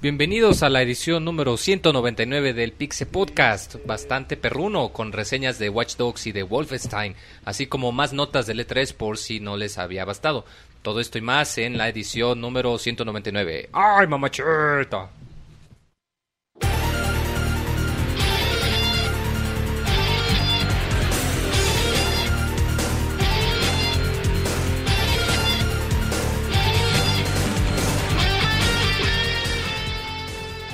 Bienvenidos a la edición número 199 del Pixe Podcast, bastante perruno, con reseñas de Watch Dogs y de Wolfenstein, así como más notas del E3 por si no les había bastado. Todo esto y más en la edición número 199. ¡Ay, mamachita!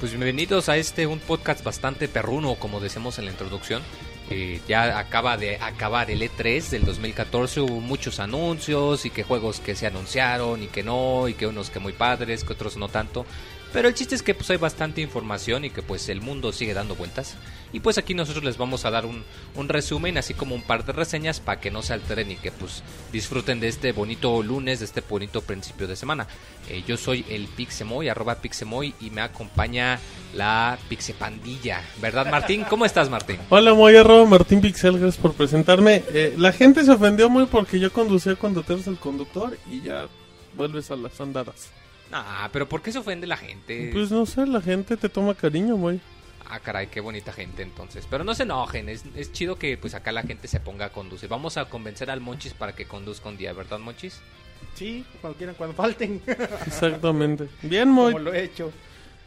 Pues bienvenidos a este, un podcast bastante perruno, como decimos en la introducción. Eh, ya acaba de acabar el E3 del 2014, hubo muchos anuncios y que juegos que se anunciaron y que no, y que unos que muy padres, que otros no tanto. Pero el chiste es que pues, hay bastante información y que pues el mundo sigue dando vueltas. Y pues aquí nosotros les vamos a dar un, un resumen, así como un par de reseñas para que no se alteren y que pues disfruten de este bonito lunes, de este bonito principio de semana. Eh, yo soy el Pixemoy, arroba Pixemoy y me acompaña la Pixepandilla. ¿Verdad Martín? ¿Cómo estás Martín? Hola, muy arroba Martín Pixel, gracias por presentarme. Eh, la gente se ofendió muy porque yo conducía cuando te eres el conductor y ya vuelves a las andadas. Ah, pero ¿por qué se ofende la gente? Pues no sé, la gente te toma cariño, güey. Ah, caray, qué bonita gente entonces. Pero no se enojen, es, es chido que pues acá la gente se ponga a conducir. Vamos a convencer al Monchis para que conduzca un día, ¿verdad Monchis? Sí, cualquiera, cuando falten, Exactamente. Bien, muy. como lo he hecho.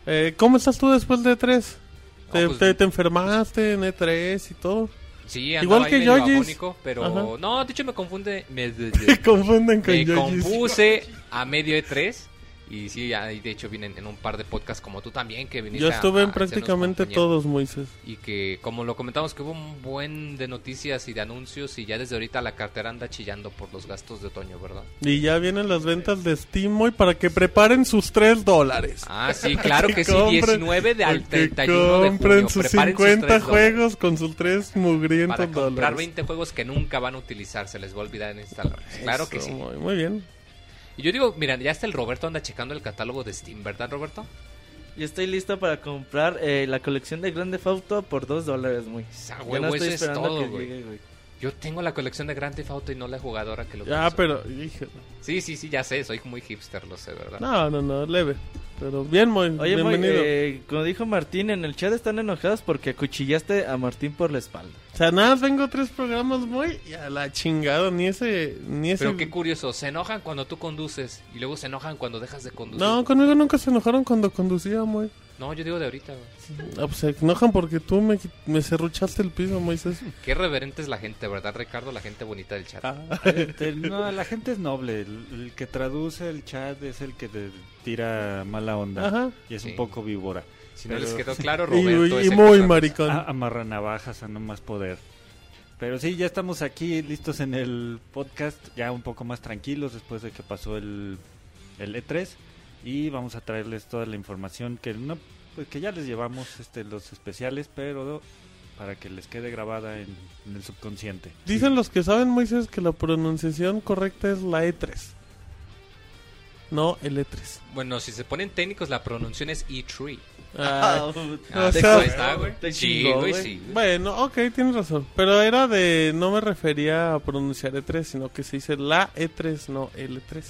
Eh, ¿Cómo estás tú después de E3? No, ¿Te, pues, te- te enfermaste en E3 y todo? Sí, Igual andaba que ahí medio Yoyis. agónico, pero Ajá. no, de hecho me confunde, me, Te confunden con me Yoyis. compuse a medio de tres y sí, ahí de hecho vienen en un par de podcasts como tú también que viniste. Yo a- estuve a en hacernos prácticamente compañía. todos, Moisés. y que como lo comentamos que hubo un buen de noticias y de anuncios y ya desde ahorita la cartera anda chillando por los gastos de otoño, ¿verdad? Y ya vienen las ventas de Steam, muy para que preparen sus 3 dólares. Ah, sí, claro que, sí, compren- 19 de al que 31 de junio. compren sus preparen sus 50 tres dólares juegos con sus 3 mugrientos para comprar dólares. 20 juegos que nunca van a utilizar, se les va a olvidar en instalarlos. Claro que Eso, sí. Muy, muy bien. Y yo digo, mira, ya hasta el Roberto anda checando el catálogo de Steam, ¿verdad, Roberto? Yo estoy listo para comprar eh, la colección de Grande Auto por 2 dólares, muy. Esa, Ya huevo, eso es todo, Ah, güey. llegue, güey. Yo tengo la colección de Grand Theft Auto y no la jugadora que lo Ya, puso. pero, híjole. Sí, sí, sí, ya sé, soy muy hipster, lo sé, ¿verdad? No, no, no, leve. Pero bien, muy Oye, muy, bienvenido. eh, como dijo Martín, en el chat están enojados porque acuchillaste a Martín por la espalda. O sea, nada, más vengo tres programas muy y a la chingada, ni ese, ni ese. Pero qué curioso, se enojan cuando tú conduces y luego se enojan cuando dejas de conducir. No, conmigo nunca se enojaron cuando conducía, muy. No, yo digo de ahorita, güey. Ah, pues se enojan porque tú me, qui- me serruchaste el piso, Moisés. Qué reverente es la gente, ¿verdad, Ricardo? La gente bonita del Ah, chat. Te- No, la gente es noble. El, el que traduce el chat es el que te tira mala onda. Ajá. Y es Sí. un poco víbora. si no pero- les quedó claro, Y, Roberto y es el que Ah, muy está- maricón. A- amarra navajas a no más poder. Pero sí, ya estamos aquí listos en el podcast, ya un poco más tranquilos después de que pasó el, el E3. Y vamos a traerles toda la información que no pues que ya les llevamos este, los especiales, pero para que les quede grabada en, en el subconsciente. Dicen los que saben, Moisés, que la pronunciación correcta es la E3. No, el E E3. Bueno, si se ponen técnicos, la pronunciación es E3. Ah, Ah, o te sea, cuesta, güey. te Sí, chingó, güey, güey. sí. güey. Bueno, ok, tienes razón. Pero era de. No me refería a pronunciar E3, sino que se dice la E3, no L3.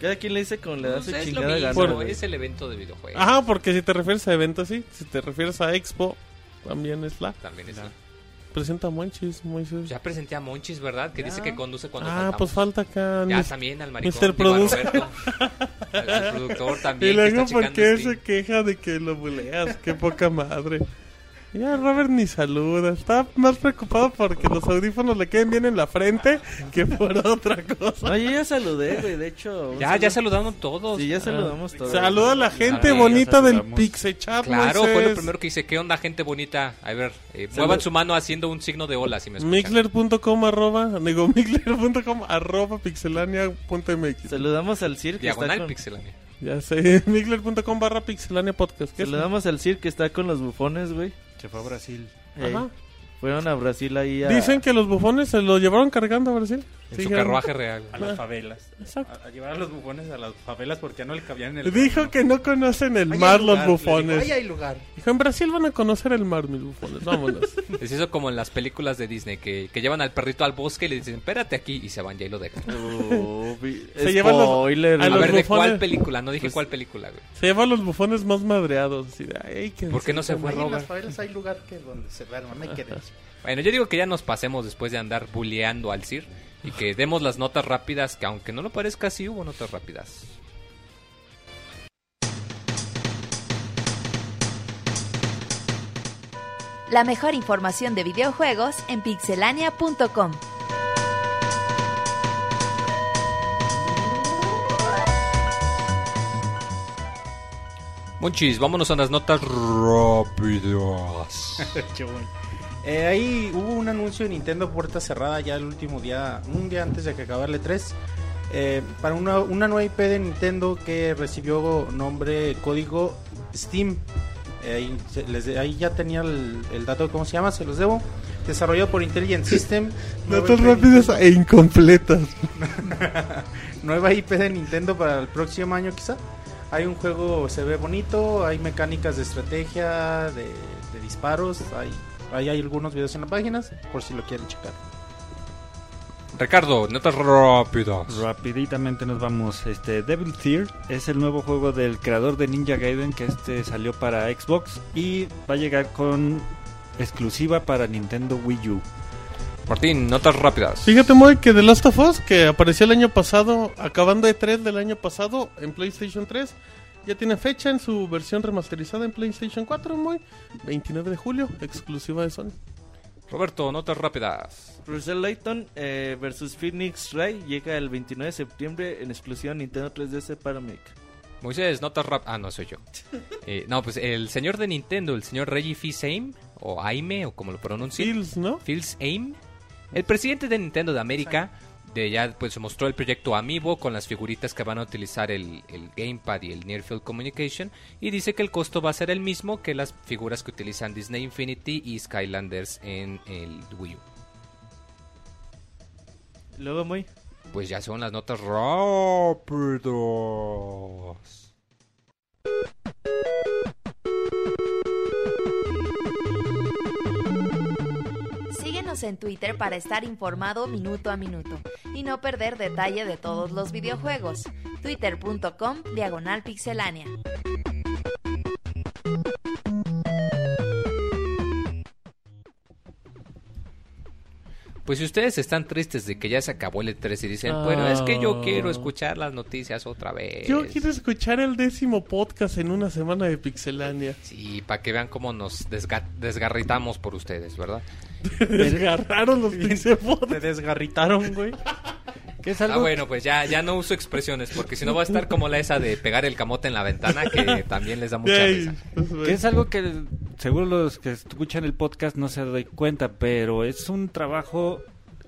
Cada quien le dice como le da Pues su es lo chingada gana. mismo, güey. es el evento de videojuegos. Ajá, porque si te refieres a eventos, sí. Si te refieres a Expo, también es la. También es Ya. Presenta Monchis, Moisés. Ya presenté a Monchis, ¿verdad? Que dice que conduce cuando ah, faltamos. pues falta acá. Ya mis- también al maricón. Mr. digo, a Producer. Roberto, al, al productor también. Y luego, que está ¿por checando este. qué Steam. se queja de que lo buleas? Qué poca madre. Ya Robert ni saluda. Está más preocupado porque los audífonos le queden bien en la frente que por otra cosa. No, yo ya saludé, güey. De hecho, un Ya, saludo- ya Ah. saludaron todos. Sí, ya saludamos todos. Saluda a la gente Claro, ya bonita del saludamos. Pixechat. Claro, fue lo Moisés. primero que hice. ¿Qué onda, gente bonita? A ver, eh, muevan su mano haciendo un signo de hola si me escuchan. Mixler.com arroba, digo, mixler.com arroba pixelania.mx. Saludamos al Sir que está Diagonal con, pixelania. Ya sé, mixler.com barra pixelania podcast. ¿Qué es? Saludamos al Sir que está con los bufones, güey. Se fue a Brasil. Ey, Ajá. eh, fueron a Brasil ahí a... Dicen que los bufones se lo llevaron cargando a Brasil. En Sí, su dijeron, carruaje real. A las favelas. Exacto. A, a llevar a los bufones a las favelas porque ya no le cabían en el. Dijo que no conocen el mar los Ahí bufones. hay lugar. Dijo, en Brasil van a conocer el mar mis bufones. Vámonos. Es eso como en las películas de Disney, que, que llevan al perrito al bosque y le dicen, espérate aquí, y se van ya y lo dejan. Oh, vi- Se llevan los- spoiler, a A güey. los Pues, ver, ¿de cuál bufones. película? No dije cuál película, güey. Se lleva a los bufones más madreados. así de, "Ay, quédense ¿Por qué no se fue Ahí en las Robert? favelas hay lugar que donde se duerman, hay que decir. Bueno, yo digo que ya nos pasemos después de andar bulleando al CIR y que demos las notas rápidas, que aunque no lo parezca, sí hubo notas rápidas. La mejor información de videojuegos en pixelania.com. Monchis, vámonos a las notas rápidas. Qué bueno. Eh, ahí hubo un anuncio de Nintendo puerta cerrada ya el último día, un día antes de que acabarle 3 Eh, para una, una nueva IP de Nintendo que recibió nombre código Steam. Eh, ahí, se- les de- ahí ya tenía el, el dato de cómo se llama, se los debo. Desarrollado por Intelligent System. nueva Notas IP de rápidas e incompletas. nueva IP de Nintendo para el próximo año quizá. Hay un juego, se ve bonito, hay mecánicas de estrategia, de, de disparos, hay, ahí hay algunos videos en las páginas, por si lo quieren checar. Ricardo, notas Pues, rápidas. Rapiditamente nos vamos. Este Devil Tear es el nuevo juego del creador de Ninja Gaiden que este salió para Xbox y va a llegar con exclusiva para Nintendo Wii U. Martín, notas rápidas. Fíjate, Moy, que The Last of Us, que apareció el año pasado, acabando de 3 del año pasado en PlayStation 3, ya tiene fecha en su versión remasterizada en PlayStation 4, Moy. 29 de julio, exclusiva de Sony. Roberto, notas rápidas. Bruce Layton eh, versus Phoenix Ray llega el 29 de septiembre en exclusiva Nintendo 3DS para Mac. Moisés, notas rápidas. Ah, no, soy yo. Eh, no, pues el señor de Nintendo, el señor Reggie Fils-Aime, o Aime, o como lo pronuncien. Seals, ¿no? Phil's Aim. El presidente de Nintendo de América de ya pues mostró el proyecto Amiibo con las figuritas que van a utilizar el, el Gamepad y el Near Field Communication y dice que el costo va a ser el mismo que las figuras que utilizan Disney Infinity y Skylanders en el Wii U. Luego, muy. Pues ya son las notas rápidas. Síguenos en Twitter para estar informado minuto a minuto y no perder detalle de todos los videojuegos. Twitter.com Diagonal Pixelánea. Pues si ustedes están tristes de que ya se acabó el E3 y dicen, Ah. bueno, es que yo quiero escuchar las noticias otra vez. Yo quiero escuchar el décimo podcast en una semana de Pixelania. Sí, para que vean cómo nos desga- desgarritamos por ustedes, ¿verdad? Desgarraron los pixel podcasts. Te desgarritaron, güey. Que es algo Ah, bueno, pues ya, ya no uso expresiones, porque si no va a estar como la esa de pegar el camote en la ventana, que también les da mucha Yay. risa. pues, que es algo que seguro los que escuchan el podcast no se doy cuenta, pero es un trabajo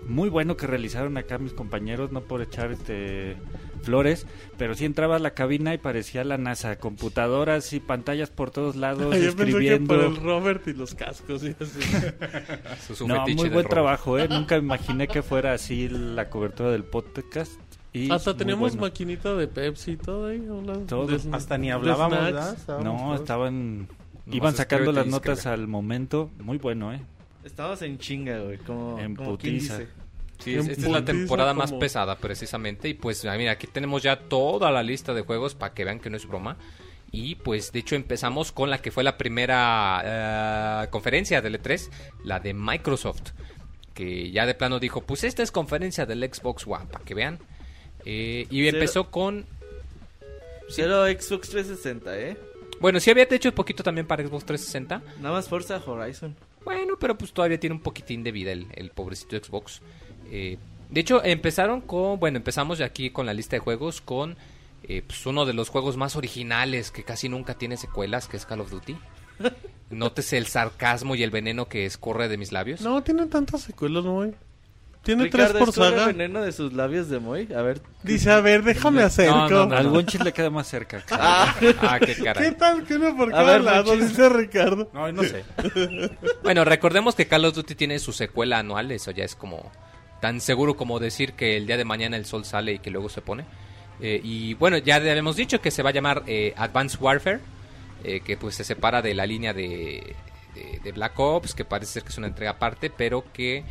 muy bueno que realizaron acá mis compañeros, no por echar este flores, pero sí entraba a la cabina y parecía la NASA, computadoras y pantallas por todos lados, Ay, Yo pensé que escribiendo. por el Robert y los cascos y así. Su- su no, muy fetiche buen del robot. trabajo, ¿eh? Nunca imaginé que fuera así la cobertura del podcast. Y Hasta muy teníamos bueno. maquinita de Pepsi y todo ahí. hola. Todo. De- Hasta ni de hablábamos, snacks. ¿verdad? Estábamos No, pues. todos- estaban... Nomás Iban sacando escríbete las y notas escribe. al momento. Muy bueno, ¿eh? Estamos en chinga, güey. Como, En como quien putiza. dice. Sí, es- En esta es la putiza temporada más como- pesada, precisamente. Y pues, ah, mira, aquí tenemos ya toda la lista de juegos para que vean que no es broma. Y pues, de hecho, empezamos con la que fue la primera eh, conferencia del E3, la de Microsoft. Que ya de plano dijo: Pues esta es conferencia del Xbox One, para que vean. Eh, y Cero- empezó con Cero Xbox 360, ¿eh? Bueno, sí había hecho poquito también para Xbox 360. Nada más Forza Horizon. Bueno, pero pues todavía tiene un poquitín de vida el, el pobrecito Xbox. Eh, de hecho, empezaron con... Bueno, empezamos aquí con la lista de juegos con... eh, pues uno de los juegos más originales que casi nunca tiene secuelas, que es Call of Duty. Nótese el sarcasmo y el veneno que escorre de mis labios. No, tienen tantas secuelas, ¿no, güey? Tiene Ricardo, tres por ¿esto era saga. veneno de sus labios de Moy? A ver. Dice, a ver, déjame acerco. No, no, no. Algún chis le queda más cerca. Ah, qué ¿Qué caray. tal que uno por A cada ver, lado? Monchis. Dice Ricardo. No, no sé. Bueno, recordemos que Call of Duty tiene su secuela anual, eso ya es como tan seguro como decir que el día de mañana el sol sale y que luego se pone. Eh, y bueno, ya le habíamos dicho que se va a llamar eh, Advanced Warfare, eh, que pues se separa de la línea de, de- de Black Ops, que parece ser que es una entrega aparte, pero que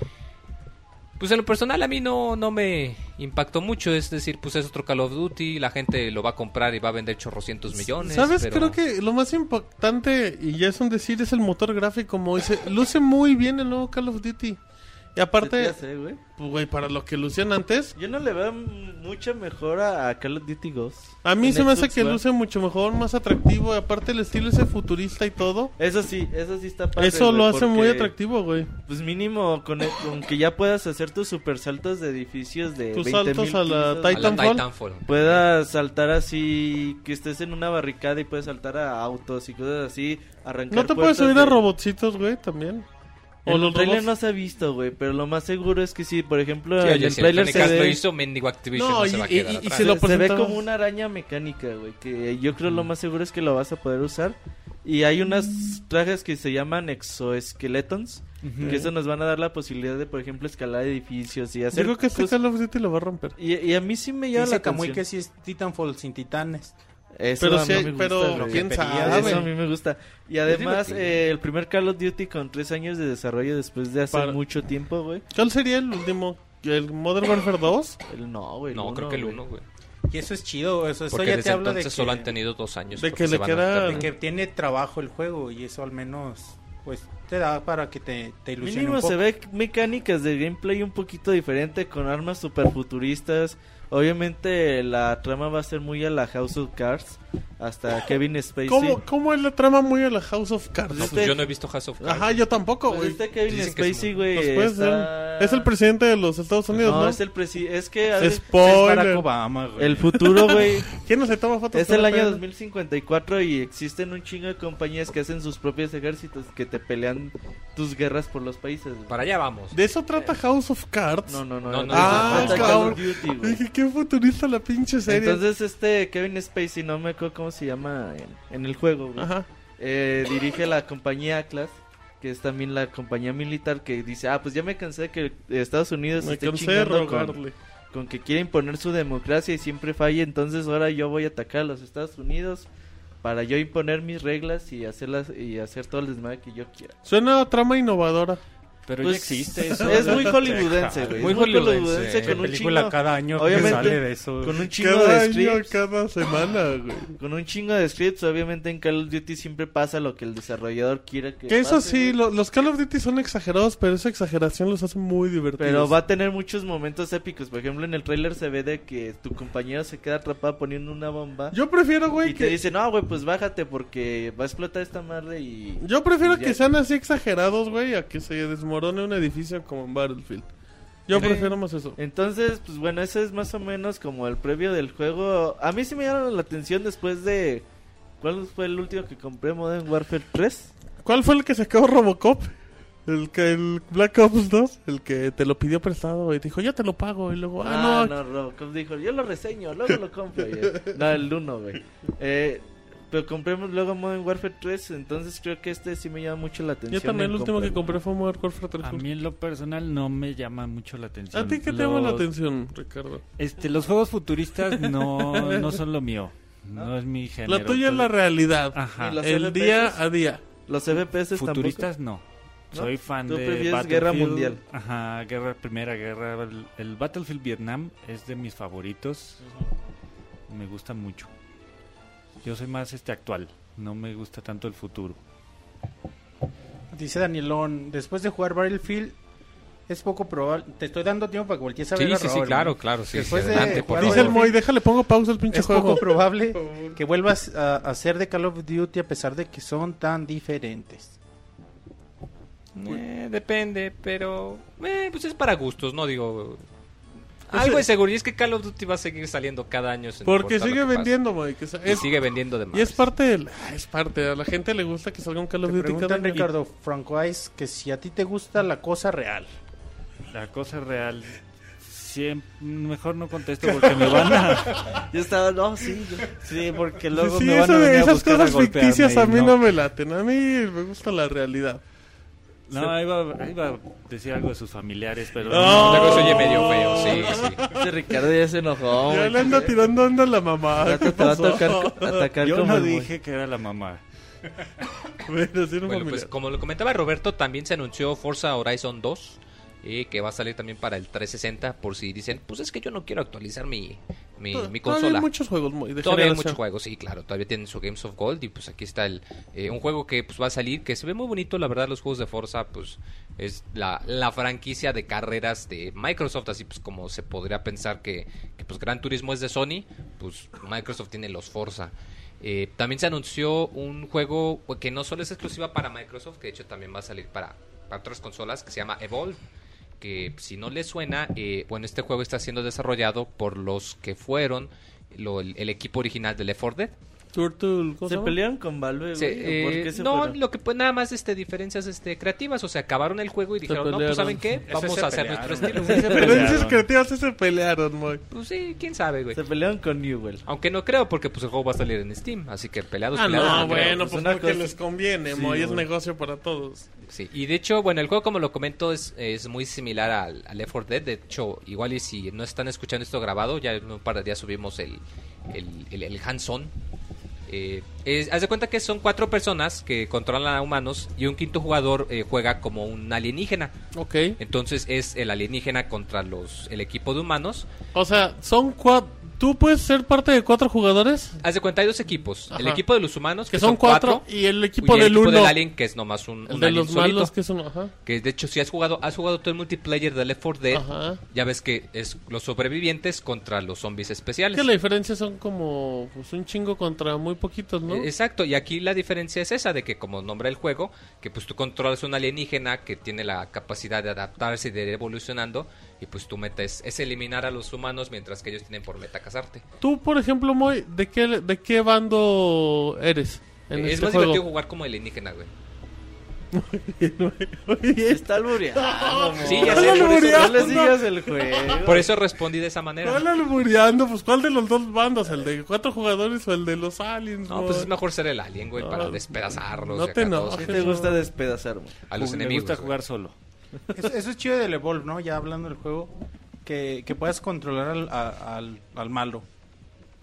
pues en lo personal a mí no, no me impactó mucho, es decir, pues es otro Call of Duty, la gente lo va a comprar y va a vender chorrocientos millones. ¿Sabes? pero- Creo que lo más importante, y ya es un decir, es el motor gráfico. Como dice, luce muy bien el nuevo Call of Duty. Y ¿qué te aparte, hace, güey? pues, güey, para los que lucían antes, Yo no le veo m- mucha mejora a Call of Duty Ghost. a mí En se me hace Xbox que One. luce mucho mejor, más atractivo. Y aparte, el estilo ese futurista y todo. Eso sí, eso sí está padre. Eso lo güey, hace muy porque, atractivo, güey. Pues mínimo, con, el- con que ya puedas hacer tus super saltos de edificios de. Tus 20.000 saltos a la pisos, A la Titanfall. Puedas saltar así, que estés en una barricada y puedes saltar a autos y cosas así, arrancar ¿No te puedes puertas subir de- a robotcitos, güey, también? O En los el trailer robots- no se ha visto, güey, pero lo más seguro es que sí, por ejemplo, Sí, en oye, el si trailer se Electronic Arts lo ve, hizo, mendigo Activision No, no, se va a y- y- quedar y- y atrás. se lo Mm. se- se ve presentabas. como una araña mecánica, güey, que yo creo lo más seguro es que lo vas a poder usar. Y hay unas trajes que se llaman exoesqueletons, que eso nos van a dar la posibilidad de, por ejemplo, escalar edificios y Yo hacer creo que este cosas- Call of Duty lo va a romper. Y, y a mí sí me llama la Dice Camuy atención. que si es Titanfall sin titanes. Eso Pero a mí sí hay- me gusta, pero güey. quién Eso sabe. a mí me gusta. Y además, divertido. eh, el primer Call of Duty con tres años de desarrollo después de hace Para- mucho tiempo, güey. ¿Cuál sería el último? ¿El Modern Warfare 2? El- No, güey. No, creo que el uno, güey. Y eso es chido, eso, eso Porque ya te desde habla entonces de que, solo han tenido dos años. de porque que se le van a queda- tardar. de que tiene trabajo el juego y eso al menos pues te da para que te, te ilusione Mínimo un poco. se ve mecánicas de gameplay un poquito diferente con armas super futuristas. Obviamente la trama va a ser muy a la House of Cards. Hasta Kevin Spacey. ¿Cómo, ¿Cómo es la trama muy a la House of Cards? No, pues yo no he visto House of Cards. Ajá, yo tampoco, Pues güey. este Kevin Dicen que es Spacey, un- güey. Pues puede está- ser. Es el presidente de los Estados Unidos, ¿no? No, es el presi... Es que... haz de- Barack Spoiler. Obama, güey. El futuro, güey. ¿Quién no se toma fotos? Es con el la año pena? 2054 y existen un chingo de compañías que hacen sus propios ejércitos que te pelean tus guerras por los países. güey. Para allá vamos. ¿De eso trata House of Cards? No, no, no. No, no, no, ah, no, no, cabrón. Call of Duty, güey. Dije, qué futurista la pinche serie. Entonces este Kevin Spacey, no me acuerdo cómo se llama en, en el juego, güey, Ajá. eh, dirige la compañía Atlas, que es también la compañía militar que dice, ah, pues ya me cansé de que Estados Unidos Me esté cansé de este chingando con, rogarle. con que quiere imponer su democracia y siempre falla, entonces ahora yo voy a atacar a los Estados Unidos para yo imponer mis reglas y hacerlas y hacer todo el desmadre que yo quiera. Suena a trama innovadora. Pero Pues, ya existe eso. Es muy hollywoodense, güey. Muy es muy hollywoodense. hollywoodense Qué con un película chingo, cada año obviamente, que sale de eso. con un chingo Cada de año, scripts. cada semana, güey. Con un chingo de scripts, obviamente en Call of Duty siempre pasa lo que el desarrollador quiere que Que eso pase, sí, güey. lo- los Call of Duty son exagerados, pero esa exageración los hace muy divertidos. Pero va a tener muchos momentos épicos. Por ejemplo, en el tráiler se ve de que tu compañero se queda atrapado poniendo una bomba. Yo prefiero, güey, y te que... dice, no, güey, pues bájate porque va a explotar esta madre y... Yo prefiero Ya. que sean así exagerados, güey, a que se desmorone un edificio como en Battlefield. Yo Sí. prefiero más eso. Entonces, pues bueno, ese es más o menos como el previo del juego. A mí sí me llama la atención después de... ¿Cuál fue el último que compré? Modern Warfare 3. ¿Cuál fue el que sacó Robocop? El que el Black Ops 2, el que te lo pidió prestado y te dijo, "Yo te lo pago." Y luego, "Ah, Ah, no." no, Robocop dijo, yo lo reseño, luego lo compro. güey. No, el 1, güey. Eh, pero compremos luego Modern Warfare 3, entonces creo que este sí me llama mucho la atención. Yo también en el último que compré comprarlo. fue Modern Warfare 3. A mí en lo personal no me llama mucho la atención. ¿A ti qué te Los- llama la atención, Ricardo? Este, los juegos futuristas no, no son lo mío. No es mi género. La tuya es la Entonces- realidad, Ajá. Y los el FPS. día a día. Ah, Los FPS tampoco. Futuristas no. ¿No? Soy fan ¿Tú de prefieres Battlefield. Guerra Mundial? Ajá, guerra, primera guerra. El, el Battlefield Vietnam es de mis favoritos. Me gusta mucho. Yo soy más este actual. No me gusta tanto el futuro. Dice Danielón, después de jugar Battlefield es poco probable. Te estoy dando tiempo para que voltees a ver Sí, a sí, sí, Raúl, claro, güey. claro. Sí, Después sí, de adelante, por jugar favor. Dice el Moy, déjale pongo pausa al pinche Es poco juego. probable que vuelvas a, a ser de Call of Duty a pesar de que son tan diferentes. Eh, depende, pero... eh, pues es para gustos, ¿no? Digo... Algo de seguro. Y es que Call of Duty va a seguir saliendo cada año. sin Pues Porque importar lo sigue que pase. vendiendo, Moy, que sa- Y es- sigue vendiendo de más. y es parte del ah, es parte, a la gente le gusta que salga un Call Te of Duty cada preguntan, año. Ricardo Franco Ice, que si a ti te gusta la cosa real. la cosa real. Siem- mejor no contesto porque me van a. Yo estaba, no, sí. yo- Sí, porque luego Sí, me van eso a de venir a esas buscar a cosas golpearme ficticias y a mí no. no me laten. A mí me gusta la realidad. No, iba, iba a decir algo de sus familiares, pero. No. Luego se oye medio feo, sí, sí. Ese Ricardo ya se enojó. ya güey. le anda tirando onda a la mamá. Al rato ¿Qué te va a pasó? tocar atacar Yo como no el güey. dije que era la mamá. Bueno, sí, no Bueno, pues familiar. como lo comentaba Roberto, también se anunció Forza Horizon 2, eh, que va a salir también para el 360, por si dicen, pues es que yo no quiero actualizar mi, mi, mi Todavía consola. hay muchos juegos muy de Todavía hay generación. muchos juegos, sí, claro. Todavía tienen su Games of Gold y pues aquí está el eh, un juego que pues va a salir, que se ve muy bonito, la verdad los juegos de Forza pues es la, la franquicia de carreras de Microsoft, así pues como se podría pensar que, que, pues Gran Turismo es de Sony, pues Microsoft tiene los Forza. Eh, también se anunció un juego que no solo es exclusiva para Microsoft, que de hecho también va a salir para, para otras consolas, que se llama Evolve que si no les suena, eh, bueno, este juego está siendo desarrollado por los que fueron lo- el, el equipo original de Left 4 Dead. Turtle, ¿cómo ¿Se llama? pelearon con Valve, güey? Se- ¿O ¿Por eh, qué se no, fueron? lo que pues nada más este diferencias este creativas, o sea, acabaron el juego y dijeron, "No, pues pelearon. saben qué, Ese vamos se a hacer pelearon. nuestro estilo." Sí, se Pero pelearon. esos creativos sí se pelearon, muy. Pues sí, quién sabe, güey. Se pelearon con Newell. Aunque no creo porque pues el juego va a salir en Steam, así que peleados Ah, peleados, creo. no, bueno, pues pues una porque cosa- les conviene, Sí, muy. Es güey. negocio para todos. Sí, y de hecho, bueno, el juego como lo comento es, es muy similar al, al Left 4 Dead. De hecho, igual y si no están escuchando esto grabado, ya en un par de días subimos el, el, el, el hands-on. Eh, es- haz de cuenta que son cuatro personas que controlan a humanos y un quinto jugador eh, juega como un alienígena. Ok. Entonces es el alienígena contra los el equipo de humanos. O sea, son cuatro. ¿Tú puedes ser parte de cuatro jugadores? Haz de cuenta hay dos equipos. El Ajá. equipo de los humanos, Que son cuatro. Y el equipo y el del equipo uno. del alien, que es nomás un, El un de alien los solito. malos que son. Ajá. Que de hecho, si has jugado, has jugado todo el multiplayer de Left 4 Dead, Ajá. ya ves que es los sobrevivientes contra los zombies Es especiales. que la diferencia son como pues, un chingo contra muy poquitos, ¿no? Eh, Exacto, y aquí la diferencia es esa, de que como nombra el juego, que pues tú controlas un alienígena que tiene la capacidad de adaptarse y de ir evolucionando, y pues tu meta es, es eliminar a los humanos mientras que ellos tienen por meta cazarte. Tú, por ejemplo, Moy, ¿de qué, de qué bando eres? Eh, En es este más juego? divertido jugar como alienígena, güey. Se está albureando, mo. Sí, ya sé, por eso- No le sigas el juego. Por eso respondí de esa manera. ¿Cuál albureando? Pues ¿cuál de los dos bandos? ¿El de cuatro jugadores o el de los aliens? No, Moy? pues es mejor ser el alien, güey, para Ah, despedazarlos. no y acá te todos, enojes. ¿Qué te gusta despedazar, mo? A los Me enemigos. gusta güey. jugar solo. Eso, eso es chido del Evolve, ¿no? Ya hablando del juego, que, que puedas controlar al, a- al, al malo.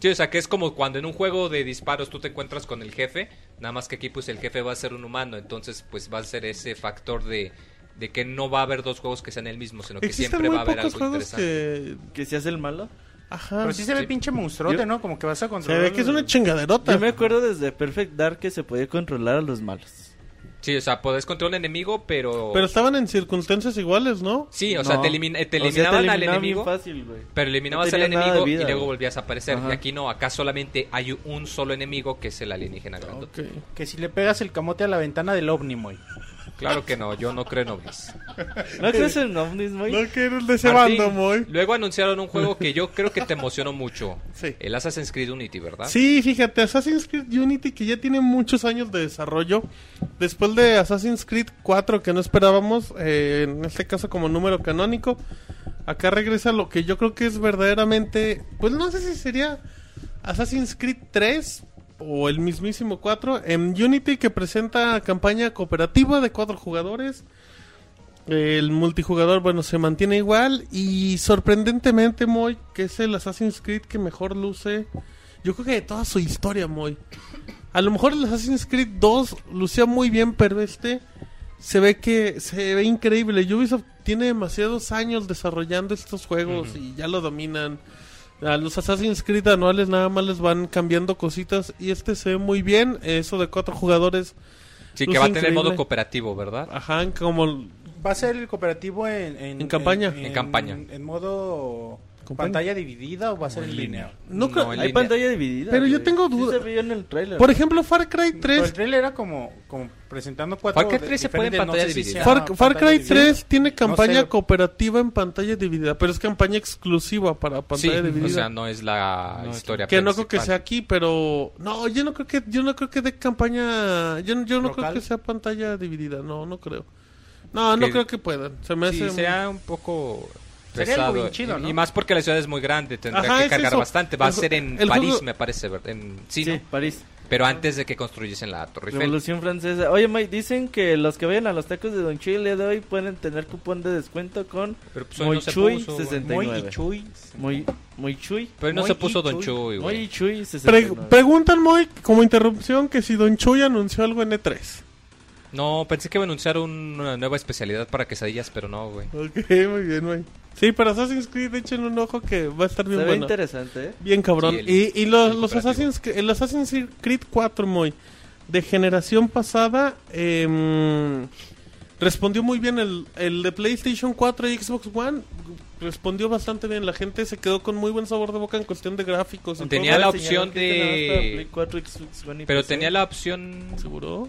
Sí, o sea, que es como cuando en un juego de disparos tú te encuentras con el jefe, nada más que aquí pues el jefe va a ser un humano, entonces pues va a ser ese factor de, de que no va a haber dos juegos que sean el mismo, sino que Existen siempre muy va a haber pocos algo juegos interesante. que... ¿Que se hace el malo? Ajá. Pero sí se ve pinche monstruote, ¿no? Como que vas a Se controlar. ve que es una chingaderota. Yo me acuerdo desde Perfect Dark que se podía controlar a los malos. Sí, o sea, podés controlar un enemigo, pero... Pero estaban en circunstancias iguales, ¿no? Sí, o sea, te, elimina- eh, te eliminaban al enemigo, fácil, güey. pero eliminabas No al tenía nada enemigo de vida, y luego güey. volvías a aparecer. Ajá. Y aquí no, acá solamente hay un solo enemigo que es el alienígena grandote. Ok. Que si le pegas el camote a la ventana del Omnimoy. Claro que no, yo no creo en ovnis. ¿No crees en ovnis, güey? No que eres de ese Martín, bando, Moy. Luego anunciaron un juego que yo creo que te emocionó mucho. Sí. El Assassin's Creed Unity, ¿verdad? Sí, fíjate, Assassin's Creed Unity que ya tiene muchos años de desarrollo. Después de Assassin's Creed 4 que no esperábamos, eh, en este caso como número canónico, acá regresa lo que yo creo que es verdaderamente, pues no sé si sería Assassin's Creed 3 o el mismísimo 4 en Unity que presenta campaña cooperativa de cuatro jugadores. El multijugador, bueno, se mantiene igual y sorprendentemente, Moy, que es el Assassin's Creed que mejor luce, yo creo que de toda su historia, Moy. A lo mejor el Assassin's Creed 2 lucía muy bien, pero este se ve que se ve increíble. Ubisoft tiene demasiados años desarrollando estos juegos y ya lo dominan. A los Assassin's Creed anuales nada más les van cambiando cositas y este se ve muy bien. Eso de cuatro jugadores, Sí, que Luce va a tener increíble. Ah, modo cooperativo, ¿verdad? ajá, como Va a ser el cooperativo en... En campaña. En campaña. En modo... Campaña. ¿Pantalla dividida o va a ser en línea? no creo- en Hay línea. pantalla dividida. Pero yo güey. tengo Sí duda. se vio en el trailer. Por ejemplo, Far Cry Pero el 3. trailer era como, como presentando cuatro... Far Cry 3 se puede en diferentes, pantalla sé si dividida. sea Far, Far pantalla Cry dividida. 3 tiene campaña sé. cooperativa en pantalla dividida, pero es campaña exclusiva para Sí, pantalla dividida. o sea, no es la No, historia. Que no creo que sea principal. aquí, pero no, yo no creo que yo no creo que de campaña, yo, no- yo no creo ¿Local? que sea pantalla dividida, no, no creo. No, no Que- creo que puedan. Se me Sí, hace. sería un poco Sería pesado. algo bien chido, y- ¿no? Y más porque la ciudad es muy grande, tendrá Ajá, que es cargar eso. bastante. Va a El ju- ser en el París, juego- me parece, ¿verdad? En, sí, Sí, ¿no? París. Pero antes de que construyesen la Torre Eiffel. Revolución Francesa. Oye, Mike, dicen que los que vayan a los tacos de Don Chuy el día de hoy pueden tener cupón de descuento con Pero pues hoy no se Moichuy puso, güey. Muy 69. y chuy. Muy Moichuy. Pero hoy no Muy se puso Don Chuy. Chuy, güey. Moichuy Pre- 69. preguntan, Moy, como interrupción, que si Don Chuy anunció algo en E E3. No, pensé que iba a anunciar un- una nueva especialidad para quesadillas, pero no, güey. Ok, muy bien, Moy. Sí, para Assassin's Creed echen un ojo que va a estar Se bien ve bueno. interesante, ¿eh? Bien cabrón. Sí, el- y y los, el los cooperativo. Assassin's, Cre- el Assassin's Creed 4, Moy, de generación pasada, em, respondió muy bien el, el de PlayStation 4 y Xbox One. Respondió bastante bien. La gente se quedó con muy buen sabor de boca en cuestión de gráficos. y Tenía la todo. Señaló opción que este nada más para de- Play 4, Xbox One y pues, Pero PC. tenía la opción... ¿Seguro?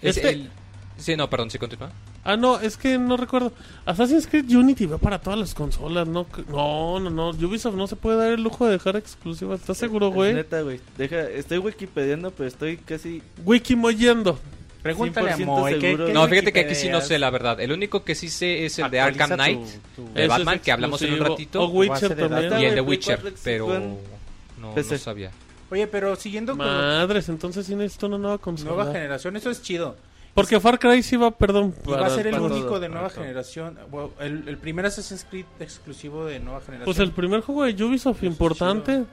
es Este- el- Sí, no, perdón, sí, continúa. Ah, no, es que no recuerdo. Assassin's Creed Unity va para todas las consolas, ¿no? cre- No, no, no. Ubisoft no se puede dar el lujo de dejar exclusivas. Eh, ¿Estás seguro, güey? Neta, güey. Deja, estoy wikipediando, pero estoy casi Wikimoyendo. Pregúntale a 100% Moy. ¿qué- seguro. qué No, fíjate que aquí sí Wikipedia no es? sé, la verdad. El único que sí sé es el de Actualiza Arkham Knight, tu- tu- de Eso Batman, es que hablamos en un exclusivo. Oh, ratito. O Witcher Base de también. datos. y el de Play Witcher, cuatro, Xbox pero One, no, no PC. sabía. Oye, pero siguiendo con la Madres, entonces sí necesito una nueva consola. nueva generación, eso es chido. Porque Far Cry sí va, perdón. Y va a ser el para único todo, de nueva para todo. generación. Bueno, el, el primer Assassin's Creed exclusivo de nueva generación. Pues el primer juego de Ubisoft importante.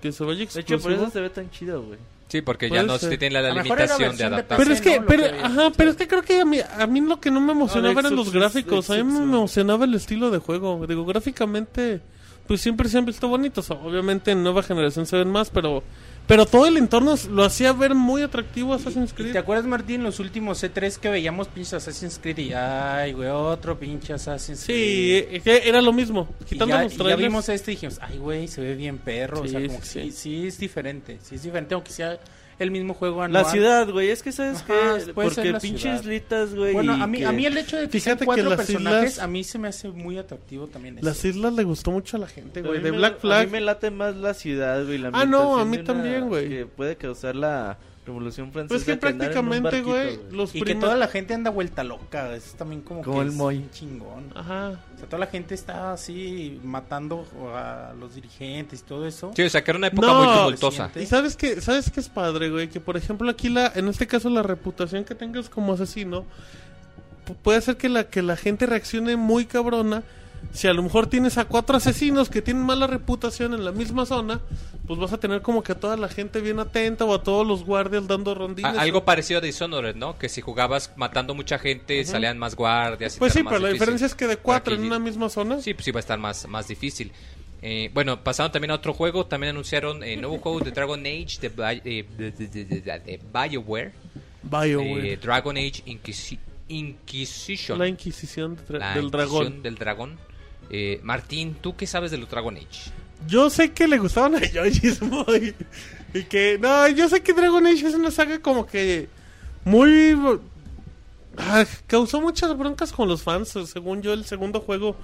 Que se vaya De hecho, exclusivo. por eso se ve tan chido, güey. Sí, porque ya Puede no ser. se tiene la lo mejor era limitación de versión de adaptar. Pero es que, ¿no? Lo pero, que- ajá, pero es que creo que a mí, a mí lo que no me emocionaba No, de eran los Xbox, gráficos. A mí de me Xbox, no. emocionaba el estilo de juego. Digo, gráficamente, pues siempre se han visto bonitos. Obviamente en nueva generación se ven más, pero, pero todo el entorno lo hacía ver muy atractivo a Assassin's ¿Y te Creed. acuerdas, Martín, los últimos C3 que veíamos pinches Assassin's Creed? Y, ay, güey, otro pinche Assassin's Sí, Creed. eh, que era lo mismo. Y Quitando ya, los y ya trailers. vimos este y dijimos, ay, güey, se ve bien perro. o sea, Sí, como que sí, sí, sí es diferente. Sí es diferente, aunque sea el mismo juego La anual. ciudad, güey. Es que, ¿sabes Ajá, qué? puede ser Porque la pinches ciudad. islitas, güey. Bueno, y a mí, que- a mí el hecho de que sean Fíjate que cuatro las personajes islas- a mí se me hace muy atractivo también. eso. Las islas le gustó mucho a la gente, a güey. mí De me- Black A mí Flag. me late más la ciudad, güey. la Ah, no, a ambientación mí de una- también, güey. Que puede causar la revolución francesa. Pues que andar en un prácticamente, barquito, güey, los Y que primeros... toda la gente anda vuelta loca. Es también como, Como que el es Moy. un chingón. Ajá. O sea, toda la gente está así matando a los dirigentes y todo eso. Sí, o sea, que era una época No, muy tumultuosa. presidente. Y sabes que sabes que es padre, güey, que por ejemplo aquí la en este caso la reputación que tengas como asesino pu- puede hacer que la que la gente reaccione muy cabrona. Si a lo mejor tienes a cuatro asesinos que tienen mala reputación en la misma zona, pues vas a tener como que a toda la gente bien atenta o a todos los guardias dando A- rondines. algo parecido a Dishonored, ¿no? Que si jugabas matando mucha gente, salían más guardias. y pues te sí, era más pero la difícil. diferencia es que de cuatro Aquí en una misma zona. Sí, pues iba a estar más, más difícil. Eh, bueno, pasando también a otro juego, también anunciaron el nuevo juego de Dragon Age de, Bi- eh, de- de- de- de- de- de BioWare. Vaya, eh, güey. Dragon Age Inquisi- Inquisition. La Inquisición de tra- La del dragón. Inquisición del dragón. Eh, Martín, ¿tú qué sabes de los Dragon Age? Yo sé que le gustaban a Yoyis muy. Y que. No, yo sé que Dragon Age es una saga como que. Muy. ah, causó muchas broncas con los fans. Según yo, el segundo juego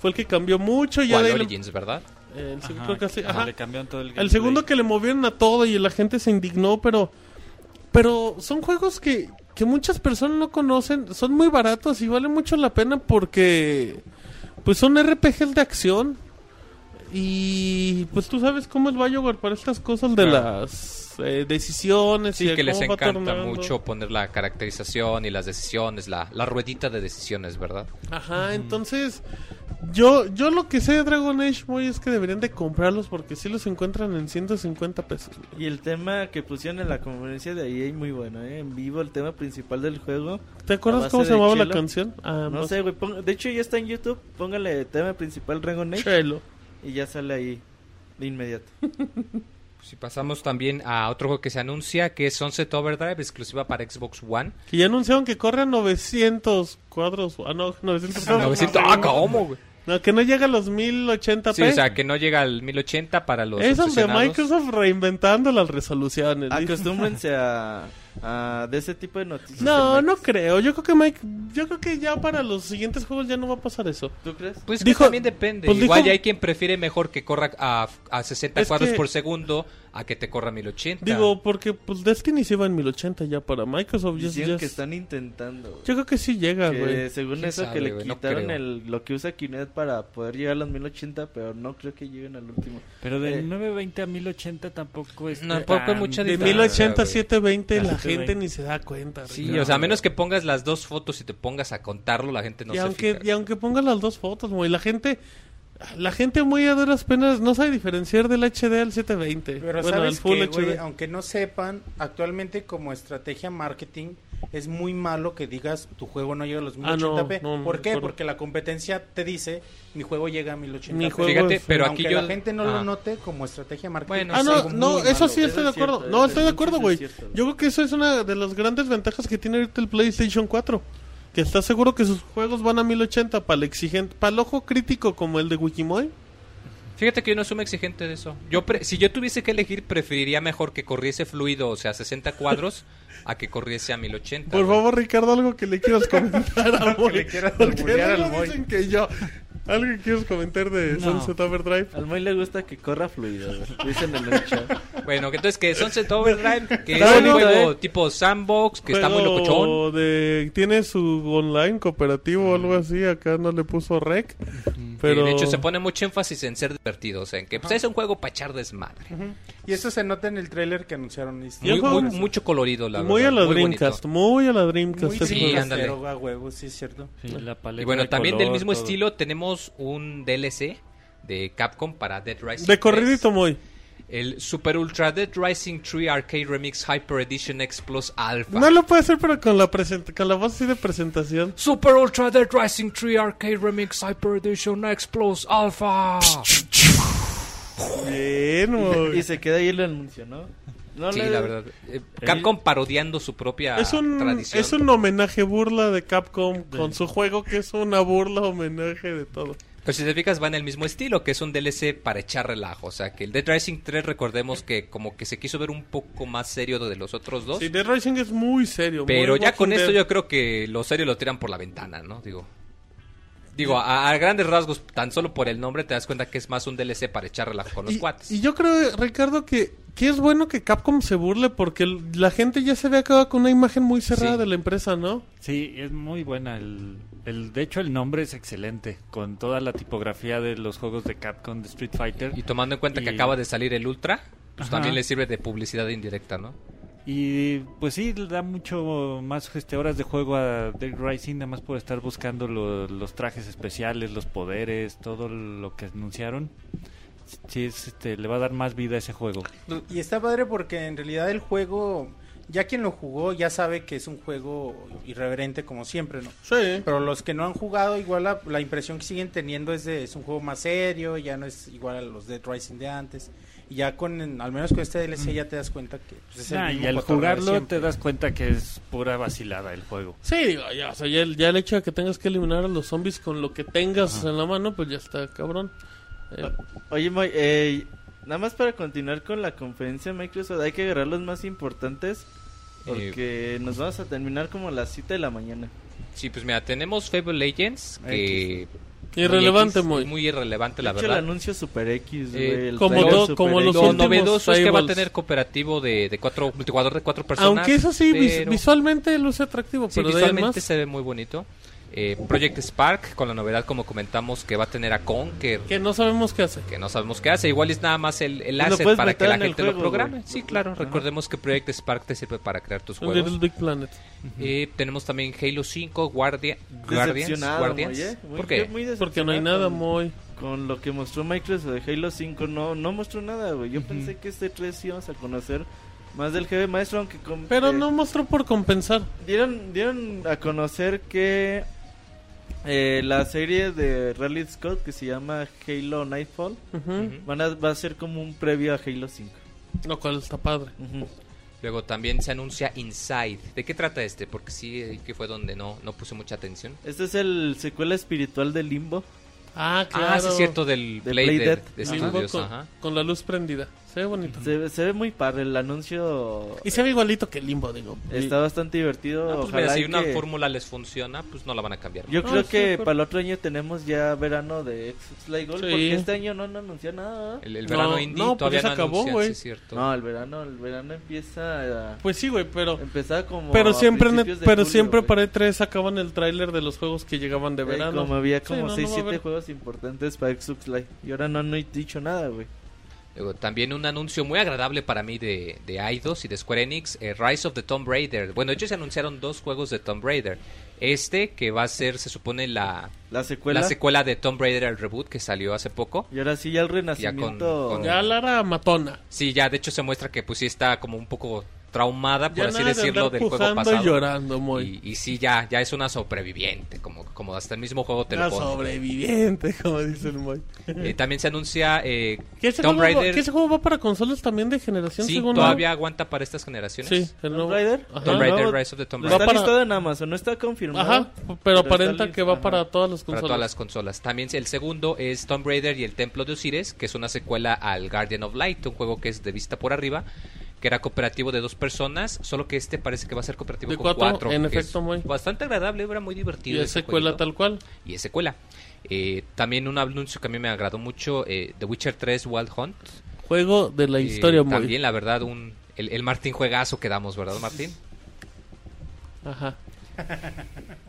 fue el que cambió mucho. Ya ¿Cuál de ahí le- Origins, verdad? el, seg- Ajá, creo que así, que ajá. Le cambiaron todo el El gameplay. segundo que le movieron a todo y la gente se indignó, pero. Pero son juegos que, que muchas personas no conocen. Son muy baratos y valen mucho la pena porque. Pues son RPGs de acción. Y pues tú sabes cómo es Bioware para estas cosas de Claro. las eh, decisiones y Sí, de que les cómo va encanta tornando. mucho poner la caracterización y las decisiones, la, la ruedita de decisiones, ¿verdad? Ajá, entonces yo yo lo que sé de Dragon Age muy es que deberían de comprarlos porque si los encuentran en 150 pesos. Y el tema que pusieron en la conferencia de ahí es muy bueno, ¿eh? En vivo, el tema principal del juego. ¿Te A acuerdas base cómo se de llamaba la chelo. canción? Ah, No sé, güey. pon- De hecho, ya está en YouTube. Póngale tema principal Dragon Age. Chelo. Y ya sale ahí de inmediato. Si pasamos también a otro juego que se anuncia, que es Sunset Overdrive, exclusiva para Xbox One. Que ya anunciaron que corre a 900 cuadros. Ah, no, 900 cuadros. 900. ¡Ah, cómo, güey! No, que no llega a los 1080p. Sí, o sea, que no llega al 1080 para los es donde obsesionados. Ah, Microsoft reinventando las resoluciones. dice. Acostúmbrense a, ah, de ese tipo de noticias. No, Mike. no creo. Yo creo que Mike, yo creo que ya para los siguientes juegos ya no va a pasar eso. ¿Tú crees? Pues que Dijo- también depende. pues Igual dijo- ya hay quien prefiere mejor que corra a, a 60 Es cuadros que- por segundo a que te corra 1080. Digo, porque pues Destiny se iba en 1080 ya para Microsoft. ya- Dicen ya- que están intentando. güey. Yo creo que sí llega, Que güey. según ¿Quién eso sabe, que le güey? No quitaron creo. el, lo que usa Kinect para poder llegar a los 1080, pero no creo que lleguen al último. Pero del Eh. 920 a 1080 tampoco es. No, tampoco hay tan- mucha De diferencia. 1080 a güey. 720 la Ah, gente 720. ni se da cuenta. Sí, Ricardo. o sea, a menos que pongas las dos fotos y te pongas a contarlo, la gente no y, se aunque, fija. y aunque pongan las dos fotos, güey, la gente... La gente muy a duras penas no sabe diferenciar del HD al 720. Pero bueno, al sabes Full que, HD. güey, aunque no sepan, actualmente como estrategia marketing es muy malo que digas tu juego no llega a los Ah, no, 1080p. no, no, ¿Por qué? por- Porque la competencia te dice mi juego llega a 1080p. Mi juego- Fíjate, Juegos, pero Aunque aquí yo... la gente no lo Ah. note como estrategia marketing. Bueno, Ah, es no, algo no, muy eso malo. sí estoy Eso de es cierto, acuerdo. eso no, es estoy de acuerdo, cierto, güey. eso es cierto, güey. Yo creo que eso es una de las grandes ventajas que tiene ahorita el PlayStation 4. Que está seguro que sus juegos van a 1080 para el exigente, para el ojo crítico como el de Wikimoy. Fíjate que yo no soy muy exigente de eso. Yo pre- Si yo tuviese que elegir, preferiría mejor que corriese fluido, o sea, a 60 cuadros, a que corriese a 1080. Por güey. favor, Ricardo, algo que le quieras comentar a Algo que Moy. le quieras Porque alburear al luego Moy. dicen que yo. Algo que quieras comentar de No. Sunset Overdrive. Al Moy le gusta que corra fluido, güey. dicen en el chat. Bueno, que entonces que Sunset Overdrive, que es Está un bonito, ¿eh? juego tipo sandbox, que está muy Juego locochón. de tiene su online cooperativo o algo así, acá no le puso rec. Pero Y de hecho, se pone mucho énfasis en ser divertido, o sea, en que pues, es un juego para echar desmadre. Ujú. Y eso se nota en el tráiler que anunciaron. Es Muy, Yo juego- muy- mucho colorido, la muy a verdad. la muy bonito. Dreamcast, muy a la Dreamcast. muy este sí, juego. sí, ándale. a huevo, sí es cierto. Sí, la paleta Y bueno, de también del color, mismo todo. estilo tenemos un DLC de Capcom para Dead Rising. De 3. corridito, muy. El Super Ultra Dead Rising 3 Arcade Remix Hyper Edition X Plus Alpha. No lo puede hacer, pero con la, present- con la voz así de presentación. Super Ultra Dead Rising 3 Arcade Remix Hyper Edition X Plus Alpha. Bien, muy. Y se queda ahí lo anuncio, ¿no? No Sí, le- la verdad. eh, Capcom parodiando su propia Es un, tradición. es un homenaje burla de Capcom con su juego que es una burla homenaje de todo. Pero si te fijas, va en el mismo estilo, que es un DLC para echar relajo. O sea, que el Dead Rising 3, recordemos que como que se quiso ver un poco más serio de los otros dos. Sí, Dead Rising es muy serio. Pero muy ya Walking con esto Dead. yo creo que los serios lo tiran por la ventana, ¿no? Digo. Digo, a, a grandes rasgos, tan solo por el nombre te das cuenta que es más un DLC para echar relajo con los Y- cuates. Y, yo creo, Ricardo, que, que es bueno que Capcom se burle porque el- la gente ya se ve acabado con una imagen muy cerrada Sí. de la empresa, ¿no? Sí, es muy buena. El, el, de hecho, el nombre es excelente. Con toda la tipografía de los juegos de Capcom, de Street Fighter. Y tomando en cuenta que Y- acaba de salir el Ultra, pues Ajá. también le sirve de publicidad indirecta, ¿no? Y pues sí, le da mucho más este, horas de juego a Dead Rising, nada más por estar buscando lo- los trajes especiales, los poderes, todo lo que anunciaron. Sí, es, este, le va a dar más vida a ese juego. Y está padre porque en realidad el juego, ya quien lo jugó ya sabe que es un juego irreverente como siempre, ¿no? Sí. Pero los que no han jugado, igual la, la impresión que siguen teniendo es de es un juego más serio, ya no es igual a los Dead Rising de antes. Y ya con, en- al menos con este DLC ya te das cuenta que pues, es el Ah, mismo Mm. y al cotorreo de jugarlo siempre. te das cuenta que es pura vacilada el juego. Sí, digo, ya, o sea, ya, el- ya el hecho de que tengas que eliminar a los zombies con lo que tengas en la mano, pues ya está, cabrón. Eh, Oye, Moy, eh, nada más para continuar con la conferencia de Microsoft, hay que agarrar los más importantes Eh, porque nos vamos a terminar como a las 7 de la mañana. Sí, pues mira, tenemos Fable Legends, que... Irrelevante, X, muy. Muy irrelevante, la de hecho, el verdad. anuncio Super X, güey. Eh, el como trailer todo- Super como X. los Lo últimos novedoso es que va a Fables. tener cooperativo de, de cuatro, multijugador de cuatro personas. Aunque eso sí, vis- pero- visualmente luce atractivo, Sí, pero de ahí en visualmente más- se ve muy bonito. Eh, Project Spark, con la novedad, como comentamos, que va a tener a Kong, que, que no sabemos qué hace. que no sabemos qué hace. Igual es nada más el, el Lo asset puedes para que meter la en el gente lo juego, programe. güey. Sí, claro. Ajá. Recordemos que Project Spark te sirve para crear tus Un juegos. Little Big Planet. Eh, tenemos también Halo 5, Guardia, Guardians. Decepcionado, Guardians. Moy, eh. Muy- ¿Por qué? Porque muy no hay decepcionado nada con- muy. Con lo que mostró Microsoft de Halo 5, no, no mostró nada, güey. Yo pensé que este 3 íbamos a conocer más del jefe maestro, aunque con- Pero eh, no mostró por compensar. Dieron, dieron a conocer que eh, la serie de Rally Scott, que se llama Halo Nightfall, Ujú. Ujú. van a, va a ser como un previo a Halo 5. Lo cual está padre. Ujú. Luego también se anuncia Inside. ¿De qué trata este? Porque sí, eh, que fue donde no, no puse mucha atención. Este es el secuela espiritual de Limbo. Ah, claro. Ah, sí, es cierto, del De Play, Play de, Dead. de Limbo Studios, con, ajá. con la luz prendida. Se ve bonito. Se, ve- se ve muy padre el anuncio. Y se ve igualito que Limbo, digo. Está bastante divertido. No, pues Ojalá mira, si y una que- fórmula les funciona, pues no la van a cambiar. Yo No, creo sí, que pero- para el otro año tenemos ya verano de Xbox Live Gold. Sí. Porque este año no han anunciado nada. El, el No, verano indie no, pues todavía ya no se acabó, anuncian, güey. sí es cierto. No, el verano, el verano empieza a... Pues sí, güey, pero... empezaba como Pero a siempre, en- principios de pero julio, siempre güey. para E3 sacaban el tráiler de los juegos que llegaban de Eh, verano. como había Sí, como no, no va 6, a 7 haber- juegos importantes para Xbox Live. Y ahora no han ni dicho nada, güey. Luego, también un anuncio muy agradable para mí de, de Eidos y de Square Enix, eh, Rise of the Tomb Raider. Bueno, de hecho se anunciaron dos juegos de Tomb Raider. Este, que va a ser, se supone, la, La secuela. la secuela de Tomb Raider el reboot que salió hace poco. Y ahora sí ya el renacimiento. con- Ya Lara matona. Sí, ya de hecho se muestra que pues sí está como un poco traumada, por Ya así nada de decirlo, andar del juego pujando pasado. y llorando, muy. Y, y sí, ya, ya es una sobreviviente, como, como hasta el mismo juego te Una lo pone. sobreviviente, como dice el Moy. Eh, también se anuncia eh, ¿Que ese, Tomb juego, va- Raider. que ese juego va para consolas también de generación Sí, según todavía aguanta para estas generaciones. Sí, el Tomb nuevo- Raider. Ajá. Tomb Raider, El nuevo- Rise of the Tomb Lo Raider. está Va para- listado en Amazon, no está confirmado. Ajá, pero, aparenta está que va listo, para ajá. todas las Para consolas. todas las consolas. También el segundo es Tomb Raider y el Templo de Osiris, que es una secuela al Guardian of Light, un juego que es de vista por arriba, que era cooperativo de dos personas, solo que este parece que va a ser cooperativo De con cuatro, cuatro. en que es efecto, muy. Bastante agradable, era muy divertido. Y es ese secuela jueguito. tal cual. Y es secuela. Eh, también un anuncio que a mí me agradó mucho, eh, The Witcher 3 Wild Hunt. Juego de la Eh, historia, muy. También, la verdad, un... El, el Martín juegazo que damos, ¿verdad, Martín? Ajá.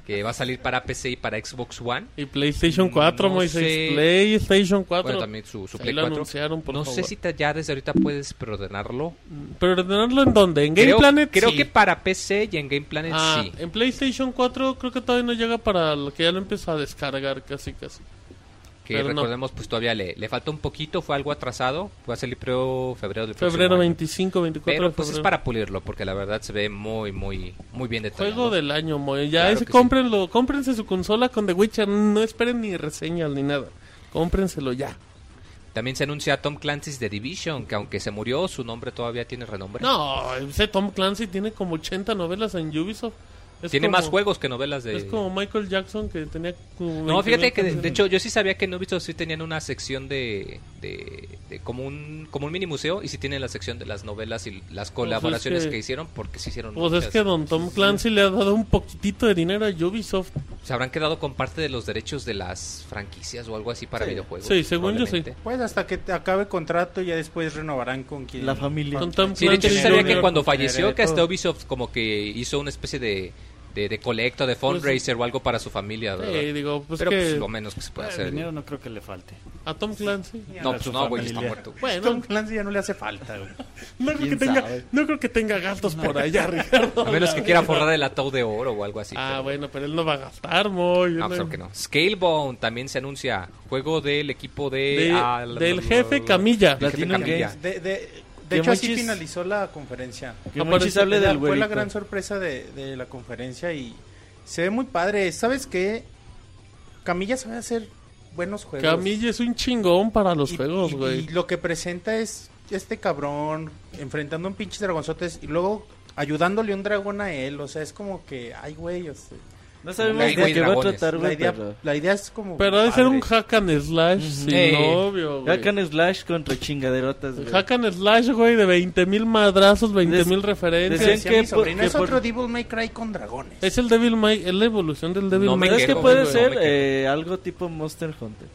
Que va a salir para PC y para Xbox One. Y PlayStation 4, No muy. sé. seis- PlayStation 4. Bueno, también su, su Ahí Play lo 4. anunciaron, por no sé favor. si te- ya desde ahorita puedes preordenarlo. Pero ordenarlo en dónde? En Game creo, Planet. creo Sí. que para PC y en Game Planet Ah, sí. en PlayStation 4 creo que todavía no llega para lo que ya lo empiezo a descargar casi casi. Que pero no. recordemos, pues todavía le, le falta un poquito, fue algo atrasado. Va a salir creo febrero del próximo Febrero año. 25, 24 Pero de pues es febrero. para pulirlo, porque la verdad se ve muy, muy, muy bien detallado. Juego del año, Moy. Ya Claro ese que sí. cómprenlo, cómprense su consola con The Witcher, no esperen ni reseñas ni nada. Cómprenselo ya. También se anuncia Tom Clancy's The Division, que aunque se murió, su nombre todavía tiene renombre. No, ese Tom Clancy tiene como 80 novelas en Ubisoft. Es tiene como- más juegos que novelas de... Es como Michael Jackson que tenía como No, 20.000 fíjate que de, de canciones. hecho yo sí sabía que en Ubisoft sí tenían una sección de, de, de como un como un mini museo y sí tienen la sección de las novelas y las colaboraciones Pues que- que... hicieron porque sí hicieron Pues es muchas. que Don Tom Clancy le ha dado un poquitito de dinero a Ubisoft. se habrán quedado con parte de los derechos de las franquicias o algo así para Sí. videojuegos. Sí, según yo, sí. probablemente. Pues hasta que te acabe contrato y ya después renovarán con quien. La familia. Con Tom Sí, de hecho Clancy sí sabía Jr. que cuando Tener de falleció que hasta todo. Ubisoft como que hizo una especie de de, de colecta, de fundraiser o algo para su familia, ¿verdad? Pues Sí, digo, pues Pero que pues, lo menos que se puede Bueno, hacer. dinero no creo que le falte. a Tom Clancy. No, pues no, güey, está muerto. Bueno, Tom Clancy ya no le hace falta, güey. no creo, que ¿Quién tenga, sabe? no creo que tenga gastos por allá, Ricardo. A menos que quiera forrar el ataúd de oro o algo así. ah, pero- bueno, pero él no va a gastar, eh. Moy. Ah, pues, Él- claro que no. Scalebone también se anuncia. Juego del equipo de. De- ah, la- del la- jefe Camilla. del jefe Platinum Camilla. Games. De, de- de Que hecho, así Monchis- finalizó la conferencia. Que Aparece- Monchis hable del Fue la güerito. gran sorpresa de, de la conferencia y se ve muy padre. ¿Sabes qué? Camilla sabe hacer buenos juegos. Camilla es un chingón para los Y- juegos, y- Y güey. lo que presenta es este cabrón enfrentando a un pinche dragonzotes y luego ayudándole un dragón a él. O sea, es como que, ay, güey. o sea, No sabemos Hay de qué va a dragones. tratar, la, güey. idea, Pero... la idea es como. Pero ha de ser un padre. hack and slash sin Eh. novio, güey. Hack and Slash contra chingaderotas, güey. Hack and slash, güey, de 20 mil madrazos, 20 mil Des- referencias. decían Decía que mi por- sobrina, que es por- otro Devil May Cry con dragones. Es el Devil May, es la evolución del Devil No me May. Pero es que quejo, puede güey, ser no me quejo. eh, algo tipo Monster Hunter.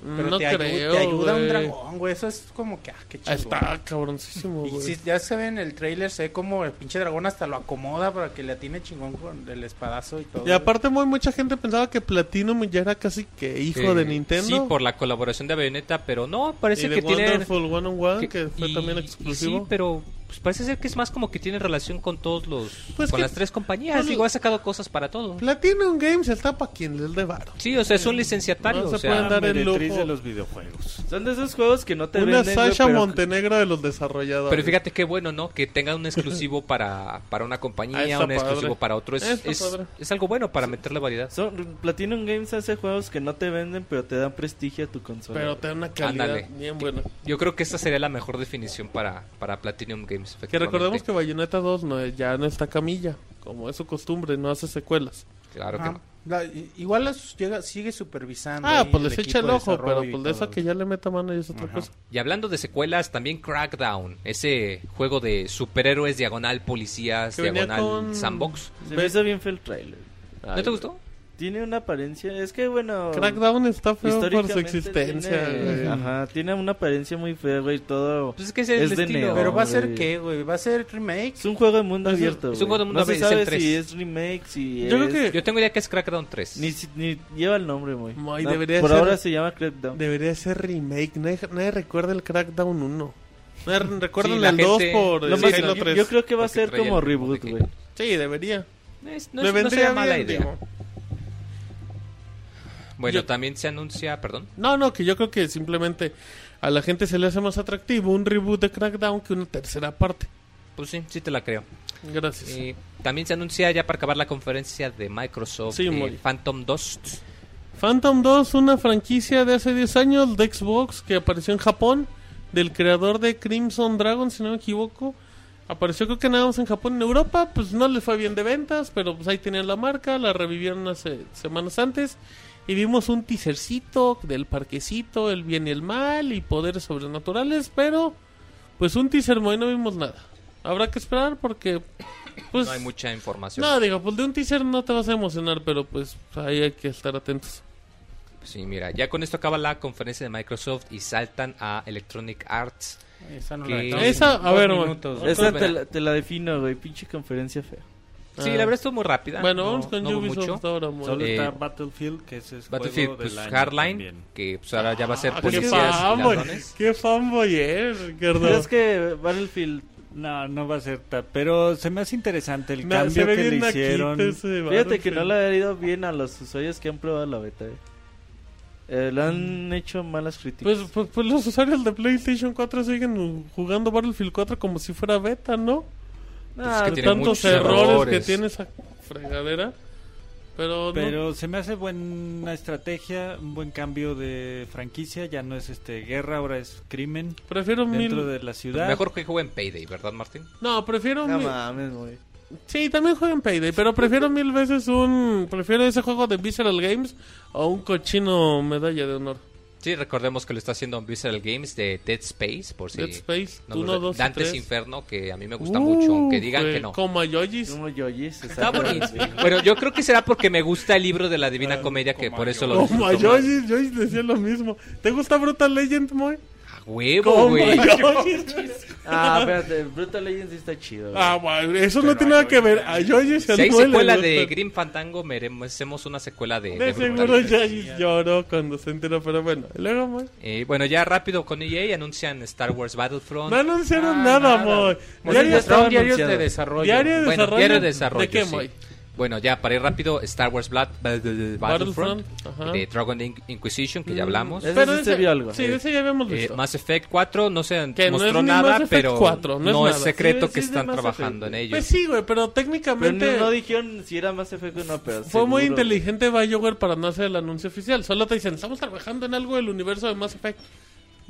Pero no te, ayu- creo, te ayuda un güey. dragón, güey. Eso es como que, ah, qué Ah, chido. Está cabroncísimo, Y güey. si ya se ve en el trailer, se ve como el pinche dragón hasta lo acomoda para que le atine chingón con el espadazo y todo. Y aparte, muy mucha gente pensaba que Platinum ya era casi que hijo Eh, de Nintendo. Sí, por la colaboración de Bayonetta, pero no, y parece de que tiene. Wonderful One on One, que- que, fue y- también y exclusivo. Sí, pero pues, parece ser que es más como que tiene relación con todos los. Pues con que- las tres compañías. pues, Digo, ha sacado cosas para todo. Platinum Games está para quien les dé varo. Sí, o sea, es un licenciatario. No se o sea, pueden dar el Meretriz lujo. de los videojuegos. Son de esos juegos que no te Una venden, güey, Sasha pero- Montenegro de los desarrolladores. Pero fíjate qué bueno, ¿no? Que tengan un exclusivo para, para una Ah, compañía, está un exclusivo padre. para otro. Es, Está es- padre. es algo bueno para meterle variedad. Son, Platinum Games hace juegos que no te venden, pero te dan prestigio a tu consola. Pero te da una calidad Ándale. bien buena. Yo creo que esta sería la mejor definición para, para Platinum Games. Que efectivamente. recordemos que Bayonetta 2 no, es- ya no está camilla, como es su costumbre, no hace secuelas. Claro que Ah, no. La- i- igual las llega, sigue supervisando. Ah, ahí pues les equipo echa el de ojo, pero desarrollo y pues de eso todo. que ya le meta mano y es otra Ajá. cosa. Y hablando de secuelas, también Crackdown, ese juego de superhéroes, diagonal policías, Que venía diagonal con- sandbox. Se me hizo bien feo el trailer. ¿No te gustó? Tiene una apariencia, es que bueno. Crackdown está feo por históricamente su existencia. Tiene, güey. ajá, tiene una apariencia muy fea, güey. Todo. Pues es que ese es Es el de estilo. neo. Pero va a Hombre. ser qué, güey? ¿Va a ser remake? Es un juego de mundo Es un- es un abierto. güey. juego de mundo no se abierto, es el sabe si tres. es remake, si Yo creo es- que Yo tengo idea que es Crackdown 3. Ni, si- ni lleva el nombre, güey. Ay, No, debería por ser- ahora se llama Crackdown. debería ser remake. Nadie, nadie recuerda el Crackdown 1. Nadie recuerdan Sí, la el 2 gente- por Lo el Lo más- sí, Halo yo, 3. yo creo que va a Porque ser traía el como mismo reboot, de güey. Sí, debería. No, es- no Le es- no vendría sería mala bien, idea. digo. Bueno, Yo- también se anuncia, perdón. No, no, que yo creo que simplemente a la gente se le hace más atractivo un reboot de Crackdown que una tercera parte. Pues sí, sí te la creo. Gracias. Eh, también se anuncia ya para acabar la conferencia de Microsoft Sí, eh, muy. Phantom 2. Phantom 2, una franquicia de hace 10 años de Xbox que apareció en Japón, del creador de Crimson Dragon, si no me equivoco. Apareció creo que nada más en Japón, en Europa, pues no les fue bien de ventas, pero pues ahí tenían la marca, la revivieron hace semanas antes. Y vimos un teasercito del parquecito, el bien y el mal y poderes sobrenaturales, pero pues un teaser muy no vimos nada. Habrá que esperar porque pues no hay mucha información. no, digo, pues de un teaser no te vas a emocionar, pero pues ahí hay que estar atentos. Sí, mira, ya con esto acaba la conferencia de Microsoft y saltan a Electronic Arts. Esa no Que- la dejamos Esa, en a dos ver, güey. minutos, güey. Esa Espera. te la, te la defino, güey. Pinche conferencia fea. Sí, Ah. la verdad estuvo muy rápida. Bueno, no- vamos con no hubo Ubisoft mucho. ahora, amor. Solo Eh, está Battlefield, que ese es Battlefield, juego del pues año Hardline, también. que pues ahora ya va a ser Ah, policías qué y fanboy, ladrones. qué fanboy es, Ricardo. Pero es que Battlefield. No, no va a ser ta- pero se me hace interesante el Me- se cambio ve que bien le naquito hicieron. ese Fíjate que Battlefield. no le ha ido bien a los usuarios que han probado la beta, eh. Eh, le han hecho malas críticas. Mm. Pues, pues, pues los usuarios de PlayStation 4 siguen jugando Battlefield 4 como si fuera beta, ¿no? es pues, que Ah, De tiene tantos muchos errores, que errores. tiene esa fregadera. Pero, no. Pero se me hace buena estrategia, un buen cambio de franquicia. Ya no es este guerra, ahora es crimen prefiero mil... dentro de la Pues, ciudad. mejor que jueguen Payday, ¿verdad, Martín? No, prefiero no mil... mames, güey. Sí, también juegan Payday, pero prefiero mil veces un... Prefiero ese juego de Visceral Games a un cochino medalla de honor. Sí, recordemos que lo está haciendo Visual Games de Dead Space, por si... Dead Space, no, 1, lo- 2 Dante's 3. Inferno, que a mí me gusta Uh, mucho, aunque digan que no. Como Yoyis. Como Yoyis. Está bonito. Bueno, yo creo que será porque me gusta el libro de la Divina Comedia, que por eso lo Ah, Como disfruto más. Yoyis, Yoyis decía lo mismo. ¿Te gusta Brutal Legend, Moy? A huevo, güey. Ah, espérate, Brutal Legends sí está chido. güey. Ah, bueno, eso no tiene nada que ver. A Yoyis y Si al hay Moy le secuela de gusta. Grim Fandango, merecemos una secuela de, de De Brutal seguro Legend. Yoyis lloró cuando se enteró, pero bueno. Y Luego, Moy. Eh, bueno, ya rápido con EA anuncian Star Wars Battlefront. No anunciaron nada, Moy. Pues Diario, ya son estaba diarios anunciado. de desarrollo. diario de bueno, desarrollo. diario de desarrollo. ¿De qué, sí. Moy? Bueno, ya para ir rápido, Star Wars Blat- Battlefront, Eh, Battlefront, ajá. Mm, de Dragon In- Inquisition, que ya hablamos. Ese Pero sí se ese- vio algo. Sí, Eh, de ese ya habíamos Eh, visto. Mass Effect 4 no se Que no mostró es ni Mass nada, Effect pero 4, no no es es, nada. secreto Sí, que sí es de están Mass trabajando Effect. en ello. Pues sí, güey, pero Pero técnicamente... no, no dijeron si era más efecto o no, Fue pero. muy seguro, güey. inteligente BioWare para no hacer el anuncio oficial. Solo te dicen, estamos trabajando en algo del universo de Mass Effect.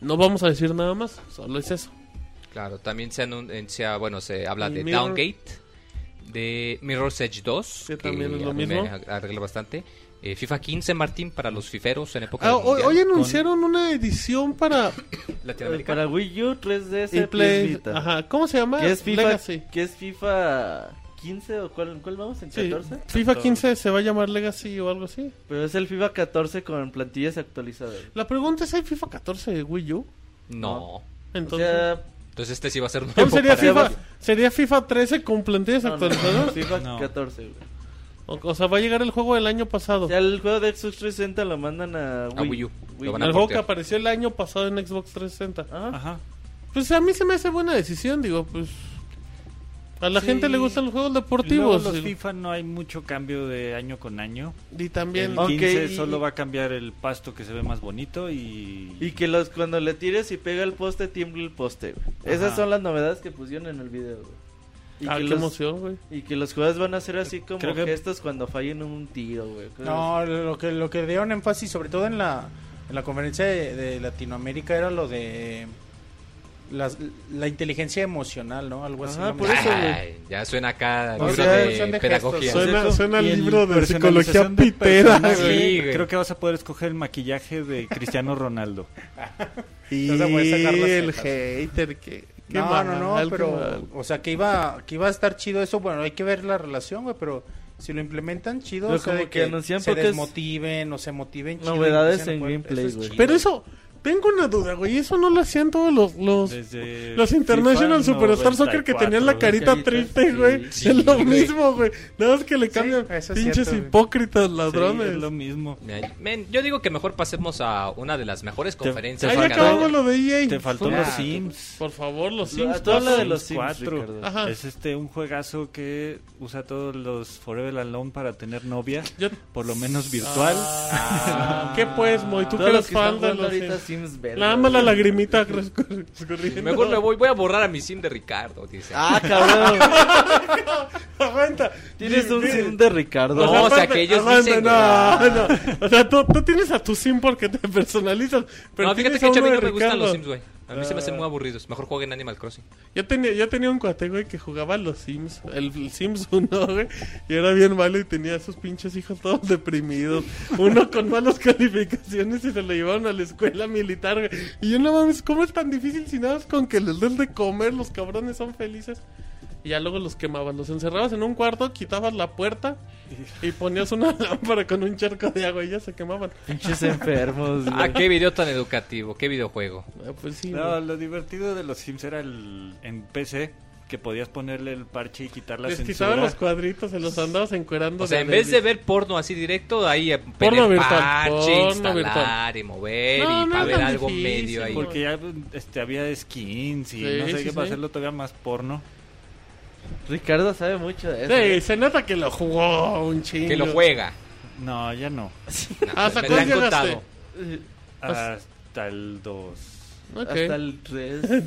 No vamos a decir nada más, solo es eso. Claro, también se anuncia, bueno, se habla Y de Mirror- Downgate, de Mirror's Edge 2, Que también es lo a mí mismo. me ag- arregla bastante. Eh, FIFA 15, Martín, para los fiferos en época Ah, del hoy, Mundial. hoy anunciaron una edición para Eh, Latinoamérica. Para Wii U, 3DS, el PS Play. Vita. Ajá, ¿cómo se llama? ¿Qué es FIFA? Legacy. ¿Qué es FIFA 15 o cuál, cuál vamos? ¿En Sí, 14? FIFA 15 se va a llamar Legacy o algo así. Pero es el FIFA 14 con plantillas actualizadas. La pregunta es, ¿hay FIFA 14 de Wii U? No. Entonces... o sea, Entonces este sí va a ser ¿cómo nuevo. sería para- FIFA? ¿Sería FIFA 13 con plantillas no, no, actualizadas? FIFA No. 14, güey. O, o sea, va a llegar el juego del año pasado. O sea, el juego de Xbox 360 lo mandan a Wii, A Wii U. Lo van a el juego que portear. apareció el año pasado en Xbox 360. Ajá. Ajá. Pues a mí se me hace buena decisión, digo, pues. A la Sí. gente le gustan los juegos Y luego deportivos. los y- FIFA no hay mucho cambio de año con año. Y también. ah, El Ok, 15 y- solo va a cambiar el pasto que se ve más bonito y... Y que los cuando le tires y pega el poste, tiembla el poste, güey. Esas Ajá. son las novedades que pusieron en el video, güey. Y, Ah, que qué los, emoción, güey. y que los jugadores van a hacer así como Creo que- gestos cuando fallen un tiro, güey. cosas No, lo que, lo que dieron énfasis, sobre todo en la, en la conferencia de, de Latinoamérica, era lo de las- la inteligencia emocional, ¿no? Algo así. Ajá, lo por mencionan. eso, güey. Ay, ya suena acá O libro sea, son de de pedagogía. gestos. Suena, Eso, suena Y el en libro de personalización psicología de pitera. personaje, Sí, güey. Creo que vas a poder escoger el maquillaje de Cristiano Ronaldo. Y Vas a poder sacar las el cejas. hater que... qué no, mal, no, no, qué pero, mal. o sea, que iba, que iba a estar chido eso, bueno, hay que ver la relación, güey, pero si lo implementan chido, Pero o sea, como de que anuncian se pocas desmotiven o se motiven chido. novedades y empiecen a en jugar. gameplay, Eso es güey. chido. Pero eso, tengo una duda, güey. Eso no lo hacían todos los, los, Desde Pues, los International FIFA Superstar Soccer que 94, tenían la carita carita, triste, sí, güey. sí, es lo güey. mismo, güey. Nada más que le Sí, cambian eso es pinches cierto, güey. hipócritas Sí, ladrones. es lo mismo. Ay, men, yo digo que mejor pasemos a una de las mejores Te- conferencias. Ahí que ya ha faltó- dado. acabamos lo de E EA. Te faltó Ya. los Sims. Por favor, los Lo- Sims. tú habla de pasen. los Sims, cuatro. Ricardo. Ajá. Es este un juegazo que usa todos los Forever Alone para tener novia, Yo- por lo menos virtual. Ah, ¿Qué pues, Moy? ¿Tú que Todos los eres que están fan de jugando los ahorita Sims? Sims verga, Nada más la güey. lagrimita rescur- escurriendo. Mejor me voy, voy a borrar a mi sim de Ricardo, dice. Ah, cabrón. Aguanta. Tienes un Sí, sí. sim de Ricardo. No, o sea, que ellos dicen, güey. No, no. O sea, tú, tú tienes a tu sim porque te personalizas. Pero no, fíjate tienes que a a mí uno no de me gustan Ricardo. Ah. los sims, güey. A mí se me hacen muy aburridos. Mejor jueguen Animal Crossing. Yo tenía, yo tenía un cuate, güey, que jugaba a los Sims. El, el Sims 1, güey. Y era bien malo y tenía a sus pinches hijos todos deprimidos. Uno con malas calificaciones y se lo llevaron a la escuela militar, güey. Y yo, no mames, ¿cómo es tan difícil si nada más con que les des de comer? Los cabrones son felices. Y ya luego los quemabas, los encerrabas en un cuarto, quitabas la puerta y ponías una lámpara con un charco de agua y ya se quemaban. Pinches enfermos, güey. Ah, qué video tan educativo, qué videojuego. Ah, pues sí, No, güey. lo divertido de los Sims era el en PC que podías ponerle el parche y quitar la Les censura. quitaban los cuadritos, se los andabas encuerando. O sea, de en vez de Elvis. ver porno así directo, ahí eh, Porno poner virtual, parche, porno instalar virtual. y mover No, y no para es ver tan algo difícil, medio ahí. porque- Porque ya este, había skins y Sí, no sé sí, qué sí. para hacerlo todavía más porno. Ricardo sabe mucho de eso. Sí, se nota que lo jugó un chingo. Que lo juega. No, ya no. No, Ah, ¿Hasta me lo cuál han llegaste? contado. Eh, Pues- Hasta el 2. Ok. Hasta el 3.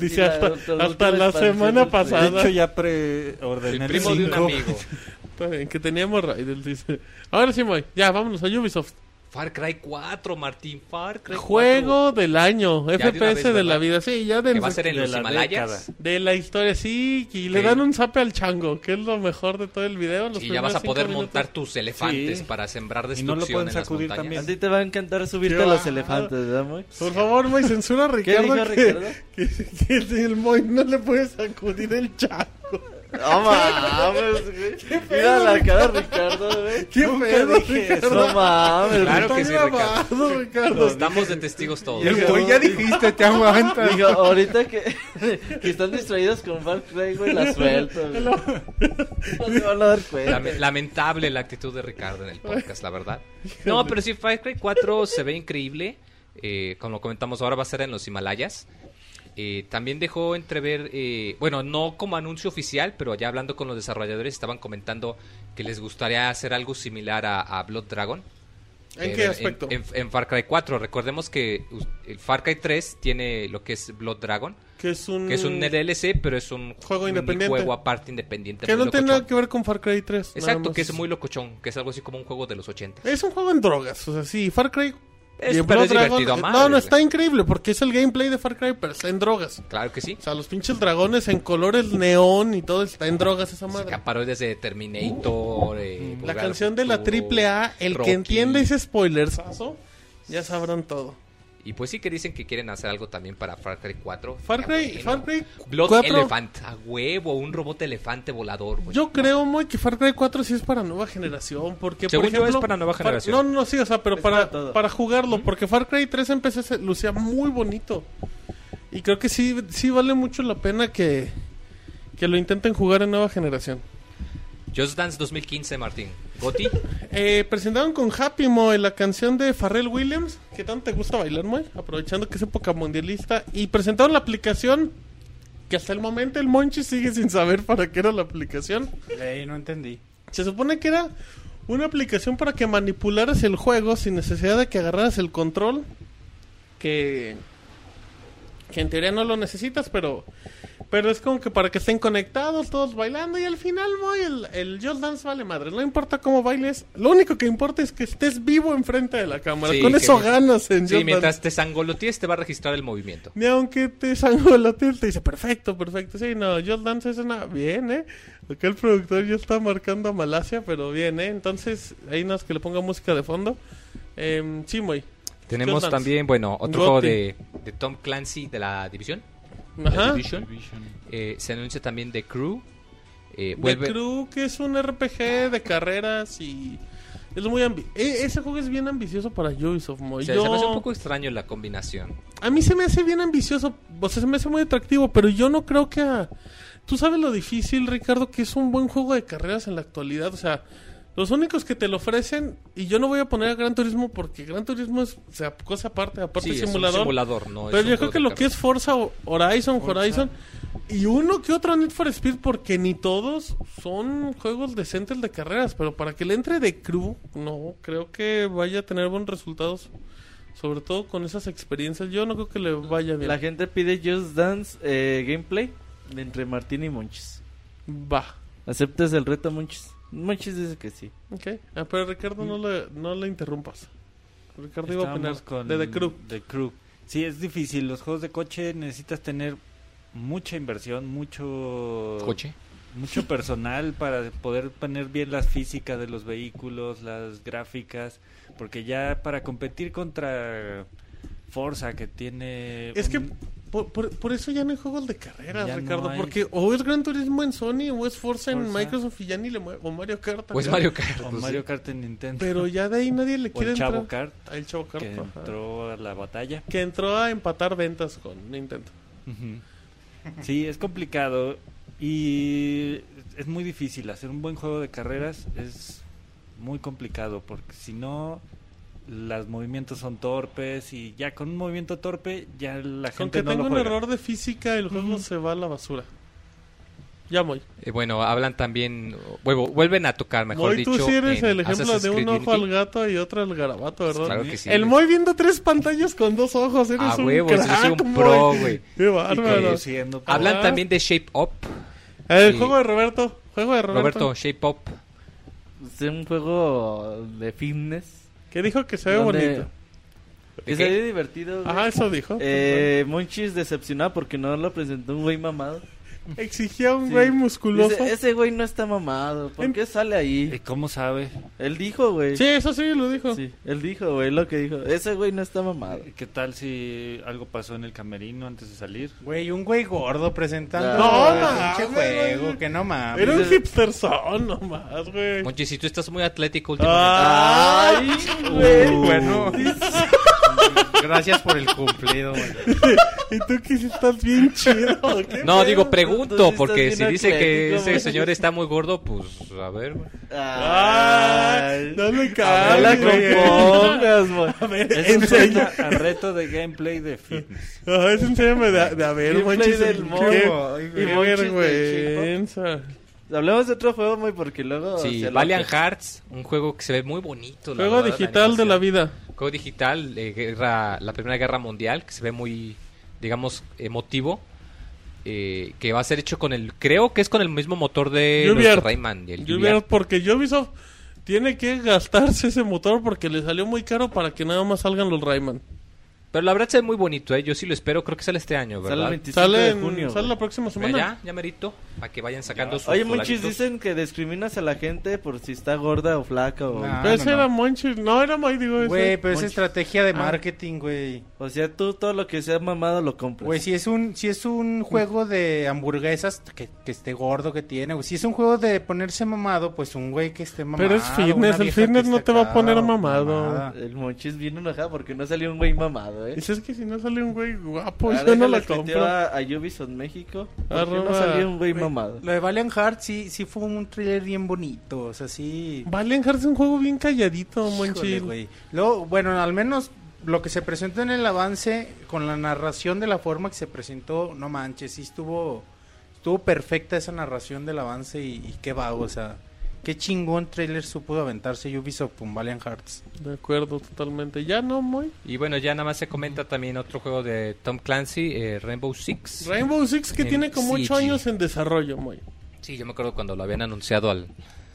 Dice hasta- hasta la semana pasada. De hecho, ya preordené El primo de un cinco. amigo. Está bien, que teníamos Raiders, dice. Ahora sí, Moy, ya, vámonos a Ubisoft. Far Cry 4, Martín. Far Cry 4. Juego del año, Ya de una FPS vez, de ¿verdad? la vida, sí, ya de, que va a ser en de los la Himalayas. de la historia, sí, y le Sí. dan un zape al chango, que es lo mejor de todo el video. los Y ya primeros vas a cinco poder minutos. montar tus elefantes Sí. para sembrar Y no destrucción lo pueden en las sacudir montañas. A también. ti te va a encantar subirte Qué a los bajado. elefantes, ¿verdad, Moy? Por favor, Moy, censura a Ricardo, dijo que, Ricardo? Que, que si el Moy no le puede sacudir el chango. No mames, güey. Mira la cara de Ricardo, güey. ¿Qué pedo, dije eso. No mames, Claro Está que sí, grabado, Ricardo. Estamos de testigos todos. El güey ya dijiste, te aguanta. Digo, ahorita que, que están distraídos con Far Cry, güey, la suelto, güey. No se van a dar cuenta. Lame- lamentable la actitud de Ricardo en el podcast, la verdad. No, pero sí, Far Cry 4 se ve increíble. Eh, como comentamos ahora, va a ser en los Himalayas. Eh, también dejó entrever, eh, bueno, no como anuncio oficial, pero ya hablando con los desarrolladores estaban comentando que les gustaría hacer algo similar a, a Blood Dragon. ¿En Pero qué aspecto? En, en Far Cry 4. Recordemos que us- el Far Cry 3 tiene lo que es Blood Dragon, que es un... que es un DLC, pero es un Mm. Juego mini independiente. juego aparte independiente. Que muy no tiene nada locochón. que ver con Far Cry 3. nada Exacto, más. Eh, que es muy locochón, que es algo así como un juego de los 80. Es un juego en drogas, o sea, sí, Far Cry... Es- y en pero Blood es Dragon- eh, divertido, No, madre, no, güey. está increíble porque es el gameplay de Far Cry, pero está en drogas. Claro que sí. O sea, los pinches dragones en colores neón y todo está en drogas esa madre. Mm, Saca parodias de Terminator. eh, La Volver al canción de la Futuro, triple A, el Rocky. que entiende ese spoilersazo, ya sabrán todo. Y pues sí que dicen que quieren hacer algo también para Far Cry 4. Far Ya, Cry, bueno. Far Cry Blood 4, Elephant, a huevo, un robot elefante volador, güey. Yo creo, muy que Far Cry 4 sí es para nueva generación, porque Según por yo, es ejemplo, para nueva Far- generación. No, no, sí, o sea, pero Es para, para para, todo. jugarlo, porque Far Cry 3 en PC se lucía muy bonito. Y creo que sí, sí vale mucho la pena que, que lo intenten jugar en nueva generación. Just Dance 2015, Martín. Goti, Eh, presentaron con Happy Moe la canción de Pharrell Williams, que tanto te gusta bailar, Moe, aprovechando que es época mundialista, y presentaron la aplicación que hasta el momento el Monchi sigue sin saber para qué era la aplicación. Ey, no entendí. Se supone que era una aplicación para que manipularas el juego sin necesidad de que agarraras el control. Que, que en teoría no lo necesitas, pero Pero es como que para que estén conectados, todos bailando. Y al final, muy el, el Just Dance vale madre. No importa cómo bailes. Lo único que importa es que estés vivo enfrente de la cámara. Sí, Con que eso mi- ganas en Sí, Just mientras Dance. te sangolotees te va a registrar el movimiento. Ni aunque te sangolotes, te dice perfecto, perfecto. Sí, no, Just Dance es una. Bien, ¿eh? Acá el productor ya está marcando a Malasia, pero bien, ¿eh? Entonces, ahí nos que le ponga música de fondo. Eh, sí, muy. Tenemos Dance. también, bueno, otro Gotti. juego de, de Tom Clancy de la División. Ajá. La Division. Eh, se anuncia también The Crew. Eh, The vuelve- Crew, que es un RPG de carreras y es muy ambi- e- ese juego es bien ambicioso para Ubisoft. Moy. o sea, Yo- Se me hace un poco extraño la combinación. A mí se me hace bien ambicioso, o sea, se me hace muy atractivo, pero yo no creo que a- Tú sabes lo difícil, Ricardo, que es un buen juego de carreras en la actualidad, o sea, los únicos que te lo ofrecen y yo no voy a poner a Gran Turismo porque Gran Turismo es o sea, cosa aparte, aparte Sí, es un simulador. simulador, no es pero un yo juego creo que de lo que es Forza o- Horizon, Horizon y uno que otro Need for Speed porque ni todos son juegos decentes de carreras, pero para que le entre de crew, no creo que vaya a tener buenos resultados. Sobre todo con esas experiencias, yo no creo que le vaya bien. La gente pide Just Dance eh, gameplay de entre Martín y Monchis. Va. ¿Aceptas el reto, Monchis? Monchis dice que sí. Ok. Ah, pero Ricardo, no le, no le interrumpas. Ricardo iba a Estábamos opinar de The Crew. The Crew. Sí, es difícil. Los juegos de coche necesitas tener mucha inversión, mucho Coche. mucho personal para poder poner bien las físicas de los vehículos, las gráficas, porque ya para competir contra Forza que tiene Es que un- por, por- por eso ya no hay juegos de carreras, Mm. Ya no Ricardo. hay. Porque o es Gran Turismo en Sony, o es Forza, en Forza. Microsoft y ya ni le mue- O Mario Kart. O es acá. Mario Kart. o pues, Mario sí. Kart en Nintendo Pero ya de ahí nadie le o el quiere Chavo entrar. Kart Ah, el Chavo Kart. que ajá. entró a la batalla. Que entró a empatar ventas con Nintendo. Ujú. Sí, es complicado y es muy difícil. Hacer un buen juego de carreras es muy complicado porque si no, los movimientos son torpes y ya con un movimiento torpe ya la Con gente que no tenga lo un juega. error de física, el juego se va a la basura. Ya, Moy. Eh, bueno, hablan también. vuelvo- vuelven a tocar, mejor Moy, dicho. tú sí eres en el ejemplo Assassin's de un Creed ojo al Unity. gato y otro al garabato, ¿verdad? Claro que sí. el Moy viendo tres pantallas con dos ojos. Eres Ah, un huevo, eres crack, un Moy. pro, güey. Qué Y bárbaro. conduciendo, Ah, Hablan Ajá. también de Shape Up. El Sí. juego de Roberto. Juego de Roberto. Roberto, Shape Up. Es un juego de fitness. Que dijo que se ve donde- bonito. Que ¿De se qué? ve divertido. güey. Ajá, eso dijo. Eh, Monchis decepcionado porque no lo presentó un güey mamado. Exigía un sí. güey musculoso. Dice, ese güey no está mamado. ¿Por En- qué sale ¿Y ahí? cómo sabe Él dijo, güey. Em Sí, eso sí lo dijo. Sí, él dijo, güey, lo que dijo. Ese güey no está mamado. qué tal si algo pasó en el camerino antes de salir? Güey, un güey gordo presentando No, el mames, pinche güey. juego, que no mames. Era un Dice- hipster son nomás, güey. Monchi, si tú estás muy Ah. atlético últimamente. Ah, Ay, Uh, güey. bueno. Gracias por el cumplido, güey. Y tú que sí estás bien chido. ¿qué? no, pedo? digo, Tú sí pregunto, estás porque bien si dice que atlético, ese güey. señor está muy gordo, pues a ver, güey. Ay, no me No la caes, güey. compongas, güey. A ver, Es un enseña. reto- a reto de gameplay de fitness. A ver, enséñame de, de a ver, Gameplay manches. del qué- morbo, ay, Qué güey. Monchis del vergüenza. Hablemos de otro juego, muy porque luego. Sí, se lo- Valiant Hearts, un juego que se ve muy bonito. la Juego verdad, digital de la animación. vida. Juego digital, eh, guerra- la Primera Guerra Mundial, que se ve muy, digamos, emotivo. eh, que va a ser hecho con el. Creo que es con el mismo motor de los Juvier. Rayman. del Yo Juvier. hubiera- porque Ubisoft tiene que gastarse ese motor porque le salió muy caro para que nada más salgan los Rayman. Pero la verdad se ve muy bonito, ¿eh? yo sí lo espero. Creo que sale este año, Sale el ¿verdad? 25 Sale, de en- junio. sale güey. la próxima Mira, semana. ya, ya merito, para que vayan sacando sus Oye, muchos dolaritos. dicen que discriminas a la gente por si está gorda o flaca o. Nah. Pero Ah, ese no, era no. Monchis. No, era Moy, digo. ese. Güey, pero es Monchis. estrategia Ah. de marketing, güey. O sea, tú todo lo que sea mamado lo compras. Pues- Güey, si es un, si es un juego de hamburguesas que, que esté gordo que tiene, güey. Si es un juego de ponerse mamado, pues un güey que esté mamado. Pero es fitness, una el vieja que fitness esté no te va a acá, poner mamado. mamada. Ah. El Monchis bien enojado porque no salió un güey mamado, ¿eh? Dices que si no sale un güey guapo, Ah, Ahora yo no la déjale tuiteo compro. A, a Ubisoft México. ¿Por qué no Arroba- salió un güey mamado? Lo de Valiant Heart sí, sí fue un thriller bien bonito, o sea, sí. Valen Hearts es un juego bien calladito, Híjole, Monchis. güey. Luego, bueno, al menos lo que se presentó en el avance, con la narración de la forma que se presentó, no manches, sí estuvo, estuvo perfecta esa narración del avance y, y qué vago, o sea, Qué chingón trailer supo aventarse Ubisoft con Valiant Hearts. De acuerdo, totalmente. Ya no, muy. Y bueno, ya nada más se comenta también otro juego de Tom Clancy, eh, Rainbow Six. Rainbow Six que En tiene como 8 CG. años en desarrollo, muy. Sí, yo me acuerdo cuando lo habían anunciado al,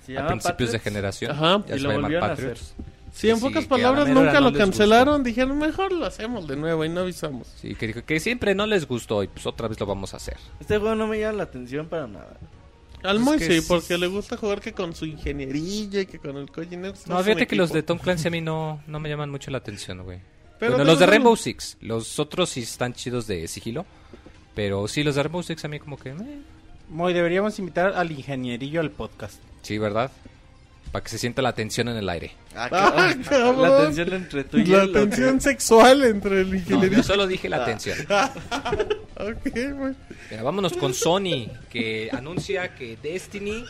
Se a llama principios de Patriots, generación. Ajá, ya Y se lo va a llamar volvieron a hacer. Patriots. Sí, en Sí, pocas que a la palabras mera nunca no lo les cancelaron. Dijeron, mejor lo hacemos de nuevo y no avisamos. Sí, que, dijo que siempre no les gustó y pues otra vez lo vamos a hacer. Este juego no me llama la atención para nada. Al Pues Moy que sí, sí. porque le gusta jugar que con su ingeniería y que con el Koji Nerds, No, es un fíjate que los de equipo. Tom Clancy a mí no, no me llaman mucho la atención, güey. Pero bueno, te los de gustan Rainbow los- Six. Los otros sí están chidos de sigilo. Pero sí, los de Rainbow Six a mí como que... eh, Muy, deberíamos invitar al ingenierillo al podcast. Sí, ¿verdad? Para que se sienta la tensión en el aire. Ah, cabrón. La tensión entre tú y La él, lo que- tensión sexual entre el No, ingeniería. yo solo dije la tensión. Ok, güey. Mira, vámonos con Sony, que anuncia que Destiny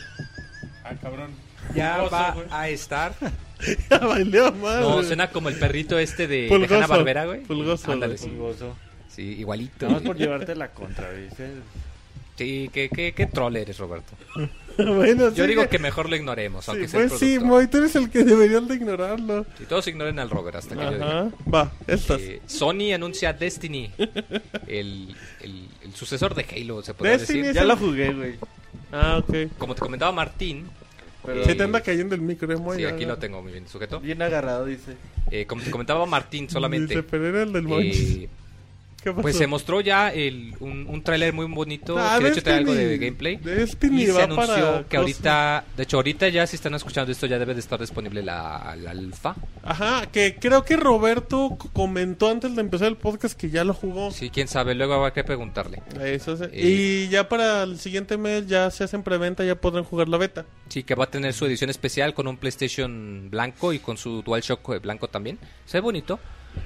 Ah, cabrón. ya va a estar. Ya valió madre. No, suena como el perrito este de, Pulgoso. Hanna Barbera, güey. Pulgoso, Ándale, güey. sí. Pulgoso. Sí, igualito. Nada más por llevarte la contra, ¿viste? Sí, qué, qué, qué troll eres, Roberto. Bueno, Yo Pues sí, digo güey. que mejor lo ignoremos, Sí, aunque sea el pues sí, productor. Moy, tú eres el que deberían de ignorarlo. Y todos ignoren al Robert hasta que yo diga. Ajá. Va, estas. Eh, Sony anuncia Destiny, el, el- el sucesor de Halo, se podría Destiny decir. Ya lo jugué, güey. Ah, ok. Como te comentaba Martín, Pero Sí, Se te anda cayendo el micro, eh, Moy. sí, aquí ah. lo tengo muy bien sujeto. bien agarrado, dice. Eh, como te comentaba Martín solamente, Dice, pero era el del Moy. eh, ¿Qué pasó? pues se mostró ya el- un, un tráiler muy bonito, Ah, que de hecho trae algo de Destiny. gameplay. Destiny y se va anunció para que cosas. ahorita, de hecho ahorita ya si están escuchando esto ya debe de estar disponible la, la alfa. Ajá, que creo que Roberto c- comentó antes de empezar el podcast que ya lo jugó. Sí, quién sabe, luego habrá que preguntarle. Eso se- Eh. Y ya para el siguiente mes ya se hacen preventa, ya podrán jugar la beta. Sí, que va a tener su edición especial con un PlayStation blanco y con su DualShock eh, blanco también. Se ve bonito.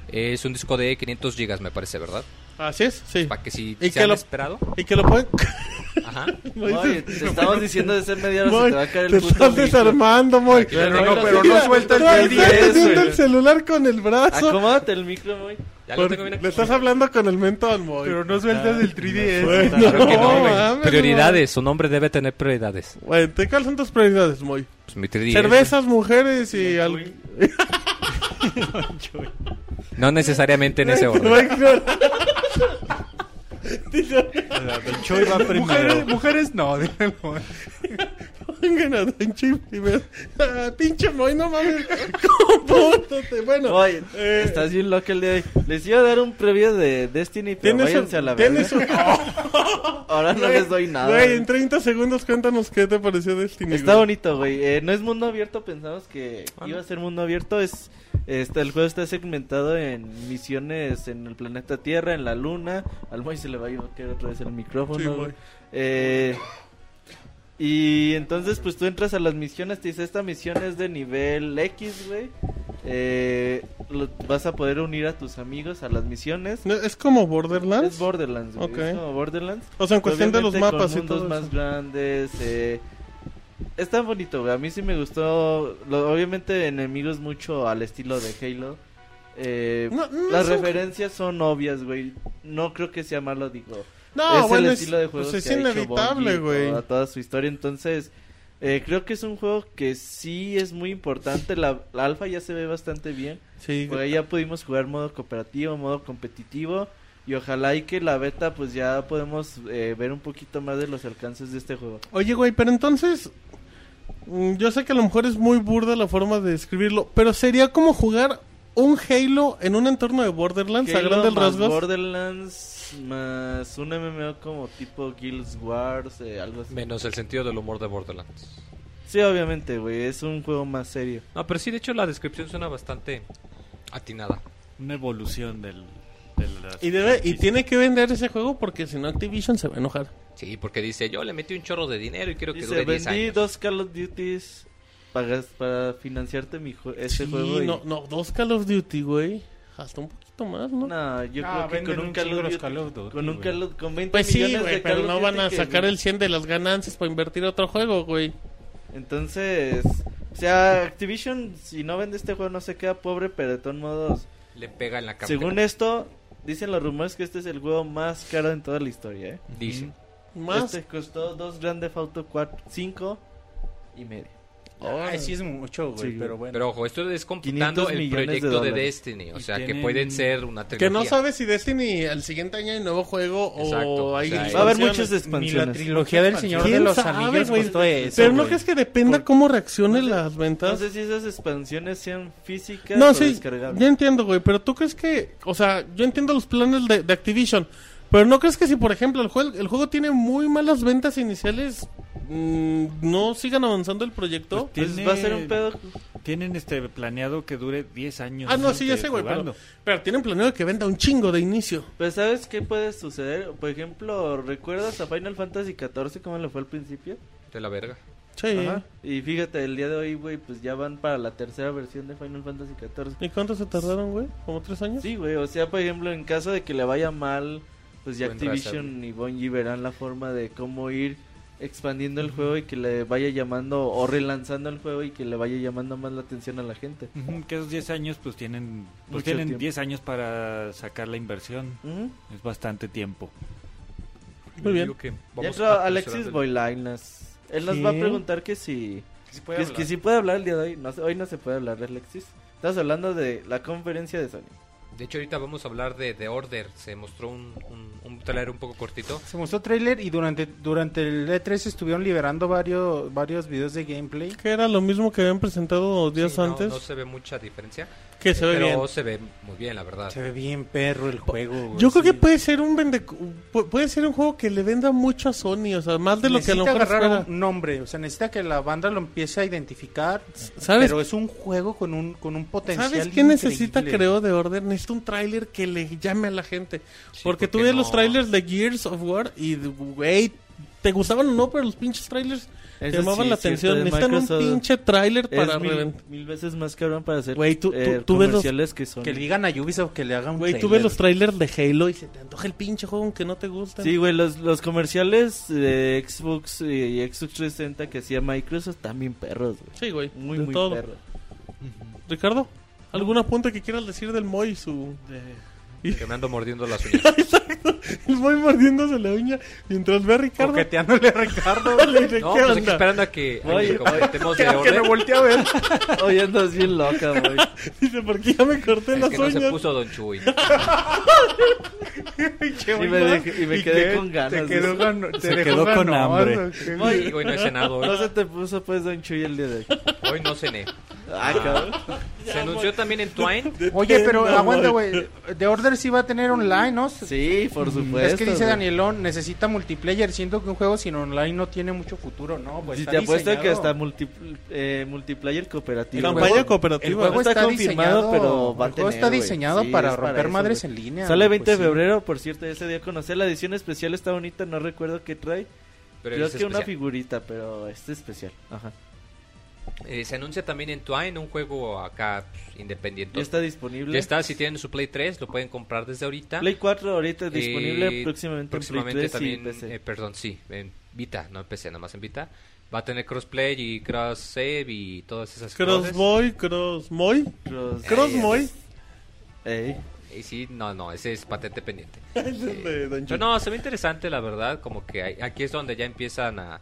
Eh, es un disco de 500 gigas, me parece, ¿verdad? Así es, sí. Para que si Y se que han lo- esperado. Y que lo pueden... Ajá. Oye, te estamos diciendo de ser media hora, se Moy, te va a caer te el puto estás micro. desarmando, Moy. Pero no, Mira, pero no suelta el no, Play estás 10, teniendo güey. Ah, el celular con el brazo. Acomódate el micro, güey. Ya lo Por- tengo bien Le estás hablando con el mentón, Moy. no sueltas el 3DS. Bueno, Claro que no, no, güey. mames, Prioridades, su nombre debe tener prioridades. Moy. Bueno, ¿te cuáles son tus prioridades, Moy? Pues mi 3DS. Cervezas, mujeres y... al- No necesariamente en ese Te va a orden. ignorar. El Choy va Mujeres, primero. mujeres no, déjalo. Pongan a Don Chim primero. Ah, pinche Moy, no mames. Compórtate. Bueno, Oye, eh, estás bien loco el día de hoy. Les iba a dar un previo de Destiny, pero tienes váyanse un- a la verga. tienes un- Ahora no les doy nada. Güey, güey. en 30 segundos cuéntanos qué te pareció Destiny. Está güey. bonito, güey. Eh, no es mundo abierto, pensamos que Ah, iba a ser mundo abierto. Es este, El juego está segmentado en misiones en el planeta Tierra, en la Luna. Al Moy se le va a caer otra vez el micrófono. Sí, güey. Moy. Eh, y entonces, pues tú entras a las misiones, te dice, esta misión es de nivel X, güey. Eh, lo- vas a poder unir a tus amigos a las misiones. No, es como Borderlands. Es Borderlands, güey. Ok. Es como Borderlands. o sea, en cuestión de los Obviamente con mapas y mundos todo. más eso. grandes. Eh, es tan bonito, güey. A mí sí me gustó. Lo- obviamente, enemigos mucho al estilo de Halo. Eh, No, no las es un- referencias son obvias, güey. No creo que sea malo, digo. No, es bueno, el es, estilo de pues juegos es que ha hecho inevitable, Bungie güey. toda, toda su historia. Entonces, eh, creo que es un juego que sí es muy importante. La, la alfa ya se ve bastante bien. Sí, Por ahí ya pudimos jugar modo cooperativo, modo competitivo. Y ojalá y que la beta, pues ya podemos eh, ver un poquito más de los alcances de este juego. Oye, güey, pero entonces. mm, Yo sé que a lo mejor es muy burda la forma de describirlo, pero sería como jugar un Halo en un entorno de Borderlands a Halo grandes más rasgos. Borderlands más un MMO como tipo Guild Wars, eh, algo así. Menos el sentido del humor de Borderlands. Sí, obviamente, güey, es un juego más serio. No, pero sí, de hecho la descripción suena bastante atinada. Una evolución del. de las Y, debe, y franquicias. tiene que vender ese juego porque si no Activision se va a enojar. Sí, porque dice, yo le metí un chorro de dinero y quiero que Dice, dure 10 vendí años. dos Call of Duties para, gas- para financiarte mi jue- este Sí, juego. y- no, no, dos Call of Duty, güey. Hasta un poquito más, ¿no? No, yo Ah, creo que venden con un un Call chingo of los Duty, Call of Duty, con un güey. Call of- con 20 Pues sí, millones de güey, Call pero of no van a Duty que- sacar el 100 de las ganancias para invertir a otro juego, güey. Entonces, o sea, Activision si no vende este juego no se queda pobre, pero de todos modos, Le pega en la cara. según esto dicen los rumores que este es el juego más caro en toda la historia, ¿eh? Dice. Más. Este costó dos grandes Auto 4, 5 y medio. Ay, sí es mucho, güey, Sí, pero bueno. Pero ojo, esto es computando 500 el millones de proyecto de, dólares. Destiny. O Y sea, que tienen- pueden ser una trilogía. Que no sabes si Destiny al siguiente año hay nuevo juego Exacto, o o hay sea, Va a haber expansiones. muchas Ni la expansiones. trilogía del Señor de ¿Quién los sabe, Anillos güey? costó eso, Pero no güey. crees que dependa cómo reaccionen las No ventas. sé si esas expansiones sean físicas No, o sí, yo descargables. entiendo, güey, pero tú crees que, o sea, yo entiendo los planes de, de Activision, pero no crees que si, por ejemplo, el juego, el juego tiene muy malas ventas iniciales, mm, no sigan avanzando el proyecto. Pues Pues va a ser un pedo. Tienen este planeado que dure 10 años. ah, no, sí, ya este, sé, güey, pero, jugando. pero tienen planeado que venda un chingo de inicio. Pues ¿sabes qué puede suceder? Por ejemplo, ¿recuerdas a Final Fantasy XIV cómo le fue al principio? De la verga. Sí. Ajá. Y fíjate, el día de hoy, güey, pues ya van para la tercera versión de Final Fantasy XIV. ¿Y cuánto se tardaron, güey? ¿Como tres años? Sí, güey, o sea, por ejemplo, en caso de que le vaya mal, pues ya Buen Activision y Bungie verán la forma de cómo ir expandiendo el juego y que le vaya llamando o relanzando el juego y que le vaya llamando más la atención a la gente. Ujú, Que esos 10 años pues tienen pues Mucho tienen tiempo. 10 años para sacar la inversión. Ujú. Es bastante tiempo. Muy bien. Digo que Ya vamos creo a- Alexis Boilainas. Él nos va a ¿Qué? preguntar que si Que sí puede que, que hablar. si puede hablar el día de hoy. No, sé, hoy no se puede hablar, Alexis. Estás hablando de la conferencia de Sony. De hecho, ahorita vamos a hablar de The Order. Se mostró un, un, un trailer un poco cortito. Se mostró trailer y durante, durante el E3 estuvieron liberando varios, varios videos de gameplay. Que era lo mismo que habían presentado días Sí, no- antes. No, se ve mucha diferencia. Que se ve pero bien. se ve muy bien, la verdad. Se ve bien perro el juego, güey, Yo creo sí. que puede ser un vende- pu- puede ser un juego que le venda mucho a Sony, o sea, más de lo que a lo Necesita mejor agarrar espera. un nombre, o sea, necesita que la banda lo empiece a identificar. ¿Sabes? Pero es un juego con un, con un potencial. ¿Sabes qué necesita increíble. creo de Order? Necesita un tráiler que le llame a la gente. porque tú porque ves no. los trailers de Gears of War y, güey, te gustaban o no, pero los pinches trailers te Eso llamaban sí, la es cierto, atención. de Necesitan un Microsoft pinche tráiler Es para mil, reventar. mil veces más cabrón para hacer Güey, tú- tú- eh, tú ves los- comerciales que son. Que le digan a Ubisoft que le haga un Güey, tú trailer. ves los trailers de Halo y se te antoja el pinche juego aunque no te gusta. Sí, güey, los, los comerciales de Xbox y Xbox 360 que hacía Microsoft también perros, güey. Sí, güey, Muy, de muy todo. perros. Ricardo, ¿algún apunte que quieras decir del Moy? Su... Que me ando mordiendo las uñas. El Moy mordiéndose la uña mientras ve a Ricardo. Coqueteándole a Ricardo. Le dice, No, ¿qué pues aquí onda? esperando a que, a Oye, que comentemos The que me Order. volteé a ver. Hoy andas bien loca, güey. Dice, ¿por qué ya me corté Es las que no uñas? se puso Don Chuy. Qué Y me bueno. dej- y me quedé qué? con ganas, Te quedó dice. con, te Se dejó quedó con ganas, hambre. ¿o qué? Y hoy no he cenado. No se Hoy, te puso pues Don Chuy el día de hoy. hoy no cené. Ah, cabrón. Se anunció también en Twine. Oye, pero aguanta, güey. The Order sí va a tener online, ¿no? Sí, por pues supuesto. es que dice güey. Danielón, necesita multiplayer. Siento que un juego sin online no tiene mucho futuro, ¿no? Pues Si está te apuesto diseñado. que hasta multi- eh, multiplayer cooperativo. Campaña güey. cooperativa. El juego No está, está confirmado, confirmado, pero pero va a el juego tener, está güey. diseñado Sí, para es para romper eso, madres güey. en línea. Sale güey, 20 pues de sí. febrero, por cierto, ese día conocer la edición especial está bonita, no recuerdo qué trae. Pero Creo es que una especial. figurita, pero este es especial. Ajá. Eh, se anuncia también en Twine un juego acá pues, independiente. Ya está disponible. Ya está, si tienen su Play 3, lo pueden comprar desde ahorita. Play 4 ahorita Eh, disponible, próximamente, próximamente en Play también, 3 y PC. eh, perdón, sí, en Vita, no en PC, nada más en Vita. Va a tener crossplay y cross save y todas esas cosas. Crossboy, Crossmoy. Cross- Eh, Crossmoy. Ey. Y sí, no, no, ese es patente pendiente. Es el de Don Pero Chuy. no, se ve interesante, la verdad. Como que hay- aquí es donde ya empiezan a,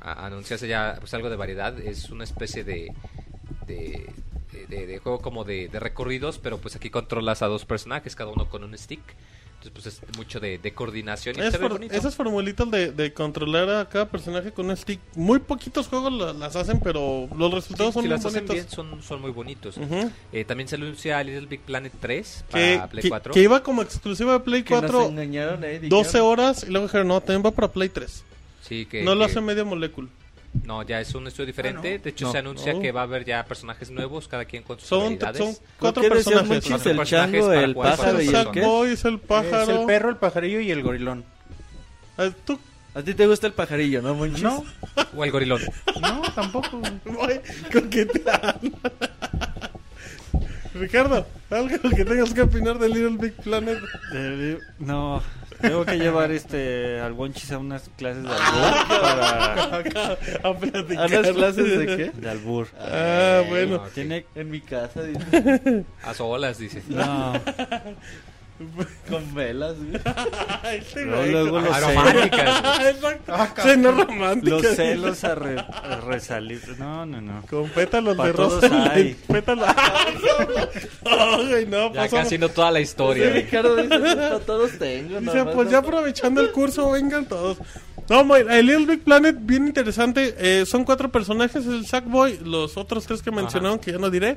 a anunciarse ya pues, algo de variedad. Es una especie de, de, de- de- de juego como de, de recorridos, pero pues aquí controlas a dos personajes, cada uno con un stick. Entonces, pues es mucho de, de coordinación y Es se ve for- bonito. esas formulitas de, de controlar a cada personaje con un stick. Muy poquitos juegos la- las hacen, pero los resultados Sí, son si muy las hacen bonitos. Mm. bien, son, son muy bonitos. Ujú. Eh, también se anuncia Little Big Planet 3 que, para Play que- 4. que iba como exclusiva de Play Que nos 4 engañaron, eh, dijeron, 12 horas y luego dijeron, no, también va para Play 3. Sí, que- no lo que- hace media molécula. no, ya es un estudio diferente. Ah, ¿no? De hecho, No. se anuncia No. que va a haber ya personajes nuevos, cada quien con sus Son, habilidades. son Creo cuatro que decían personajes. muchos, Cuatro el personajes chango, para el jugar pájaro solo. y Es el el Exacto. qué. Sackboy, es el Es el pájaro. perro, el pajarillo y el gorilón. Ah, ¿Tú A ti te gusta el pajarillo, ¿no, Monchis? No, O el gorilón. no, tampoco. güey. Voy coqueteando. Ricardo, algo que tengas que opinar de Little Big Planet. Eh, No, tengo que llevar este al Wonchis a unas clases de albur para A platicar. ¿A las clases de qué? de albur. Ah, Eh, bueno. Ah, ok. Tiene En mi casa, dice. A solas, dice. no. Con velas, güey. Este Luego, güey, luego los, celos, Aromáticas. güey. Exacto. Ah, Cena romántica. los celos a, re- a resalir. No, no, no. Con pétalos Pa' de todos rosa. hay. Pétalos. Ay, no, Ya pasó. casi no toda la historia. güey. Ricardo dice, "Para todos tengo. Dice, nomás pues no ya puedo". aprovechando el curso, vengan todos. No, muy- el Little Big Planet, bien interesante. Eh, son cuatro personajes, el Sackboy, los otros tres que mencionaron, que ya no diré.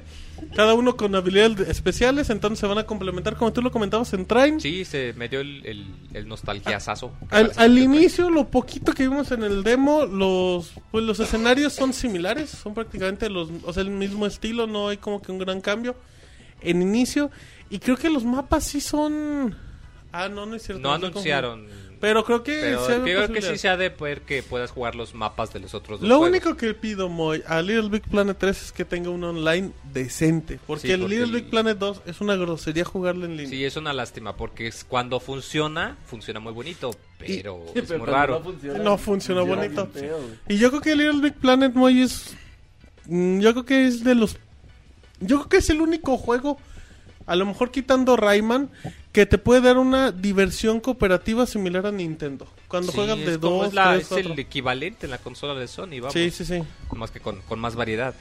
Cada uno con habilidades especiales, entonces se van a complementar, como tú lo comentabas en Train. Sí, se me dio el, el, el nostalgiazazo. que Al, parece al que te- inicio, lo poquito que vimos en el demo, los pues los escenarios son similares, son prácticamente los, o sea, el mismo estilo, no hay como que un gran cambio en inicio. Y creo que los mapas sí son... Ah, no, no es cierto. No me estoy anunciaron. confundiendo. Pero creo que... Pero sí hay creo que sí posibilidades. se ha de poder que puedas jugar los mapas de los otros dos. Lo juegos. único que pido Moy, a Little Big Planet 3 es que tenga un online decente. Porque Sí, el porque Little el- Big Planet 2 es una grosería jugarlo en línea. Sí, es una lástima porque es cuando funciona, funciona muy bonito, pero Sí, es pero muy cuando raro. No funciona, No funciona bonito. bien feo, güey. Y yo creo que Little Big Planet Moy es. mm, Yo creo que es de los. Yo creo que es el único juego, a lo mejor quitando Rayman, que te puede dar una diversión cooperativa similar a Nintendo. Cuando Sí, juegas de es como dos, es la- tres, es cuatro. el equivalente en la consola de Sony, vamos. Sí, sí, sí. Más que con, con más variedad.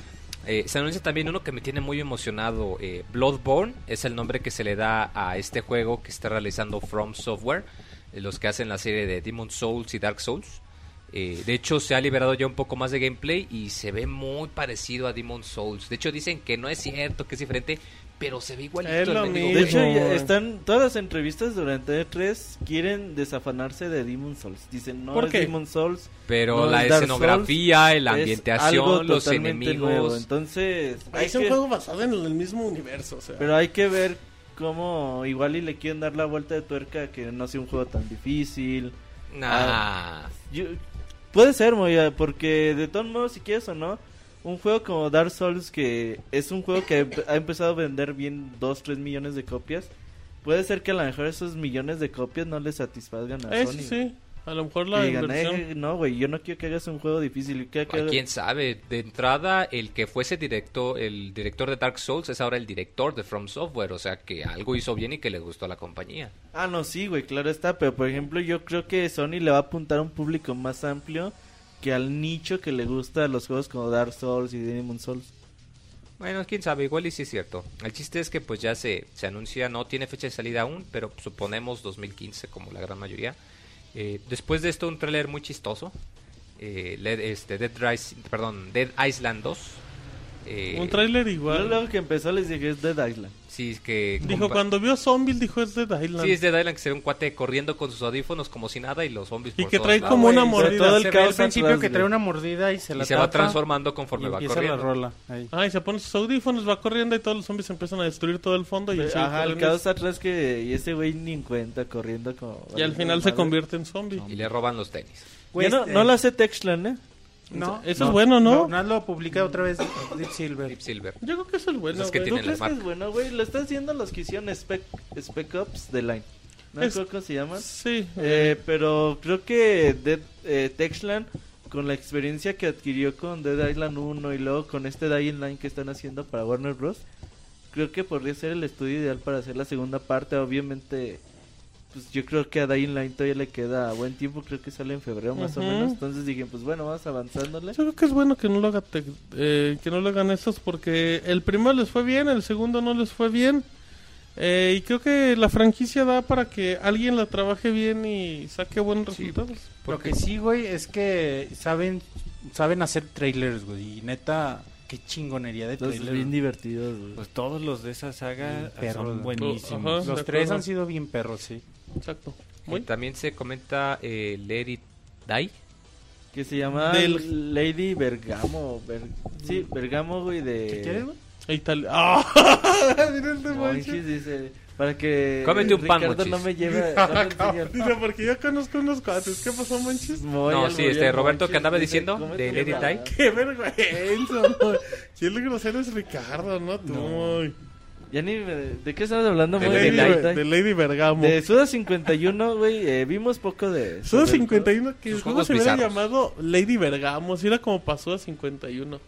Eh, se anuncia también uno que me tiene muy emocionado. eh, Bloodborne es el nombre que se le da a este juego que está realizando From Software, eh, los que hacen la serie de Demon Souls y Dark Souls. Eh, de hecho, se ha liberado ya un poco más de gameplay y se ve muy parecido a Demon Souls. De hecho, dicen que no es cierto, que es diferente, pero se ve igualito. Es lo al mendigo mismo. De juego. hecho, güey. ya están todas las entrevistas durante E3 quieren desafanarse de Demon Souls. Dicen, no ¿Por es qué? Demon Souls. Pero No, la el Dark escenografía, es la algo ambientación, los totalmente enemigos. nuevo". Entonces, hay Es un que- juego basado en el mismo universo. O sea. pero hay que ver cómo igual y le quieren dar la vuelta de tuerca a que no sea un juego tan difícil. Nah. Yo- puede ser, Moya, porque de todos modos, si quieres o no, un juego como Dark Souls, que es un juego que ha empezado a vender bien 2, 3 millones de copias, puede ser que a lo mejor esos millones de copias no le satisfagan a Eh, Sony. sí, sí. A lo mejor Que la digan, inversión. "Eh, no, güey, yo no quiero que hagas un juego difícil. yo quiero que Ay, hagas- quién sabe, de entrada el que fuese directo, el director de Dark Souls es ahora el director de From Software, o sea que algo hizo bien y que le gustó a la compañía. Ah, no, sí, güey, claro está. Pero por ejemplo, yo creo que Sony le va a apuntar a un público más amplio que al nicho que le gusta a los juegos como Dark Souls y Demon Souls. Bueno, quién sabe, igual y sí es cierto. El chiste es que pues ya se, se anuncia, no tiene fecha de salida aún, pero suponemos 2015 como la gran mayoría. Eh, después de esto un tráiler muy chistoso, eh, le- este, Dead, Rise, perdón, Dead Island 2. eh, Un tráiler Yo igual. luego que empezó les dije, es Dead Island. sí, es que Dijo, compa- cuando vio Zombies, dijo, es de Island. Sí, es Dead Island que se ve un cuate corriendo con sus audífonos como si nada y los zombies Y por que todos trae lados. como güey, una se mordida. todo el Se ve caos al al principio atrás, que güey. trae una mordida y se la y se va tapa transformando conforme y va empieza corriendo. la rola. ahí. Ah, y se pone sus audífonos, va corriendo y todos los zombies empiezan a destruir todo el fondo. Y, él sigue Eh, Ajá, el corriendo. caos atrás que y ese güey ni en cuenta corriendo como... Y al final se convierte en zombie. Y le roban los tenis. Güey, no, este- no lo hace Textlan, ¿eh? No, Eso es bueno, ¿no? No, lo publica otra vez Deep Silver. Deep Silver. Yo creo que eso es bueno. Es que güey. ¿Tú tiene- Tienen crees la que es marca. bueno, güey? Lo están haciendo los que hicieron Spec, spec Ops de Line. No Es- sé cómo se llaman. Sí. Eh, pero creo que Dead, eh, Techland, con la experiencia que adquirió con Dead Island 1 y luego con este Dead Island que están haciendo para Warner Bros., creo que podría ser el estudio ideal para hacer la segunda parte. Obviamente, pues yo creo que a Dead Island todavía le queda buen tiempo, creo que sale en febrero más Ujú. o menos. Entonces dije, pues bueno, vamos avanzándole. Yo creo que es bueno que no lo, haga Tec- eh, que no lo hagan estos porque el primero les fue bien, el segundo no les fue bien. Eh, y creo que la franquicia da para que alguien la trabaje bien y saque buenos Sí. resultados. ¿Por Lo qué? que sí, güey, es que saben saben hacer trailers, güey. Y neta, qué chingonería de Entonces, trailers. bien divertidos, güey. Pues todos los de esa saga Pero- son Ajá. buenísimos. de Los tres acuerdo. han sido bien perros, sí. Exacto. Y Muy. también se comenta eh, Let It Die. Que se llama Del- Lady Bergamo. Ver- Sí, Bergamo, güey, de... ¿Qué quieres, güey? Ahí está el- ¡Ah! Mira este No, manche. Monchis dice, para que Cómete un pan, Ricardo Monchis. no me lleve no me enseñe el Dice, porque yo conozco unos cuates. ¿Qué pasó, manches? Moy, No, al sí, Moy, este, al Roberto, Monchis, que andaba dice, diciendo, "Cómete de un Lady pan". Di. ¡Qué vergüenza, güey! Si el grosero es Ricardo, no tú, güey. Ya ni me- ¿De qué estabas hablando, De Moy? Lady Lady, Di. Di. Ver- de Lady Vergamo. De Suda 51, güey, eh, vimos poco de... Suda sobre el 51, que Sus ¿cómo juegos se hubiera bizarros. llamado Lady Vergamo? Si era como para Suda 51.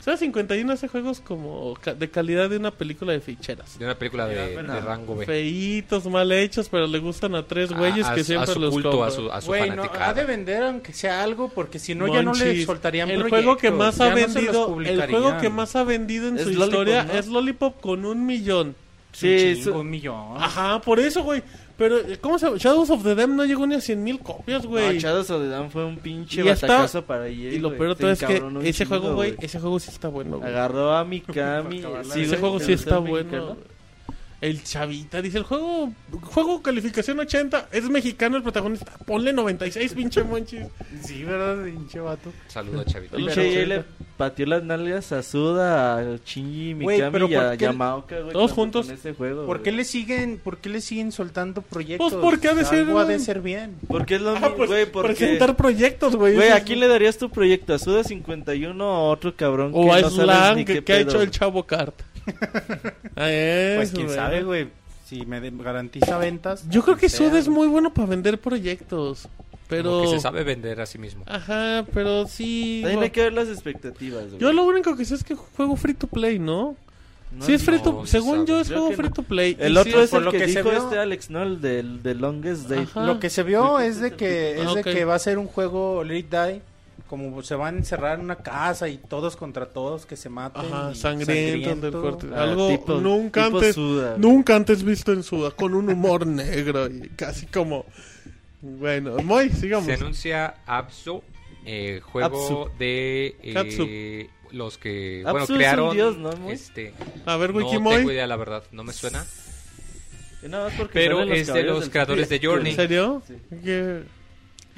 Sea 51 hace juegos como ca- de calidad de una película de ficheras. De una película de, de rango B. Feitos, mal hechos, pero le gustan a tres A- güeyes a, que su- siempre a su los culto, compran. a su, a su Güey, no, fanaticada. ha de vender aunque sea algo porque si no ya no le Monchis, soltarían el juego que proyectos, más ha ya no se los vendido el juego que publicarían. más ha vendido en Es su Lollipop, historia ¿no? es Lollipop con un millón Sí, Un chingo, su- un millón. Ah. ajá por eso güey pero eh, cómo se llama? Shadows of the Dam no llegó ni a 100 mil copias güey No, Ah, Shadows of the Dam fue un pinche Y está- batacazo para EA, y lo güey. peor de Se todo es que encabronó un ese chingo, juego güey ese juego sí está bueno güey. Agarró a Mikami. Sí, ese güey, juego el sí está Zelda bueno. mexicano. El chavita dice, el juego, juego calificación 80, es mexicano el protagonista, ponle 96, pinche monchis. Sí, ¿verdad? Pinche vato. Saludo a Chavito. Pero- Pinche EA le pateó las nalgas a Suda, a Shinji, Güey, Mikami pero y a ¿por qué- Yamaoka, güey. Todos cuando- juntos. con ese juego, ¿Por güey. qué le siguen, por qué le siguen soltando proyectos? Pues porque ha de ser Algo ha de un- ser bien. Porque es lo Ah, mismo, pues, güey, porque... presentar proyectos, güey. Güey, Eso ¿a es- quién le darías tu proyecto? ¿A Suda 51 o a otro cabrón O a no sabes Slang, ni que, qué que ha pedo? hecho el Chavo Cart. Ah, es, Pues quién güey. sabe, güey. Si me de- garantiza ventas. Yo creo que sea, Sud es muy bueno para vender proyectos, pero... Como que se sabe vender a sí mismo. Ajá, pero sí... También hay güey. que ver las expectativas, güey. Yo lo único que sé es que juego free to play, ¿no? No sí es free no, to... sí Según yo sabe. es Creo juego que free no. to play. El Y otro sí, es el lo que, que se dijo vio- este Alex, ¿no? El del de Longest Day. Ajá. Lo que se vio es de que es Ah, de ok. que va a ser un juego late die, como se van a encerrar en una casa y todos contra todos que se maten. Ajá, y sangriento, del corte. Ah, Algo tipo- nunca tipo antes Suda, güey. nunca antes visto en Suda, con un humor negro y casi como bueno, muy sigamos. Se anuncia Absu, eh, juego de eh, Katsu. los que Abzu bueno, es un crearon dios, ¿no, Moy? este A ver no Wikimoy, tengo idea la verdad, no me suena, Nada más porque pero salen es de caballeros los del creadores de zodiaco, Journey. ¿en serio? Sí. ¿Qué?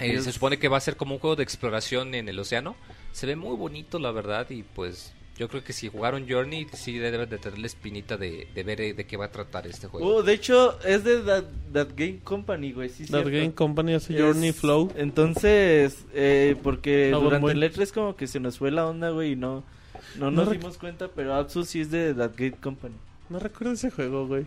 Eh, Es- se supone que va a ser como un juego de exploración en el océano. Se ve muy bonito, la verdad, y pues yo creo que si jugaron Journey, sí deben de tener la espinita de, de ver eh, de qué va a tratar este Uh, juego. Oh, de hecho, es de That, That Game Company, güey. Sí, Dark cierto. Game Company hace Es- Journey Flow. Ah, Entonces, eh, porque No, durante muy- el E3 como que se nos fue la onda, güey, y no, no No nos rec- dimos cuenta, pero Absu sí es de That Gate Company. No recuerdo ese juego, güey.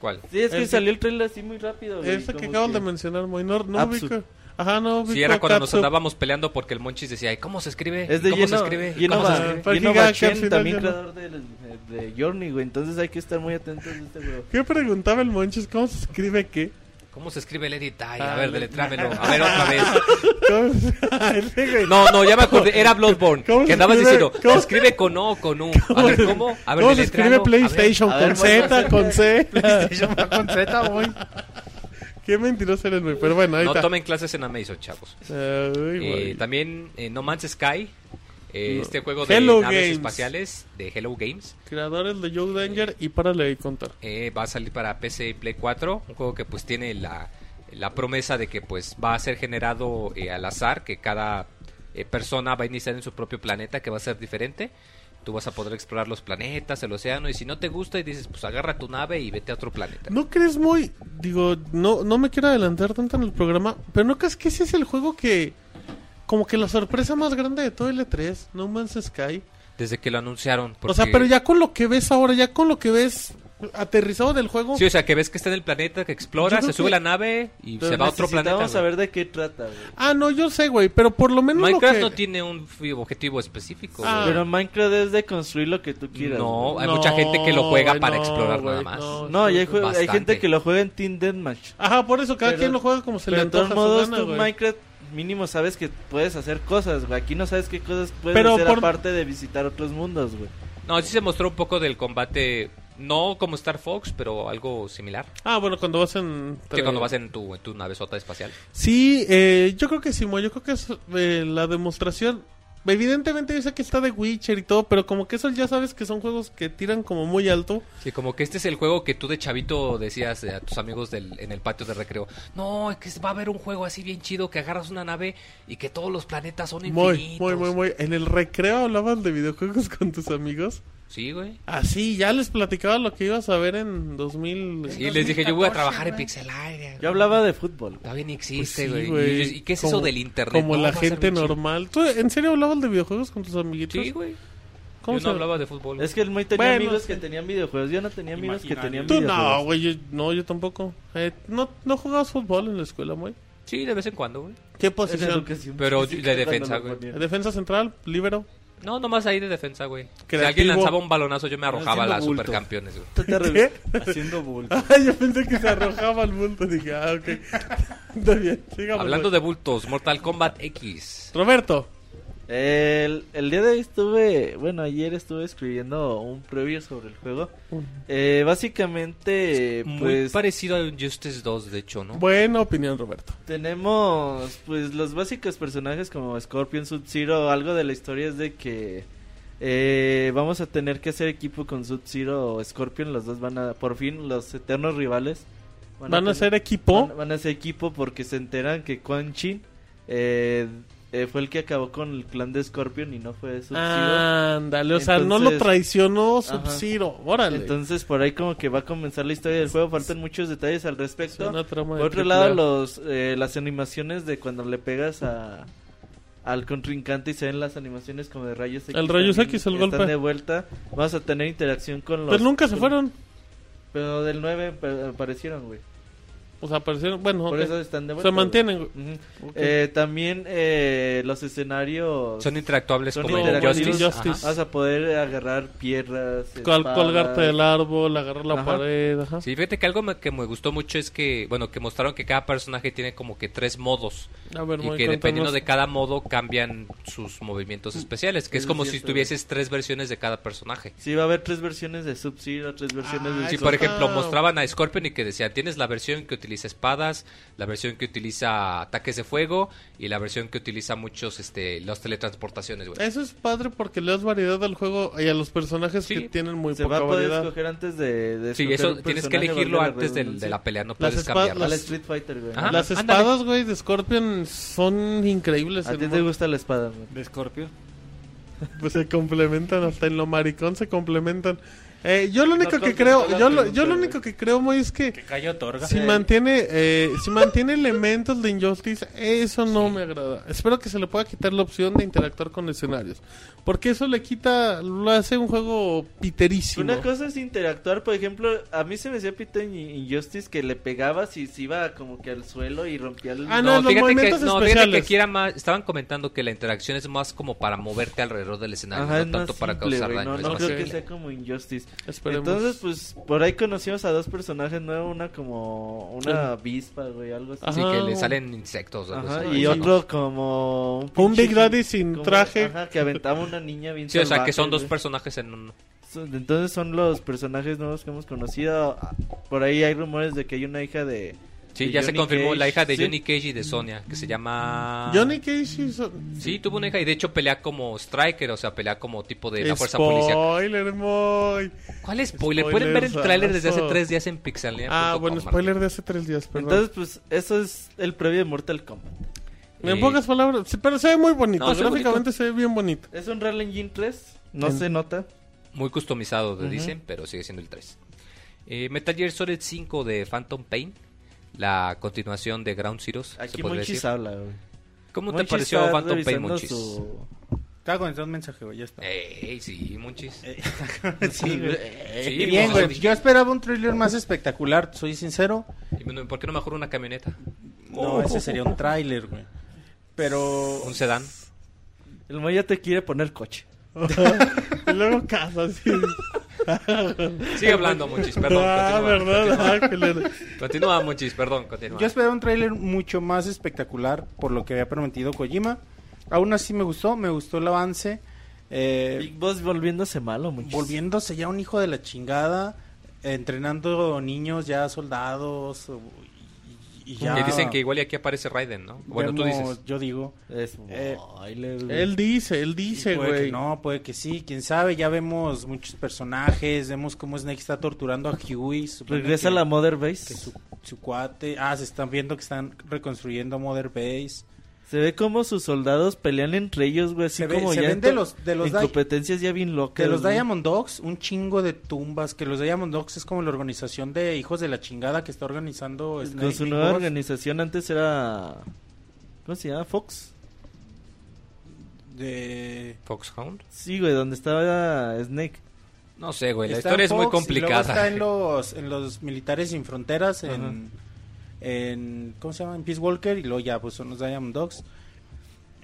¿Cuál? Sí, es que El que- salió el trailer así muy rápido, güey. Ese que como acabas de mencionar, muy no, no Absu. ubico. Ajá, no ubico. Si era cuando nos Katsu. andábamos peleando porque el Monchis decía, "Ay, ¿cómo se escribe? Es de Eh, ¿Cómo se Geno, escribe? Geno ¿Cómo se Ba- escribe?" Fue Geno Giga, que Bachen, al final también ya no- creador del- de, Journey, güey. Entonces hay que estar muy atentos a este juego. ¿Qué preguntaba el Monchis? ¿Cómo se escribe qué? ¿Cómo se escribe el edit? Ay, Ah, a ver, le- deletrámelo. A ver, otra vez. ¿Cómo se- Ese güey. No, no, ya me acordé. Era Bloodborne. ¿Cómo se Que andabas escribe? diciendo, ¿Cómo? ¿se escribe con O o con U? A ver, ¿cómo? A ver, ¿Cómo deletréalo. se escribe PlayStation? A ver, Con muéstrame. Z, con C. PlayStation va con Z, güey. Qué mentiroso eres, güey. Pero bueno, A ver, ahí No está. tomen clases en Amazon, chavos. Ay, güey. Eh, también eh, No Man's Sky. eh, No. Este juego de Hello naves Games. espaciales de Hello Games. Creadores de Joe Danger y párale de contar. eh, va a salir para PC y Play 4. Un juego que pues tiene la, la promesa de que pues va a ser generado eh, al azar, que cada eh, persona va a iniciar en su propio planeta, que va a ser diferente. Tú vas a poder explorar los planetas, el océano, y si no te gusta y dices, pues agarra tu nave y vete a otro planeta. ¿No crees muy.? Digo, no, no me quiero adelantar tanto en el programa, pero ¿no crees que ese es el juego que. Como que la sorpresa más grande de todo el E3, No Man's Sky. Desde que lo anunciaron. O sea, porque- pero ya con lo que ves ahora, ya con lo que ves aterrizado del juego. Sí, o sea, que ves que está en el planeta, que Yo explora, creo se sube que- la nave y Pero se va a otro planeta. güey. necesitamos saber de qué trata, güey. Ah, no, yo sé, güey, pero por lo menos. Minecraft lo no que... tiene un fi- objetivo específico. Ah, güey. Pero Minecraft es de construir lo que tú quieras. no, güey. hay mucha gente que lo juega güey, para no, explorar nada güey, más. no. No, y hay, jue- hay Bastante. gente que lo juega en Team Deathmatch. Ajá, por eso cada Pero- quien lo juega como se Pero le de todos antoja. su modos, gana, tú güey. Minecraft mínimo sabes que puedes hacer cosas, güey. Aquí no sabes qué cosas puedes Pero hacer por- aparte de visitar otros mundos, güey. No, sí se mostró un poco del combate, no como Star Fox, pero algo similar. Ah, bueno, cuando vas en. Que cuando vas en tu, en tu navezota espacial. Sí, eh, yo creo que sí, Mo, yo creo que es eh, la demostración. Evidentemente yo sé que está de Witcher y todo, pero como que esos ya sabes que son juegos que tiran como muy alto. Sí, como que este es el juego que tú de chavito decías eh, a tus amigos del, en el patio de recreo. No, es que va a haber un juego así bien chido que agarras una nave y que todos los planetas son infinitos. Muy, muy, muy, muy. En el recreo hablabas de videojuegos con tus amigos. Sí, güey. Así, ya les platicaba lo que ibas a ver en 2000. Y les dije, yo voy a trabajar en 2014, Pixelaria. Yo hablaba de fútbol. Todavía ni Pues existe, sí, güey. güey. Y yo- ¿Y qué es eso Como- del internet? Como No, la va a ser gente bien chido. normal. ¿Tú en serio hablabas de videojuegos con tus amiguitos? Sí, güey. ¿Cómo Yo se no hablaba de fútbol. güey. Es que el Moy tenía Bueno, amigos sí. que tenían videojuegos. Yo no tenía amigos que tenían Tú videojuegos. no, güey, yo- no, yo tampoco. Eh, no, no jugabas fútbol en la escuela, güey. Sí, de vez en cuando, güey. ¿Qué En posición? educación Pero física de cuando defensa, lo güey. ponían. Defensa central, libero. No, nomás ahí de defensa, güey. Si Creativo. alguien lanzaba un balonazo, yo me arrojaba a Haciendo las bulto. supercampeones, güey. Tú te arre- ¿Qué? Haciendo bulto. Ah, yo pensé que se arrojaba al bulto. Dije, ah, ok. Está bien, sigamos. Hablando de bultos, Mortal Kombat X. Roberto. El, el día de hoy estuve, bueno, ayer estuve escribiendo un preview sobre el juego. Eh, básicamente, Muy pues parecido a Justice 2, de hecho, ¿no? Buena opinión, Roberto. tenemos pues los básicos personajes como Scorpion, Sub-Zero. Algo de la historia es de que eh, vamos a tener que hacer equipo con Sub-Zero o Scorpion. Los dos van a, por fin, los eternos rivales. ¿Van a tener- ser equipo? Van, van a ser equipo porque se enteran que Quan Chin eh, eh, fue el que acabó con el clan de Scorpion y no fue Sub-Zero. Ah, Ándale, o sea, no lo Entonces- traicionó Ajá. Sub-Zero. Órale. Entonces por ahí como que va a comenzar la historia del juego, faltan muchos detalles al respecto. Suena trama Por de otro triple A. lado, los, eh, las animaciones de cuando le pegas a, al contrincante y se ven las animaciones como de rayos X. El rayos también X, el están golpe. de vuelta. Vamos a tener interacción con los... Pero nunca se con- fueron. Pero del 9 pa- aparecieron, güey. O sea, aparecieron. Bueno, Por ok. eso están de vuelta. se güey. mantienen, güey. Ujú. Ok. Eh, también eh, los escenarios... Son interactuables Son como interactuables. Justice. Justice. ajá. Vas a poder agarrar piedras. Col- espadas. colgarte del árbol, agarrar la Ajá. pared. Ajá. Sí, fíjate que algo me- que me gustó mucho es que, bueno, que mostraron que cada personaje tiene como que tres modos. A ver, y Moy, que dependiendo cuéntanos. de cada modo cambian sus movimientos especiales. Que es Eso como Mm. sí si está tuvieses tres versiones de cada personaje. Sí, va a haber tres versiones de Sub-Zero, tres versiones de... Ah, Sí, eso por está- ejemplo, mostraban a Scorpion y que decían, tienes la versión que utiliza espadas, la versión que utiliza ataques de fuego y la versión que utiliza muchos, este, las teletransportaciones, güey. Eso es padre porque le das variedad al juego y a los personajes Sí. que tienen muy Se poca va a poder variedad. escoger antes de... de Sí, escoger eso un tienes que personaje, elegirlo valga antes del- de la redundancia. pelea, no Las puedes espa- cambiarlas. A la las- Street Fighter, güey. Ajá. Las ándale. espadas, güey, de Scorpion son increíbles. ¿A ti te hermano. gusta la espada, Oh, güey? De Scorpio. Pues se complementan, hasta en lo maricón se complementan. Eh, yo lo único No que contestó creo, la yo lo, yo pregunta, lo güey. único que creo, Moy, es que Cayó Torga. si Sí. mantiene, eh, si mantiene elementos de Injustice, eso no me agrada. Espero que se le pueda quitar la opción de interactuar con escenarios. Porque eso le quita, lo hace un juego piterísimo. Una cosa es interactuar, por ejemplo, a mí se me hacía pito en Injustice que le pegabas y se iba como que al suelo y rompía el... Ah, No, no, los fíjate que, movimientos no, fíjate que especiales. aquí era más, estaban comentando que la interacción es más como para moverte alrededor del escenario, Ajá, es no más tanto para simple, causar güey, daño. No, es no más creo que simple. sea como Injustice. Esperemos. Entonces, pues, por ahí conocimos a dos personajes nuevos, una como una avispa, güey, algo así. Ajá. Sí, que le salen insectos. o algo Ah. Ajá, así, y ¿no? otro como un, pinche- Big Daddy sin como- traje. ajá, que aventaba una niña bien Sí, o sea, que salvaje, son dos güey. personajes en uno. Son- Entonces son los personajes nuevos que hemos conocido. Ah, Por ahí hay rumores de que hay una hija de Sí, de ya se Johnny confirmó Cage, la hija de sí. Mm. Johnny Cage y de Sonia, que se llama... Ah. Johnny Cage hizo... Sí, tuvo una hija y de hecho pelea como striker, o sea, pelea como tipo de la fuerza policial. Spoiler, Moy. ¿Cuál spoiler? Pueden ver el Spoilers, tráiler desde hace aso. tres días en Pixelania. Ah, bueno, spoiler de hace tres días, perdón. Entonces, pues eso es el previo de Mortal Kombat. Eh, en pocas palabras, sí, pero se ve muy bonito. No, se ve Gráficamente se ve bien bonito. Es un Real Engine 3, no En- se nota. Muy customizado, te Ujú. dicen, pero sigue siendo el 3. Eh, Metal Gear Solid 5 de Phantom Pain, la continuación de Ground Zeroes. se Aquí podría Monchis decir. habla, güey. ¿Cómo te Monchis pareció está Phantom Pain, revisando Monchis? su- Cago en un mensaje, güey, ya está. Ey, sí, Monchis. Eh, Sí, güey. Sí, Bien, no, güey. Yo esperaba un thriller más espectacular, soy sincero. y bueno, ¿Por qué no mejor una camioneta? No, ese sería un tráiler, güey. Pero Oh. ¿Un sedán? El Moy ya te quiere poner coche. y luego casa, sí. Sigue hablando, Monchis, perdón. continúa, ah, verdad, continúa. ah, que le- Continúa, Monchis, perdón, continúa. yo esperaba un tráiler mucho más espectacular por lo que había prometido Kojima. Aún así me gustó, me gustó el avance. Eh, Big Boss volviéndose malo, Monchis. volviéndose ya un hijo de la chingada, entrenando niños ya soldados o- y, y ya. Que dicen que igual y aquí aparece Raiden, ¿no? Bueno, tú vemos, dices. Yo digo. Es Eh, spoiler, güey. Él dice, él dice, Y puede güey. que no, puede que sí, quién sabe. Ya vemos muchos personajes, vemos cómo Snake está torturando a Huey. supone Regresa que- la Mother Base. que su, su cuate. Ah, se están viendo que están reconstruyendo Mother Base. Se ve como sus soldados pelean entre ellos, güey. Así Se ve- como se ya ven en de to- los- de los en Di- competencias ya bien locas. Que los güey. Diamond Dogs, un chingo de tumbas. Que los Diamond Dogs es como la organización de hijos de la chingada que está organizando Snake. Con su nueva Hijos. organización antes era... ¿Cómo se llama? Fox. de Foxhound. Sí, güey, donde estaba Snake. No sé, güey, la Está historia es en muy Fox y luego complicada. está en los, en los militares sin fronteras, en, en- ¿Cómo se llama? En Peace Walker y luego ya, pues son los Diamond Dogs.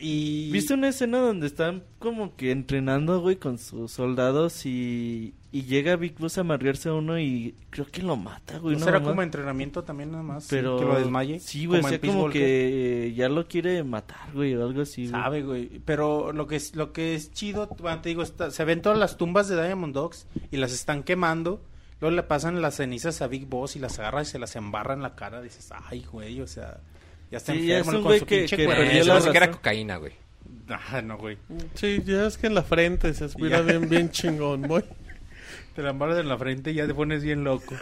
Y... ¿Viste una escena donde están como que entrenando, güey, con sus soldados y, y llega Big Boss a marrearse a uno y creo que lo mata, güey. ¿No una será mamá. como entrenamiento también nada más? Pero... Que lo desmaye. Sí, güey, o en sea, como béisbol, que ya lo quiere matar, güey, o algo así, güey. Sabe, güey. Pero lo que es, lo que es chido, bueno, te digo, está- se ven todas las tumbas de Diamond Dogs y las están quemando. Luego le pasan las cenizas a Big Boss y las agarra y se las embarra en la cara. Dices, ay, güey, o sea, ya está Sí, ya es enfermo un con güey su que- pinche que Pero perdió cuerno. la se me hace que era razón. cocaína, güey. Ah, no, güey. Sí, ya es que en la frente se aspira Ya. bien, bien chingón, güey. Te la embarras en la frente y ya te pones bien loco.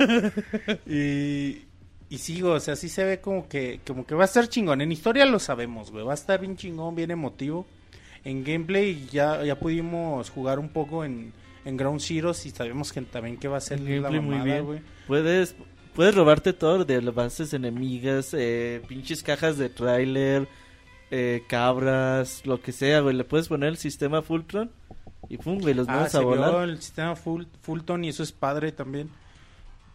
y, y sí, güey, o sea, sí se ve como que, como que va a estar chingón. En historia lo sabemos, güey. Va a estar bien chingón, bien emotivo. En gameplay ya, ya pudimos jugar un poco en, en Ground Zeroes y sabemos que también que va a ser En la gameplay muy mamada, bien. güey. Puedes, puedes robarte todo de las bases enemigas, eh, pinches cajas de tráiler, eh, cabras, lo que sea, güey. Le puedes poner el sistema Fultron y pum, güey, los Ah, mandas se a vio volar. el sistema full, Fulton y eso es padre también.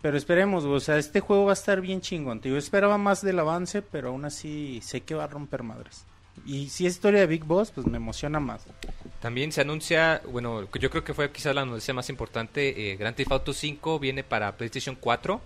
Pero esperemos, güey, o sea, este juego va a estar bien chingón. Yo esperaba más del avance, pero aún así sé que va a romper madres. Y si es historia de Big Boss, pues me emociona más. También se anuncia, bueno, yo creo que fue quizás la noticia más importante, eh, Grand Theft Auto 5 viene para PlayStation 4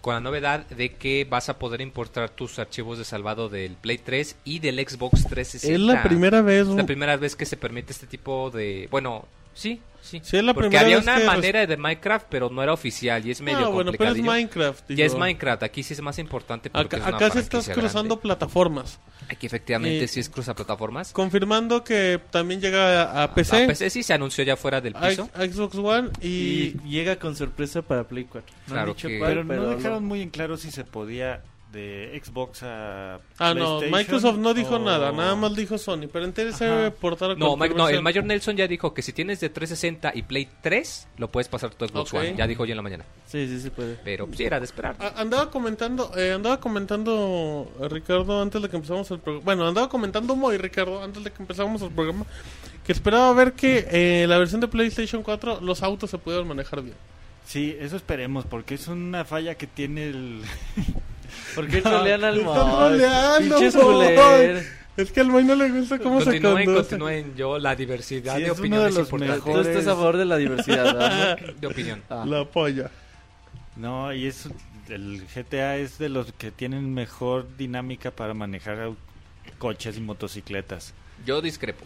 con la novedad de que vas a poder importar tus archivos de salvado del Play 3 y del Xbox 360. Es la primera vez, Es la güey. primera vez que se permite este tipo de, bueno, sí, sí. Sí, es la Porque primera había vez una que- manera de Minecraft, pero no era oficial y es medio Ah, bueno, pero es complicadillo. Minecraft. ya digo. es Minecraft, aquí sí es más importante porque Acá, es una acá se estás franquicia cruzando grande. plataformas. Aquí efectivamente Eh, sí es cruza plataformas. Confirmando que también llega a, a PC, Ah, A PC sí se anunció ya fuera del a, piso. a Xbox One Y y... llega con sorpresa para Play 4. No han Claro dicho que- cuál, Pero no lo- dejaron muy en claro si se podía de Xbox a. Ah, no, PlayStation Microsoft no dijo o- nada, nada más dijo Sony, pero entonces se debe portar a No, cualquier Ma- no, el versión. mayor Nelson ya dijo que si tienes de 360 y Play 3, lo puedes pasar a tu Xbox Ok. Ah, One. Ya dijo hoy en la mañana. Sí, sí, se puede. Pero pues, sí, era de esperar. A- Andaba comentando, eh, andaba comentando eh, Ricardo antes de que empezamos el programa. Bueno, andaba comentando Moy Ricardo antes de que empezamos el programa que esperaba ver que eh, la versión de PlayStation 4 los autos se pudieran manejar bien. Sí, eso esperemos, porque es una falla que tiene el. ¿Por qué trolean al Están mod? troleando, Pinches Moy. culeros. Es que al Moy no le gusta cómo se Continúen, conduce. continúen yo. La diversidad Sí, de es uno opiniones de los importante. Tú estás a favor de la diversidad, ¿verdad? De opinión. Ah. La polla. No, y es. El GTA es de los que tienen mejor dinámica para manejar au- coches y motocicletas. Yo discrepo.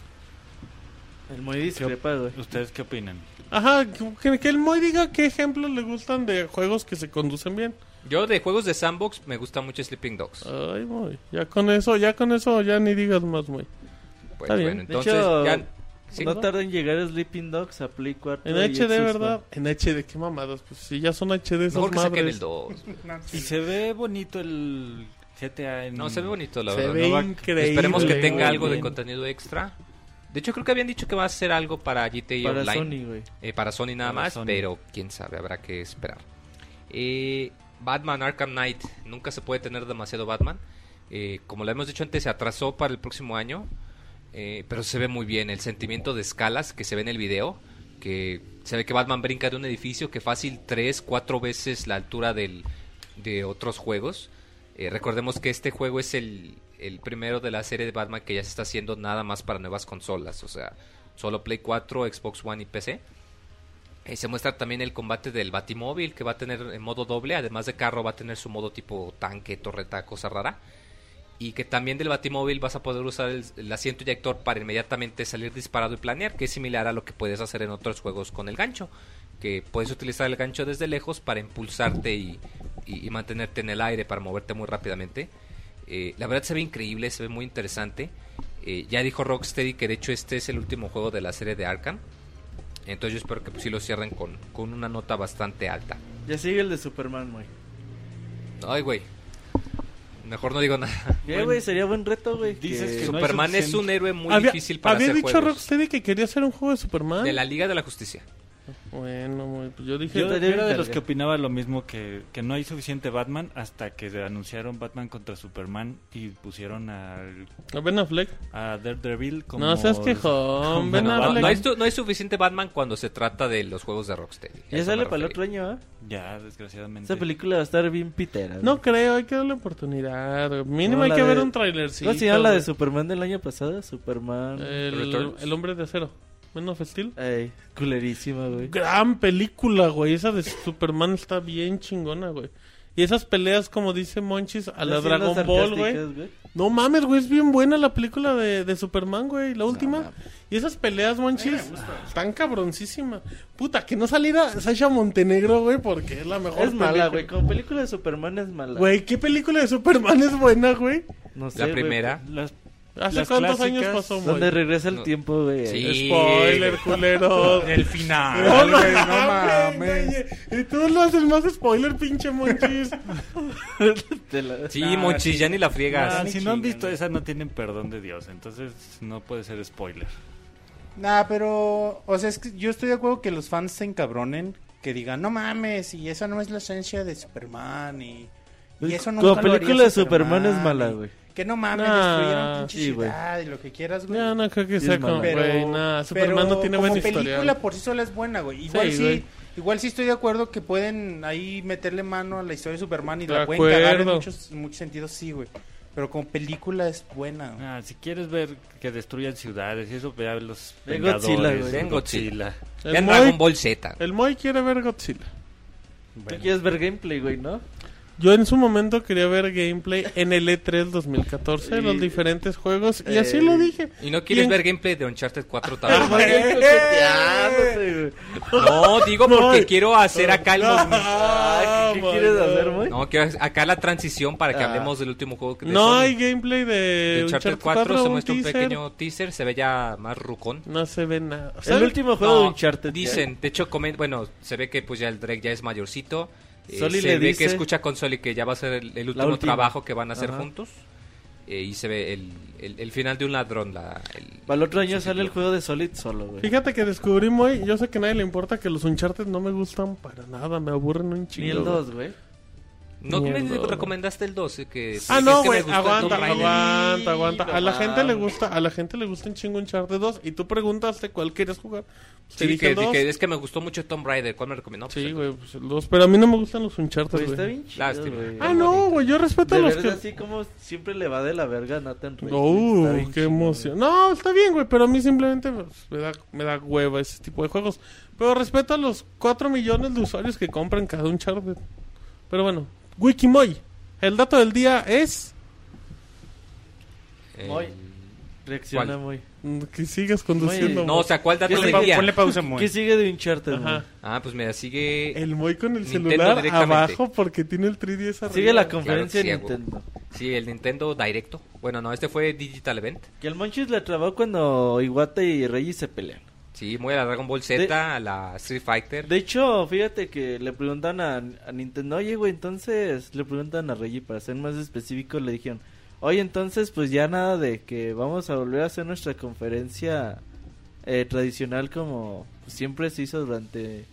El muy discrepa, güey. ¿Ustedes qué opinan? Ajá, que, que el Moy diga qué ejemplos le gustan de juegos que se conducen bien. Yo de juegos de sandbox me gusta mucho Sleeping Dogs. Ay, Moy. Ya con eso, ya con eso, ya ni digas más, Moy. Pues está bien. bueno, De entonces hecho, ya- sí. No tarda en llegar Sleeping Dogs a Play 4. En y HD, Xbox One. ¿verdad? En HD, qué mamadas. Pues si ya son HD esas Mejor que saquen madres. el 2. Y se ve bonito el GTA en. No, se ve bonito, la Se verdad. ve No va- increíble, Esperemos que güey. tenga algo de Bien. contenido extra. De hecho, creo que habían dicho que va a ser algo para GTA Para Online. Sony, güey. Eh, para Sony nada Para más, Sony. pero quién sabe, habrá que esperar. Eh, Batman Arkham Knight, nunca se puede tener demasiado Batman. Eh, como lo hemos dicho antes, se atrasó para el próximo año, eh, pero se ve muy bien el sentimiento de escalas que se ve en el video, que se ve que Batman brinca de un edificio que fácil tres, cuatro veces la altura del, de otros juegos. Eh, recordemos que este juego es el, el primero de la serie de Batman que ya se está haciendo nada más para nuevas consolas, o sea, solo Play 4, Xbox One y PC. Eh, se muestra también el combate del Batimóvil, que va a tener en modo doble, además de carro va a tener su modo tipo tanque, torreta, cosa rara. Y que también del Batimóvil vas a poder usar el, el asiento eyector para inmediatamente salir disparado y planear, que es similar a lo que puedes hacer en otros juegos con el gancho. Que puedes utilizar el gancho desde lejos para impulsarte y, y- y mantenerte en el aire, para moverte muy rápidamente. Eh, la verdad se ve increíble, se ve muy interesante. Eh, ya dijo Rocksteady que de hecho este es el último juego de la serie de Arkham. Entonces yo espero que pues, sí lo cierren con, con una nota bastante alta. Ya sigue el de Superman, güey. Ay, güey. Mejor no digo nada. Ya, güey, sería buen reto, güey. Dices que no hay Superman es suficiente. un héroe muy había difícil para había hacer dicho juegos. Rocksteady que quería hacer un juego de Superman. De la Liga de la Justicia. Bueno, muy- pues yo dije. Yo, yo Estaría era bien de los verga. que opinaba lo mismo que, que no hay suficiente Batman hasta que se anunciaron Batman contra Superman y pusieron al, A Ben Affleck. a Daredevil como... No seas quejón, como Ben Batman. No, Affleck. no hay, su- no hay suficiente Batman cuando se trata de los juegos de Rocksteady. A Ya eso sale me para el referí. otro año, ¿ah? Ya, desgraciadamente. Esa película va a estar bien pitera. güey. No creo, hay que darle oportunidad. Mínimo No, hay la que ver de- un trailer. ¿Cómo se llama la de Superman del año pasado? Superman. el, Returns? el hombre de acero. Men of Steel. Ey, culerísima, güey. Gran película, güey. Esa de Superman está bien chingona, güey. Y esas peleas, como dice Monchis, a la Haciendo Dragon Ball, güey. sarcásticas, No mames, güey, es bien buena la película de, de Superman, güey, la última. y esas peleas, Monchis, están cabroncísimas. Puta, que no saliera Sasha Montenegro, güey, porque es la mejor. Es mala, película. güey. Como película de Superman es mala. Güey, ¿qué película de Superman es buena, güey? No sé, La güey, primera. Las- ¿Hace Las cuántos clásicas, años pasó, güey? Donde regresa el No. tiempo, güey. Sí. Spoiler, culero. Oh, el final. No, Ah, güey, no mames, mames. oye, Y tú lo haces más spoiler, pinche monchis. Te la- Sí, Ah, Monchis, sí. ya ni la friegas. Ah, si no han visto chingan. esa, no tienen perdón de Dios. Entonces, no puede ser spoiler. Nah, pero, o sea, es que yo estoy de acuerdo que los fans se encabronen, que digan, no mames, y esa no es la esencia de Superman, y, y eso no Como película de Superman es mala, güey. Que no mames, Nah, destruyeron pinche sí, güey. ciudad y lo que quieras, güey. no, no creo que Es sea como, mala. pero, güey, nada. Ah, Superman pero no tiene como buena película historia. por sí sola es buena, güey. Igual Sí, sí, güey. igual sí estoy de acuerdo que pueden ahí meterle mano a la historia de Superman y De la pueden cagar en acuerdo. muchos, en muchos sentidos, sí, güey. Pero como película es buena, güey. Ah, si quieres ver que destruyan ciudades y eso, ve a los Ven Vengadores. Godzilla, güey. Ven Godzilla. Ya en El Moy, Dragon Ball Z. el Moy quiere ver Godzilla. Tú quieres ver gameplay, güey, ¿no? Yo en su momento quería ver gameplay en el E E3 2014 de los Y- diferentes juegos y Eh, así lo dije. ¿Y no quieres ¿Quién? ver gameplay de Uncharted 4 Pero más también? bien coqueteándote, güey. No, digo porque quiero hacer acá el... Ah, ¿Qué qué quieres hacer, güey? No, quiero hacer acá la transición para que Ah. hablemos del último juego que de No Sony. hay gameplay de Eh, De Uncharted 4, se un muestra un teaser. pequeño teaser, se ve ya más rucón. No se ve nada. El ¿Sabe? último juego de No, Uncharted. ya. Dicen, de hecho, comen- bueno, se ve que pues ya el Drake ya es mayorcito. eh, Sully se le ve dice- que escucha con Sully que ya va a ser el, el La último última. trabajo que van a hacer Ajá. juntos. eh, y se ve el, el- el final de un ladrón. La, el- Para el otro año su sale el título. juego de Solid solo, güey. Fíjate que descubrí Moy, yo sé que a nadie le importa que los Uncharted no me gustan para nada, me aburren un Ni chingo. el 2, güey. No me Mierda. recomendaste el 12. Que, Ah, es no, que me güey, gustó el aguanta, Tomb Raider. aguanta, aguanta. Sí, A la no gente le mames. gusta, a la gente le gusta un chingo Uncharted 2 y tú preguntaste cuál quieres jugar. Pues te Sí, dije que, el 2. dije, es que me gustó mucho Tomb Raider. ¿Cuál me recomendó? Pues Sí, el- güey, pues el 2, pero a mí no me gustan los Pero Uncharted, Pues, está güey. bien chido, Lástima. güey. Ah, no, güey, yo respeto a De los verdad, que así como siempre le va de la verga a Nathan Drake. Oh, Está bien qué chido, güey. emoción. No, está bien, güey, pero a mí simplemente pues, me, da, me da hueva ese tipo de juegos. Pero respeto a los 4 millones de usuarios que compran cada un Uncharted. Pero bueno, Wikimoy, el dato del día es Eh, Moy. Reacciona ¿Cuál? muy. mm, que sigas conduciendo. Moy. no, güey. o sea, ¿cuál dato Yo del le- día? Ponle pausa, muy. ¿Qué sigue de Uncharted, güey? Ajá. Ah, pues mira, Eh, sigue. El Moy con el Nintendo celular directamente. abajo porque tiene el 3DS arriba. Sigue la conferencia Claro que de sí, Nintendo. Sí, el Nintendo Directo. Bueno, no, este fue Digital Event. Que el Monchis le trabó cuando Iwata y Reggie se pelean. Sí, muy a la Dragon Ball Z, De- a la Street Fighter. De hecho, fíjate que le preguntan a, a Nintendo, oye, güey, entonces le preguntan a Reggie, para ser más específico, le dijeron, oye, entonces, pues ya nada de que vamos a volver a hacer nuestra conferencia eh, tradicional como siempre se hizo durante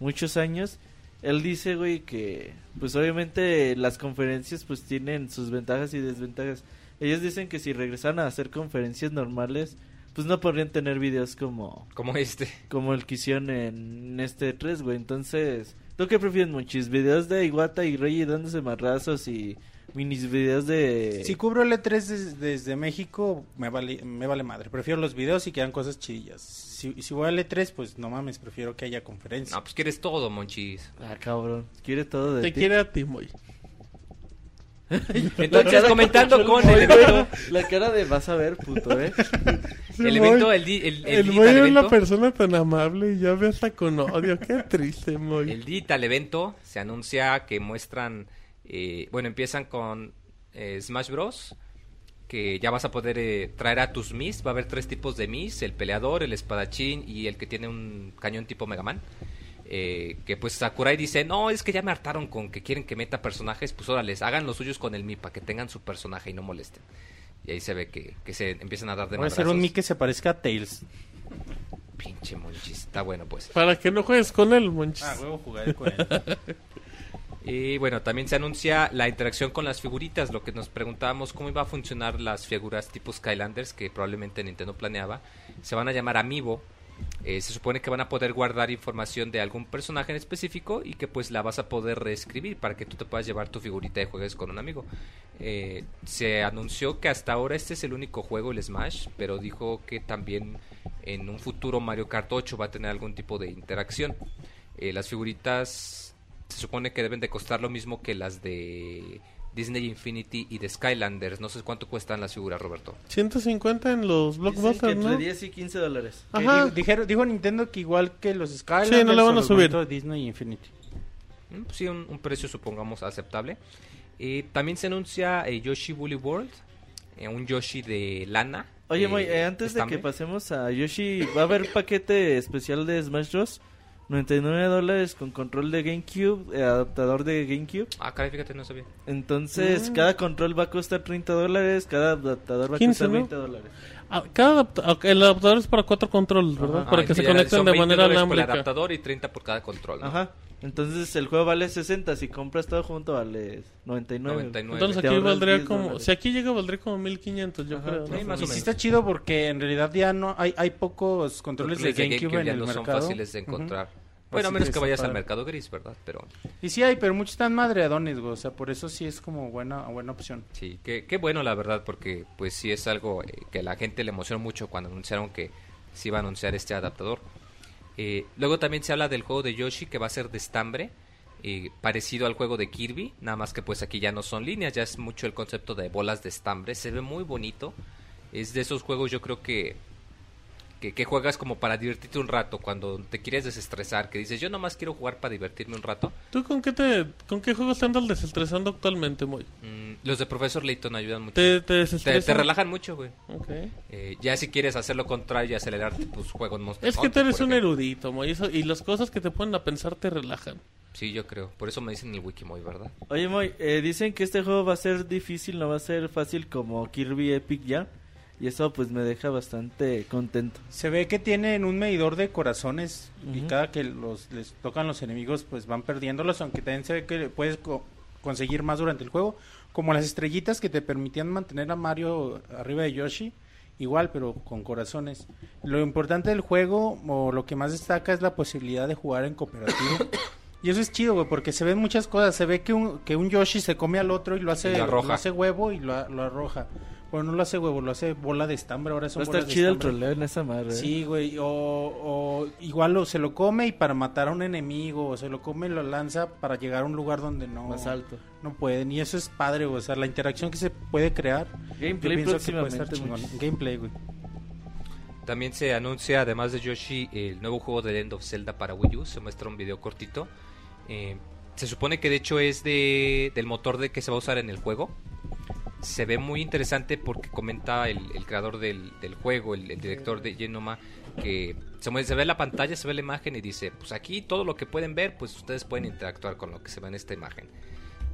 muchos años. Él dice, güey, que pues obviamente las conferencias pues tienen sus ventajas y desventajas. Ellos dicen que si regresaran a hacer conferencias normales, pues no podrían tener videos como Como este. como el que hicieron en este 3, güey. Entonces, ¿tú qué prefieres, Monchis? ¿Videos de Iguata y Rey dándose marrazos y minis videos de... Si cubro el E3 des- desde México, me vale, me vale madre. Prefiero los videos y que hagan cosas chidillas. Si, si voy al E3, pues no mames, prefiero que haya conferencia. No, pues quieres todo, Monchis. Ah, cabrón. Quiere todo de Te ti. quiere a ti, Moy. Entonces, comentando con el Oye, evento, güey, La cara de vas a ver, puto, eh. Sí, el Moy. evento, el, di- el, el El Moy Digital era una Evento. persona tan amable y ya ve hasta con odio. Qué triste, Moy. El Digital Evento se anuncia que muestran. eh, bueno, empiezan con eh, Smash Bros. Que ya vas a poder eh, traer a tus Mis. Va a haber tres tipos de Mis: el peleador, el espadachín y el que tiene un cañón tipo Mega Man. eh, que pues Sakurai dice, no, es que ya me hartaron con que quieren que meta personajes, pues órales, hagan los suyos con el Mi para que tengan su personaje y no molesten. Y ahí se ve que, que se empiezan a dar de Voy a hacer un madrazos. Mi que se parezca a Tails. Pinche monchis. Está bueno, pues. Para que no juegues con él, monchis. Ah, huevo, jugaré con él. Y bueno, también se anuncia la interacción con las figuritas, lo que nos preguntábamos cómo iba a funcionar las figuras tipo Skylanders que probablemente Nintendo planeaba. Se van a llamar Amiibo. Eh, se supone que van a poder guardar información de algún personaje en específico y que pues la vas a poder reescribir para que tú te puedas llevar tu figurita y juegues con un amigo. Eh, se anunció que hasta ahora este es el único juego, el Smash, pero dijo que también en un futuro Mario Kart 8 va a tener algún tipo de interacción. Eh, las figuritas se supone que deben de costar lo mismo que las de Disney Infinity y de Skylanders. No sé cuánto cuestan las figuras, Roberto. 150 en los Dicen que blockbusters, entre ¿no? 10 y 15 dólares. Que Ajá. di- dijeron- dijo Nintendo que igual que los Skylanders Sí, no le van o a los subir. Boletos de Disney Infinity. Mm, pues sí, un, un precio supongamos aceptable. Eh, también se anuncia eh, Yoshi Woolly World, eh, un Yoshi de lana. Oye, eh, Moy, eh, antes de que estambre. pasemos a Yoshi, va a haber paquete especial de Smash Bros. 99 dólares con control de GameCube, eh, adaptador de GameCube. Ah, caray, fíjate, no sabía. Entonces, Mm. cada control va a costar 30 dólares, cada adaptador va a 15, costar ¿no? 20 dólares. Ah, Cada adapta- ok, el adaptador es para cuatro controles, ¿verdad? Ajá. Para Ah, que se ya, conecten son de 20 manera dólares por el alámbrica. adaptador y 30 por cada control. ¿no? Ajá. Entonces, el juego vale 60, si compras todo junto vale 99. 99. Entonces Te aquí ahorras valdría 10 como... dólares. Si aquí llega, valdría como 1500, yo Ajá, creo. sí, más Y o sí menos. está chido porque en realidad ya no hay, hay pocos controles Controles de GameCube, en ya el no mercado. son fáciles de Ujú. encontrar. Bueno, a Así menos que que vayas está al padre. mercado gris, ¿verdad? Pero Y sí hay, pero muchos están madreadones, güey. O sea, por eso sí es como buena, buena opción. sí, qué, qué bueno la verdad, porque pues sí es algo eh, que a la gente le emocionó mucho cuando anunciaron que se iba a anunciar este adaptador. Eh, luego también se habla del juego de Yoshi que va a ser de estambre, eh, parecido al juego de Kirby, nada más que pues aquí ya no son líneas, ya es mucho el concepto de bolas de estambre, se ve muy bonito, es de esos juegos yo creo que, que, que juegas como para divertirte un rato, cuando te quieres desestresar, que dices yo nomás quiero jugar para divertirme un rato, ¿Tú con qué, te, con qué juegos te andas desestresando actualmente, Moy? Mm, los de Professor Layton ayudan mucho. ¿Te, te Te, desestresas? te relajan mucho, güey. Ok. Eh, ya si quieres hacer lo contrario y acelerarte, pues juego en Monster Es que tú Hunter, eres por un ejemplo. erudito, Moy. eso- y las cosas que te ponen a pensar te relajan. Sí, yo creo. Por eso me dicen el Wikimoy, ¿verdad? Oye, Moy, eh, dicen que este juego va a ser difícil, no va a ser fácil como Kirby Epic ya. Y eso pues me deja bastante contento. Se ve que tienen un medidor de corazones y Ujú. cada que los les tocan los enemigos pues van perdiéndolos, aunque también se ve que puedes co- conseguir más durante el juego, como las estrellitas que te permitían mantener a Mario arriba de Yoshi, igual pero con corazones. Lo importante del juego o lo que más destaca es la posibilidad de jugar en cooperativo. Y eso es chido, güey, porque se ven muchas cosas. Se ve que un, que un Yoshi se come al otro y lo hace, Y lo arroja. lo hace huevo y lo, a- lo arroja. Bueno, no lo hace huevo, lo hace bola de estambre. Ahora son Va a bolas estar de chido el estambre. troleo en esa madre. ¿eh? Sí, güey, o, o igual lo, se lo come y para matar a un enemigo, o se lo come y lo lanza para llegar a un lugar donde no, Más alto. no pueden. Y eso es padre, güey, o sea, la interacción que se puede crear. yo Gameplay pienso que puede estar próximamente. chingón. muchachos. Gameplay, güey. También se anuncia, además de Yoshi, el nuevo juego de End of Zelda para Wii U. Se muestra un video cortito. Eh, se supone que de hecho es de, del motor de que se va a usar en el juego. Se ve muy interesante porque comenta el, el creador del, del juego, el, el director de Genoma, que se, mue- se ve la pantalla, se ve la imagen y dice, pues aquí todo lo que pueden ver, pues ustedes pueden interactuar con lo que se ve en esta imagen.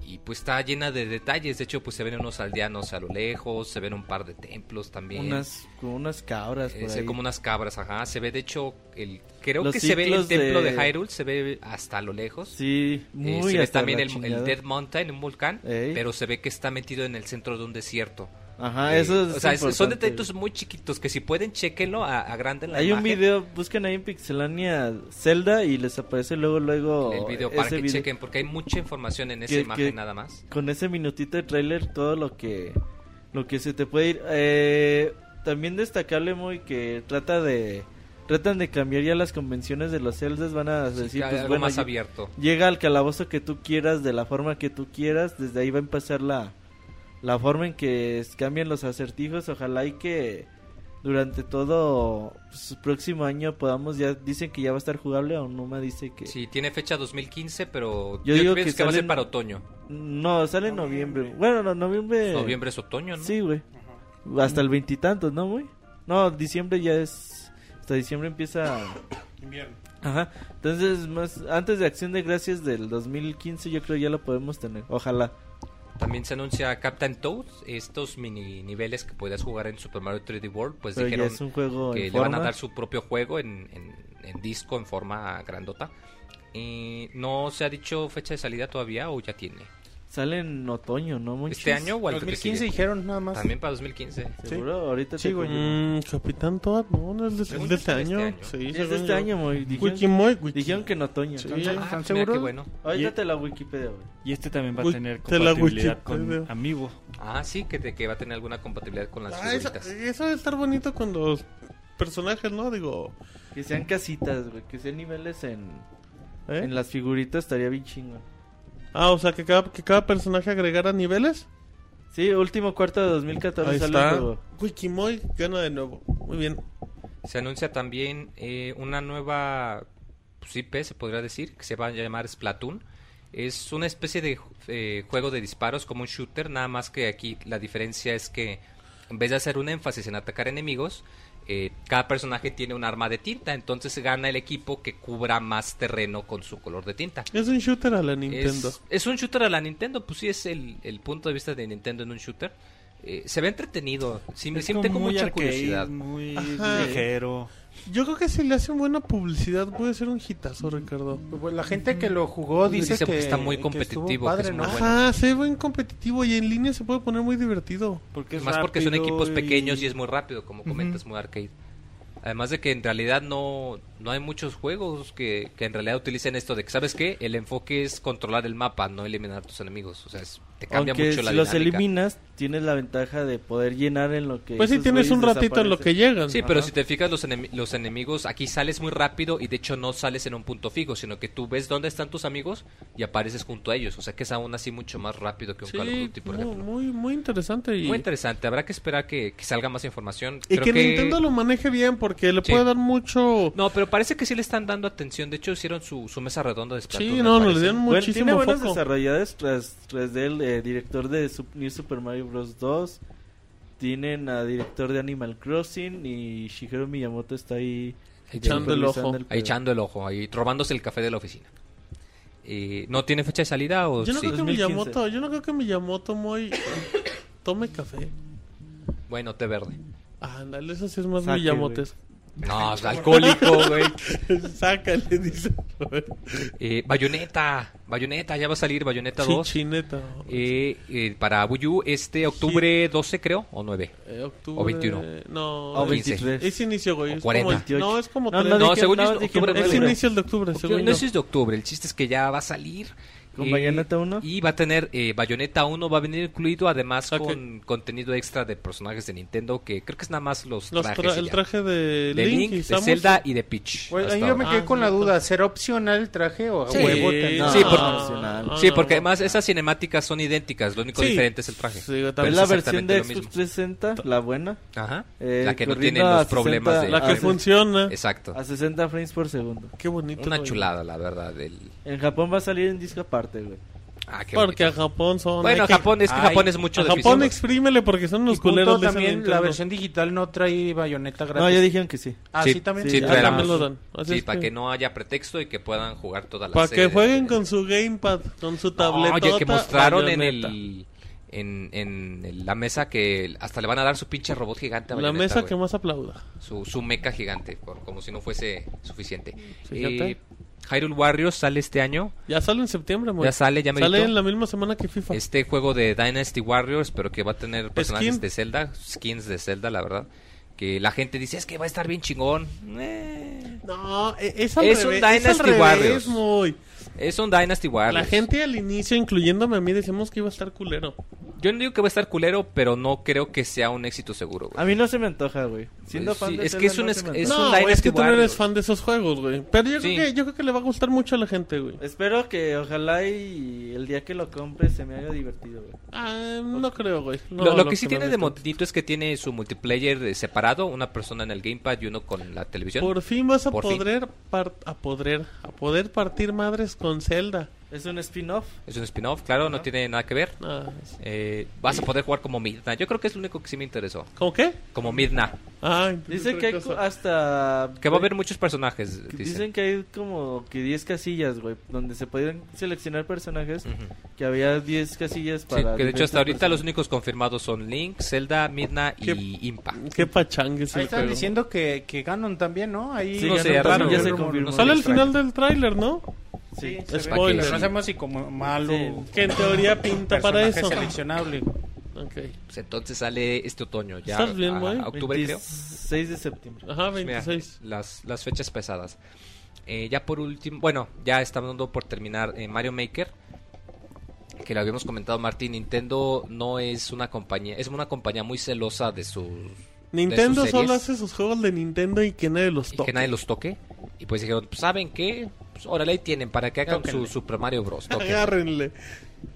Y pues está llena de detalles, de hecho pues se ven unos aldeanos a lo lejos, se ven un par de templos también. Unas, como unas cabras por Eh, se ahí. ve como unas cabras, ajá. Se ve, de hecho, el creo Los que se ve el ciclos de- templo de... Hyrule, se ve hasta lo lejos. Sí, Eh, muy se ve hasta también la el, el chingada. Dead Mountain, un volcán, Ey. pero se ve que está metido en el centro de un desierto. Ajá, Eh, Ah, eso es o sea, es- son importante. detallitos muy chiquitos que si pueden, chequenlo, a- agranden la Hay un imagen. video, busquen ahí en Pixelania Zelda y les aparece luego luego El video para ese que video. chequen, porque hay mucha información en esa Que- imagen que- nada más. Con ese minutito de tráiler todo lo que lo que se te puede ir. Eh, también destacable muy que trata de tratan de cambiar ya las convenciones de los Zeldas, van a Sí, decir que pues algo bueno, más lle- abierto. llega al calabozo que tú quieras de la forma que tú quieras, desde ahí va a empezar la la forma en que es- cambian los acertijos, ojalá y que durante todo pues, su próximo año podamos ya dicen que ya va a estar jugable o Numa dice que Sí, tiene fecha 2015, pero yo, Yo digo pienso que, que va a ser salen- para otoño. no sale en noviembre. Bueno, no, noviembre. Noviembre es otoño, ¿no? Sí, güey. Hasta el veintitantos, ¿no, güey? No, diciembre ya es. Hasta diciembre empieza. Invierno. Ajá. Entonces, más antes de Acción de Gracias del 2015, yo creo ya lo podemos tener. Ojalá. También se anuncia Captain Toad, estos mini niveles que puedas jugar en Super Mario 3D World, pues Pero ya dijeron es un juego que en le van a forma. dar su propio juego en, en- en disco, en forma grandota. Y no se ha dicho fecha de salida todavía o ya tiene. Sale en otoño, ¿no? Monchis? ¿Este año o al que 2015 sigue? dijeron nada más. También para 2015. ¿Seguro? Ahorita Sí, te güey. confirmo. Mm, Capitán Toad, no, no es de, Según es de yo este es de año. este año. Sí, Es de este año, güey. Dijeron, Wikimoy, Wiki- dijeron que en otoño. Sí. Entonces, Ah, Ah, ¿están mira qué seguros? bueno. Ahorita te la Wikipedia, güey. Y este también va a Uy, tener te la compatibilidad Wikipedia. con Amiibo. Ah, sí, que, te- que va a tener alguna compatibilidad con las Ah, eso, figuritas. eso debe estar bonito con los personajes, ¿no? Digo, Que sean casitas, güey. Que sean niveles en, Mm. ¿eh? en las figuritas estaría bien chingón. Ah, o sea, que cada, que cada personaje agregara niveles. Sí, último cuarto de 2014 Ahí sale el está. juego. Wikimoy gana de nuevo. Muy bien. Se anuncia también eh, una nueva pues, IP, se podría decir, que se va a llamar Splatoon. Es una especie de eh, juego de disparos como un shooter, nada más que aquí la diferencia es que en vez de hacer un énfasis en atacar enemigos, eh, cada personaje tiene un arma de tinta, entonces gana el equipo que cubra más terreno con su color de tinta. Es un shooter a la Nintendo. Es, es un shooter a la Nintendo, pues sí es el, el punto de vista de Nintendo en un shooter. Eh, se ve entretenido, sí, me- Es sí como tengo muy mucha arcade, curiosidad. Muy Ajá. ligero. Yo creo que si le hacen buena publicidad puede ser un hitazo, Ricardo. Pues la gente que lo jugó dice, Dice que, que está muy que estuvo competitivo, padre, que es muy ¿no? bueno. Ajá, Ah, se ve buen competitivo y en línea se puede poner muy divertido. Porque es Más porque son rápido equipos pequeños y es muy rápido, como comentas, muy arcade. Además de que en realidad no, no hay muchos juegos que, que en realidad utilicen esto de que, ¿sabes qué? El enfoque es controlar el mapa, no eliminar a tus enemigos. O sea, es- te cambia Aunque mucho si la los dinámica. eliminas, tienes la ventaja de poder llenar en lo que. Pues sí, esos tienes un güeyes ratito en lo que desaparecen. llegan. Sí, pero Ajá. si te fijas, los, enemi- los enemigos aquí sales muy rápido y de hecho no sales en un punto fijo, sino que tú ves dónde están tus amigos y apareces junto a ellos. O sea que es aún así mucho más rápido que un Call of Sí, Duty, por no, ejemplo. muy, muy interesante. Y, Muy interesante, habrá que esperar que, que salga más información. y Creo que, Nintendo lo maneje bien porque le Sí. puede dar mucho... No, pero parece que sí le están dando atención. De hecho, hicieron su, su mesa redonda de Splatoon. sí, me no, no, le parece. dieron Bueno, tiene muchísimo buenos foco. desarrolladores tras, tras del eh, director de Sup- New Super Mario Bros. 2. Tienen a director de Animal Crossing y Shigeru Miyamoto está ahí Echando el supervisando ojo. el Ahí pedo. echando el ojo, ahí robándose el café de la oficina. Eh, ¿No tiene fecha de salida o Yo no sí? creo que 2015. Miyamoto, yo no creo que Miyamoto muy... Tome café. Bueno, té verde. Ándale, eso sí es más Saque, Miyamotes. No, es alcohólico, güey. Sácale, dice. Eh, Bayonetta, Bayonetta, ya va a salir Bayonetta 2. Chichineta. Eh, eh, para Wii U este octubre 12 creo, o 9. Eh, octubre... O 21. No, Ah, es- 23. es inicio, güey. O es 40. como el- no, es como... No, tres. no, No, dije- según no, yo es dije octubre, no, es no, güey. inicio el de octubre, según No yo. ese es de octubre, el chiste es que ya va a salir. ¿Con Bayonetta 1? Y va a tener eh, Bayonetta 1, va a venir incluido además Ok. con contenido extra de personajes de Nintendo, que creo que es nada más los, Los trajes. tra- y el ya. traje de, de Link, Link, y de Samus. Zelda y de Peach. Pues, hasta ahí yo me ahora. quedé Ah, con la cierto. duda, ¿será opcional el traje o a Sí. No, huevo? tendrá- sí, por- Ah, no. Sí, porque además esas cinemáticas son idénticas, lo único Ah, Sí. diferente es el traje. Sí, también Pero Es es la versión exactamente de lo Xbox mismo. 360, la buena, Ajá. Eh, la que no corriendo tiene a los 60, problemas de... La que Ah, sí. funciona. Exacto. a 60 frames por segundo. Qué bonito. Una güey. chulada, la verdad. El... En Japón va a salir en disco aparte, güey. Ah, qué Porque a bonito. Japón son... Bueno, hay que- Japón, es que Ay, Japón es mucho a de Japón aficionados. exprímele porque son Y los punto, culeros de esa también la Nintendo. versión digital no trae bayoneta gratis. No, ya dijeron que sí. Ah, sí, también. sí, Ah, traerá. traerán. también lo dan. Así Sí, es para que- que no haya pretexto y que puedan jugar toda la Para serie que de- jueguen de- con su gamepad, con su No, tableta. Oye, que mostraron en el... En, en el- la mesa que hasta le van a dar su pinche robot gigante. a La Bayonetta, mesa güey. que más aplauda. su, su meca gigante, por- como si no fuese suficiente. Fíjate. Eh, Hyrule Warriors sale este año. Ya sale en septiembre, amor. Ya sale, ya me Sale en la misma semana que FIFA. Este juego de Dynasty Warriors, pero que va a tener personajes Skin. de Zelda, skins de Zelda, la verdad. Que la gente dice, es que va a estar bien chingón. Eh, No, e- es al Es un revés. es al Dynasty revés, Warriors. muy. es un Dynasty Warriors. La gente al inicio, incluyéndome a mí, decíamos que iba a estar culero. Yo no digo que va a estar culero, pero no creo que sea un éxito seguro. güey. A mí no se me antoja, güey. Siendo Pues Sí, fan de es que Zelda, es un no es- se me es- antoja. no, un es Dynasty que tú no eres Warriors. fan de esos juegos, güey. Pero yo, Sí. creo que, yo creo que le va a gustar mucho a la gente, güey. Espero que ojalá y el día que lo compre se me haga divertido, güey. Ah, no creo, güey. No, lo, lo los que sí no tiene de necesitan. bonito es que tiene su multiplayer eh, separado, una persona en el gamepad y uno con la televisión. Por fin vas a Por fin. poder, par- a poder, a poder partir madres con Zelda. Es un spin-off. Es un spin-off, claro, no Ajá. tiene nada que ver. Ah, es- Eh, vas a poder jugar como Midna. Yo creo que es lo único que sí me interesó. ¿Cómo qué? Como Midna. Ah, Dice otra que hay cosa. co- hasta... Que va a haber muchos personajes. que dicen. Dicen que hay como que 10 casillas, güey, donde se podían seleccionar personajes. Ujú. Que había 10 casillas Mm. Sí, para... que de hecho hasta ahorita los diferentes únicos confirmados son Link, Zelda, Midna ¿Qué- y Impact. Qué pachangue es Ahí el están juego. diciendo que, que Ganon también, ¿no? Ahí Sí, No ya sé, no- raro, ya ¿no? se No confirmó. sé. Sale al extraño. final del tráiler, ¿no? Sí, Es- se ve. Spoiler. Pero no sabemos si como malo Sí. o Que en teoría pinta para personaje eso. seleccionable. Ok. Pues entonces sale este otoño, ya ¿Estás bien, a- güey? a octubre creo. 26 de septiembre. Ajá, Pues mira, 26. las, las fechas pesadas. Eh, ya por último, bueno, ya estamos dando por terminar eh, Mario Maker. Que lo habíamos comentado, Martín. Nintendo no es una compañía, es una compañía muy celosa de sus. Nintendo de sus solo series. hace sus juegos de Nintendo y que nadie los y toque. que nadie los toque. Y pues dijeron, "Pues, ¿saben qué? Pues órale, ahí tienen para que hagan su Tóquenle. Super Mario Bros. Tóquenle". Agárrenle.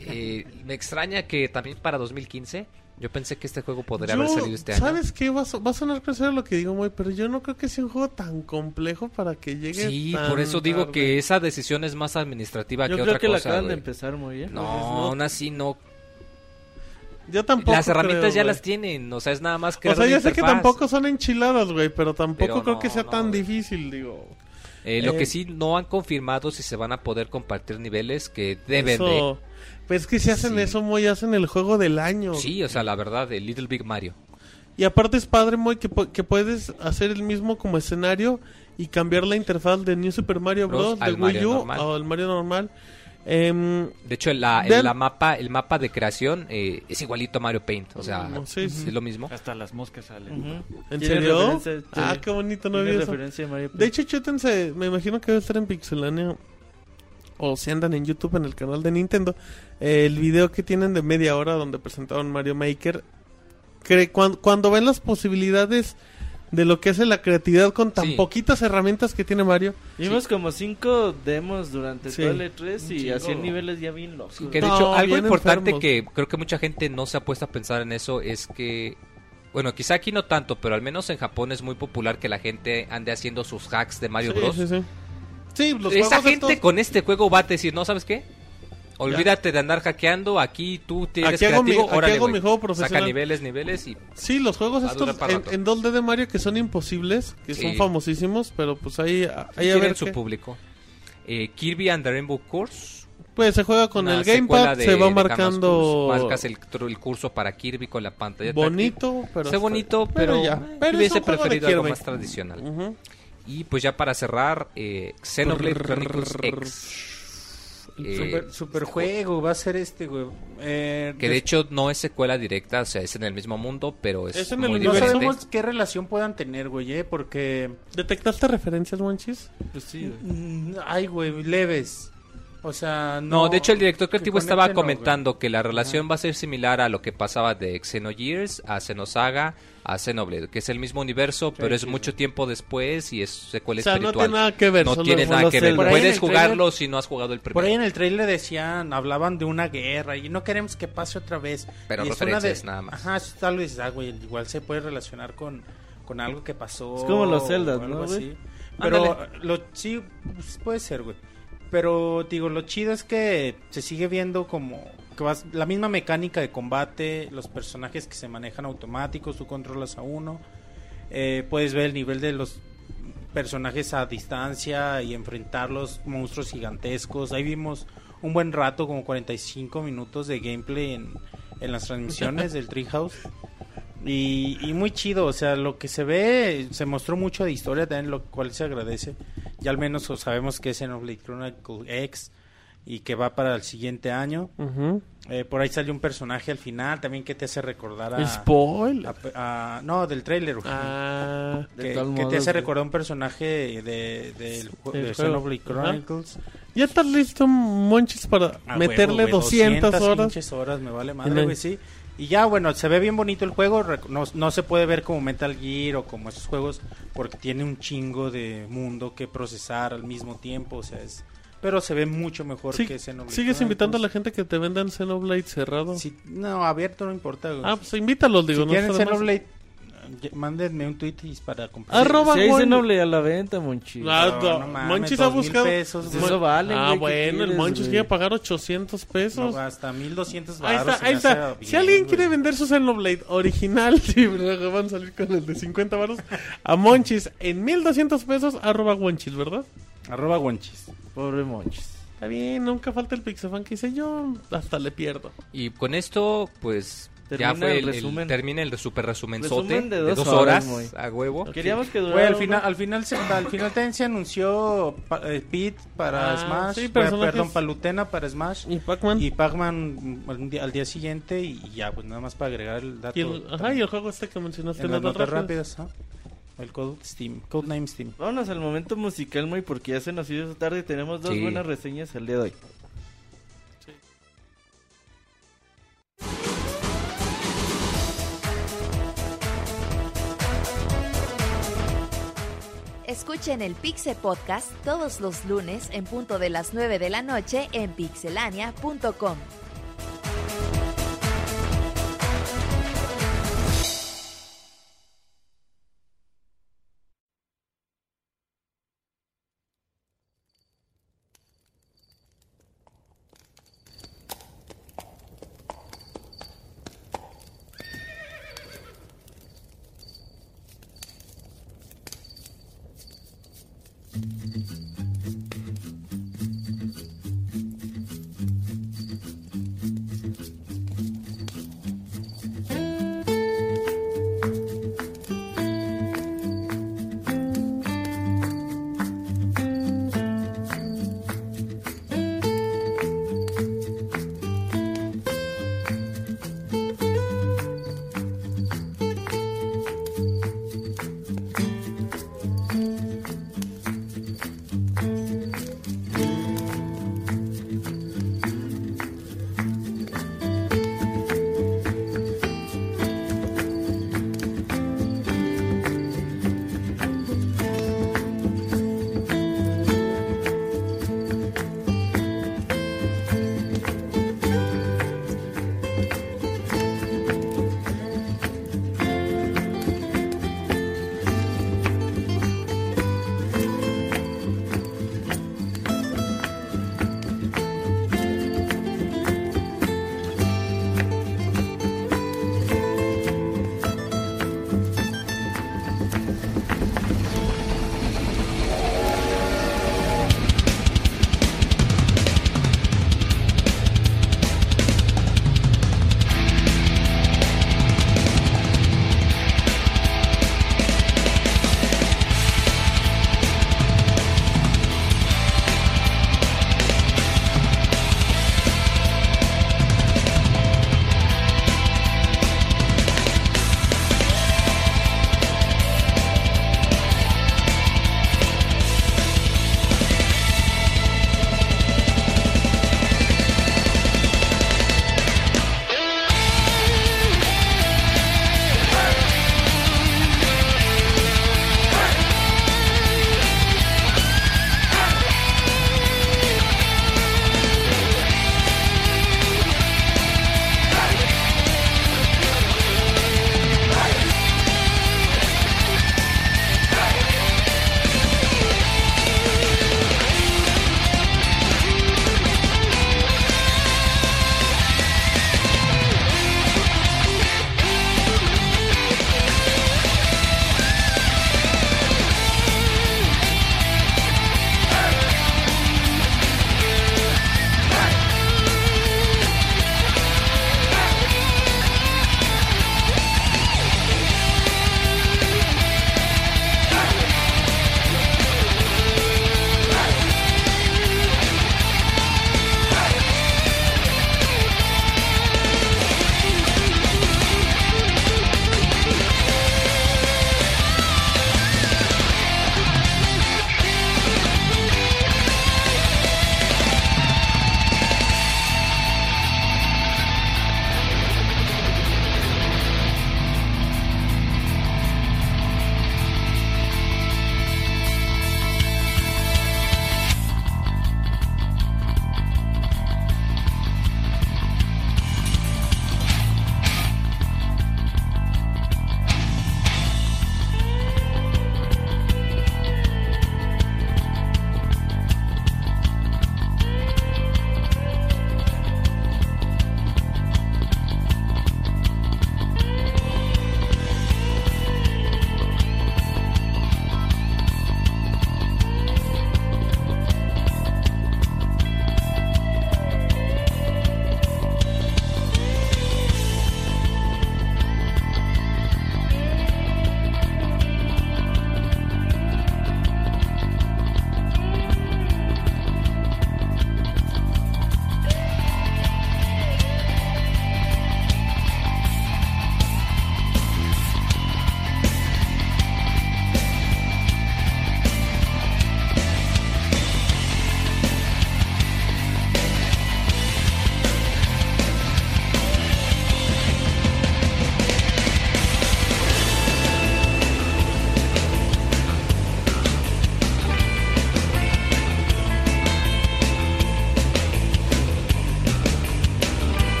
Eh, me extraña que también para 2015, yo pensé que este juego podría Yo- haber salido este año. ¿Sabes qué? Va a, so- va a sonar grosero lo que digo, güey, pero yo no creo que sea un juego tan complejo para que llegue Sí, tan por eso digo tarde. que esa decisión es más administrativa Yo que creo otra que la cosa. acaban de güey. empezar muy bien. no, Entonces, no. aún así no. Yo tampoco las herramientas creo, ya güey. las tienen, o sea, es nada más que. O sea, ya sé que tampoco son enchiladas, güey, pero tampoco Pero creo no, que sea no, tan güey. difícil, digo. lo Eh, que sí no han confirmado si se van a poder compartir niveles que deben de. Eso. Pues es que si hacen Sí. eso, muy hacen el juego del año. Sí, o sea, la verdad, el Little Big Mario. Y aparte es padre, muy que, pu- que puedes hacer el mismo como escenario y cambiar la interfaz de New Super Mario Bros. Bros. de al Wii Mario U normal. al Mario normal. Em, De hecho, la, Vean- la mapa, el mapa de creación eh, es igualito a Mario Paint, o sea, Mm, sí, sí. es lo mismo. Hasta las moscas salen. Ujú. ¿En Tiene serio? referencia- Ah, tiene- qué bonito, no tiene vi eso. referencia de Mario De Paint. hecho, chútense, me imagino que debe estar en Pixelania. O si andan en YouTube, en el canal de Nintendo. eh, el video que tienen de media hora donde presentaron Mario Maker. Cre- cuan- cuando, ven las posibilidades de lo que hace la creatividad con tan Sí. poquitas herramientas que tiene Mario. Vimos como 5 demos durante Sí. todo el E3 y chingo. así en niveles ya bien locos. Que de No, hecho, algo bien importante enfermos. que creo que mucha gente no se ha puesto a pensar en eso es que, bueno, quizá aquí no tanto, pero al menos en Japón es muy popular que la gente ande haciendo sus hacks de Mario Sí, Bros. sí, sí. Sí, los Esa juegos gente estos- con este juego va a decir, ¿no sabes qué? Olvídate de andar hackeando, aquí tú tienes Aquí hago mi- creativo, aquí órale, hago güey". mi juego Saca profesional. niveles, niveles y Sí, los juegos Va a durar estos para en, rato. en 2D de Mario que son imposibles, que son Sí. famosísimos, pero pues ahí, ahí a tienen ver su qué. público. Eh, Kirby and the Rainbow Course, Pues se juega con Una el secuela gamepad, de- se va de Gamma marcando Schools. Marcas el, tru- el curso para Kirby con la pantalla. táctil. bonito, pero Está bonito, pero, eh, ya. yo Pero es hubiese un juego de preferido algo Kirby. más tradicional. Ujú. Y pues ya para cerrar, eh, Xenoblade Chronicles X. Eh, Super, juego va a ser este, güey. Eh, que de hecho no es secuela directa, o sea, es en el mismo mundo, pero es, Es en el muy no universo. diferente. sabemos qué relación puedan tener, güey, eh, porque ¿Detectaste referencias, Monchis? Pues sí, güey. mm, ay, güey, leves. O sea, no. No, de hecho el director que creativo estaba conecten, no, comentando que la relación va a ser similar a lo que pasaba de Xenogears a Xenosaga a Xenoblade, que es el mismo universo, pero es mucho tiempo después y es secuela O sea, no espiritual. tiene nada que ver. No solo tiene es- nada solo que es ver. el- Por ahí en Puedes el jugarlo trailer- si no has jugado el primero. Por ahí en el trailer decían, hablaban de una guerra y no queremos que pase otra vez. Pero Y es una referencias nada más. Ajá, eso tal vez, ah, güey, igual se puede relacionar con, con algo que pasó. Es como los Zeldas, o algo ¿no, güey? así. Pero lo, sí, pues, puede ser, güey. Pero digo, lo chido es que se sigue viendo como que vas, la misma mecánica de combate, los personajes que se manejan automáticos, tú controlas a uno, eh, puedes ver el nivel de los personajes a distancia y enfrentarlos monstruos gigantescos. Ahí vimos un buen rato, como 45 minutos de gameplay en, en las transmisiones del Treehouse. Y, y muy chido, o sea, lo que se ve, se mostró mucho de historia también, lo cual se agradece. Ya al menos o sabemos que es en Chronicle X y que va para el siguiente año. Ujú. Eh, por ahí salió un personaje al final también que te hace recordar a... Spoiler. a- a- no, del trailer. güey. Ah, de que, todos que te modos, hace güey. recordar un personaje de, del ju- Del juego. de Xenoblade Ajá. Chronicles. ¿Ya estás listo, Monchis, para A meterle Ah, huevo, güey, 200, horas? pinches horas, me vale En el- madre, güey, sí. Y ya, bueno, se ve bien bonito el juego. rec- No, no se puede ver como Metal Gear o como esos juegos porque tiene un chingo de mundo que procesar al mismo tiempo. O sea, es. Pero se ve mucho mejor Sí, que Xenoblade. Ah, ¿Sigues Chronicles. invitando a la gente que te vendan Xenoblade cerrado? Sí, no, abierto no importa, güey. Ah, pues invítalos, digo. si no quieren está de más. Xenoblade Ye- Mándenme un tweet y para comprar. Arroba Si hay Mon- noble a la venta, Monchi. Ah, No, no, no mames, Monchis ha dos mil buscado. pesos, Pues eso vale, ah, güey, ¿qué bueno, el quieres, Monchis güey? quiere pagar 800 pesos. No, hasta 1200 Ahí baros. está, ahí está. si alguien quiere vender su Xenoblade original, sí, luego van a salir con el de 50 varos a Monchis en 1200 pesos, arroba Monchis, ¿verdad? Arroba guanchis. Pobre Monchis. Está bien, nunca falta el pixefan que dice yo, hasta le pierdo. Y con esto, pues Termina ya fue el el, el- resumen. termina el super resumenzote Resumen de de dos dos, horas, horas, a huevo. Queríamos que durara. Güey, al uno- final, al final, se, al final también se anunció pa- eh, Pete para Ah, Smash, sí, güey, personajes. perdón, Palutena para Smash Y Pac-Man. y Y, Pac-Man mm, al día- al día siguiente y ya, pues nada más para agregar el dato. el, ajá, y el juego este que mencionaste en las notas rápidas. rápidas, ajá. El code Steam, codename Steam. Vámonos al momento musical, muy porque ya se nos hizo tarde y tenemos dos Sí. buenas reseñas el día de hoy. Escuchen el Pixel Podcast todos los lunes en punto de las 9 de la noche en pixelania.com.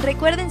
Recuerden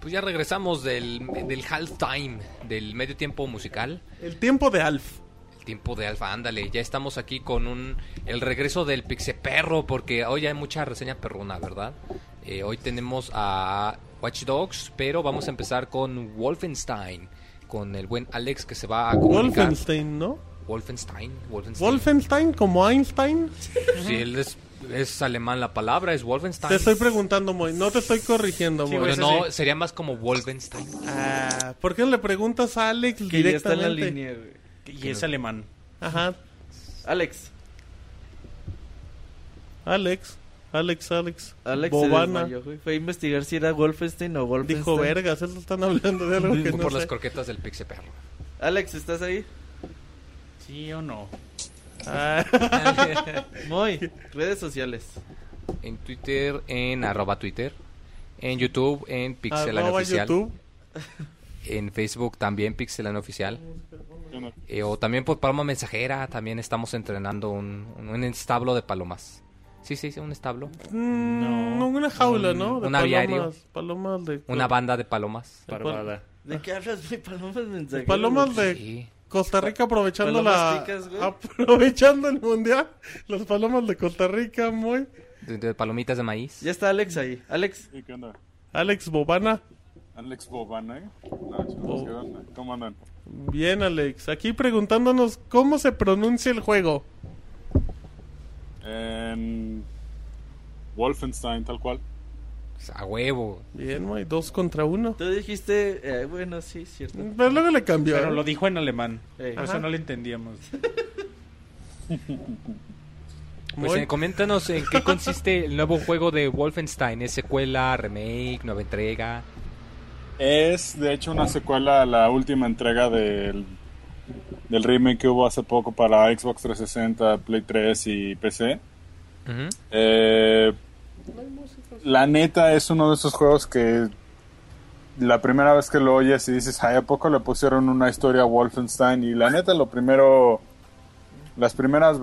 Pues ya regresamos del, del halftime, del medio tiempo musical. El tiempo de Alf. El tiempo de Alfa, ándale. Ya estamos aquí con un el regreso del Pixeperro, porque hoy hay mucha reseña perruna, ¿verdad? Eh, hoy tenemos a Watch Dogs, pero vamos a empezar con Wolfenstein, con el buen Alex que se va a comunicar. Wolfenstein, ¿no? Wolfenstein. Wolfenstein. Wolfenstein como Einstein. Sí, él es, es alemán la palabra, es Wolfenstein. Te estoy preguntando, Moy. No te estoy corrigiendo, Pero Moy. no, sería más como Wolfenstein. Ah, ¿Por qué no le preguntas a Alex Que ya está en la directamente? línea, güey. Y es alemán. Ajá. Alex. Alex. Alex, Alex. Alex se Bobana. desmayó, güey. Fue a investigar si era Wolfenstein o Wolfenstein. Dijo vergas, ellos están hablando de algo que Fue no por las sé. croquetas del Pixeperro. Alex, ¿estás ahí? ¿Sí o no? Ah, Muy. Redes sociales. En Twitter, en arroba Twitter. En YouTube, en Pixelan arroba Oficial. YouTube. En Facebook también Pixelan Oficial. Eh, o también por Paloma Mensajera, también estamos entrenando un, un establo de palomas. Sí, sí, sí, un establo. Mm, no, una jaula, ¿no? un aviario. Palomas, palomas de... Una banda de palomas. Parvada. ¿De qué hablas, güey? Palomas mensajeras. Palomas güey. de Sí. Costa Rica aprovechando Palomas la... ticas, güey. aprovechando el mundial. Las palomas de Costa Rica, muy... De, de palomitas de maíz. Ya está Alex ahí. Alex, ¿Y qué onda? Alex Bobana. Alex Bobana, ¿eh? No, chicos, Bo- ¿qué onda? ¿Cómo andan? Bien, Alex. Aquí preguntándonos cómo se pronuncia el juego. En Wolfenstein, tal cual. Pues, A huevo. Bien, muy dos contra uno. tú dijiste... eh, bueno, sí, cierto. Eh, Pero luego le cambió. Pero ¿eh? lo dijo en alemán. Ey. Por eso no le entendíamos. Pues Muy- eh, coméntanos en qué consiste el nuevo juego de Wolfenstein. ¿Es secuela, remake, nueva entrega? Es, de hecho, una secuela a la última entrega del, del remake que hubo hace poco para Xbox 360, Play 3 y PC. Ujú. Eh, la neta es uno de esos juegos que la primera vez que lo oyes y dices, ay, ¿a poco le pusieron una historia a Wolfenstein? Y la neta, lo primero, las primeras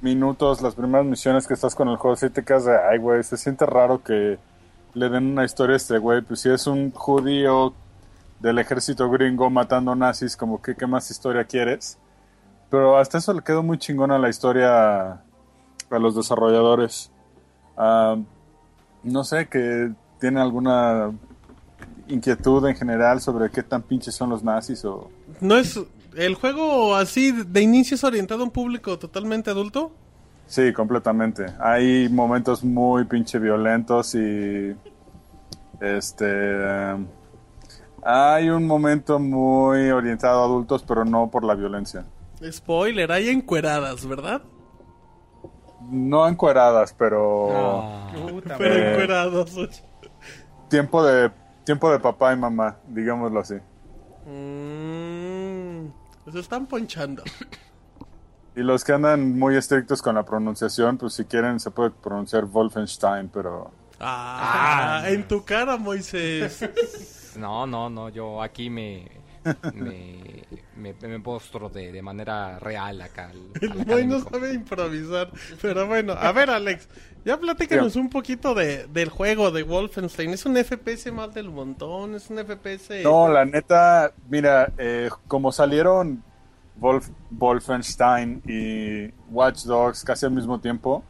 minutos, las primeras misiones que estás con el juego, sí te quedas de, ay, güey, se siente raro que le den una historia a este güey. Pues si es un judío del ejército gringo matando nazis, como que, ¿qué más historia quieres? Pero hasta eso le quedó muy chingona la historia a los desarrolladores. Ah, no sé, que tiene alguna inquietud en general sobre qué tan pinches son los nazis o... No es. El juego así de inicio es orientado a un público totalmente adulto. Sí, completamente. Hay momentos muy pinche violentos y... Este... um, hay un momento muy orientado a adultos, pero no por la violencia. Spoiler, hay encueradas, ¿verdad? No encueradas, pero... Puta Pero Eh. encueradas. güey. Tiempo de... Tiempo de papá y mamá, digámoslo así. Mm, se están ponchando. Y los que andan muy estrictos con la pronunciación, pues si quieren se puede pronunciar Wolfenstein, pero Ah, en tu cara, Moisés. No, no, no, yo aquí me, me, me, me postro de, de manera real acá. al- al El Moy no académico. sabe improvisar. Pero bueno, a ver, Alex. Ya platícanos un poquito de, del juego de Wolfenstein. Es un FPS más del montón. Es un FPS. no, la neta, mira, eh, como salieron Wolf- Wolfenstein y Watch Dogs casi al mismo tiempo,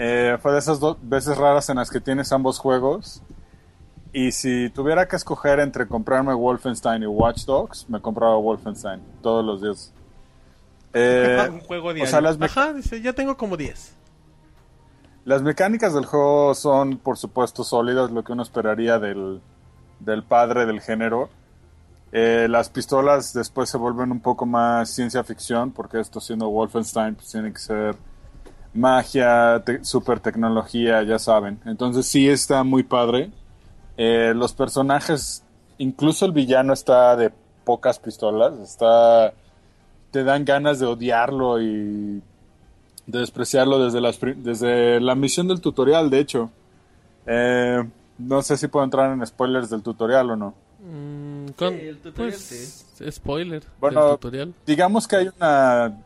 eh, fue de esas dos veces raras en las que tienes ambos juegos. Y si tuviera que escoger entre comprarme Wolfenstein y Watch Dogs, me compraba Wolfenstein todos los días. Eh, Un juego o sea, diario. las, me- Ajá, dice, ya tengo como 10. Las mecánicas del juego son, por supuesto, sólidas, lo que uno esperaría del, del padre del género. Eh, las pistolas después se vuelven un poco más ciencia ficción, porque esto siendo Wolfenstein, pues tiene que ser magia, te- super tecnología, ya saben. Entonces sí está muy padre. Eh, los personajes, incluso el villano está de pocas pistolas. Está. Te dan ganas de odiarlo y de despreciarlo desde, las pri- desde la misión del tutorial, de hecho. Eh, no sé si puedo entrar en spoilers del tutorial o no. Mm, con- Sí, el tutorial, pues, spoiler Bueno, del tutorial. digamos que hay una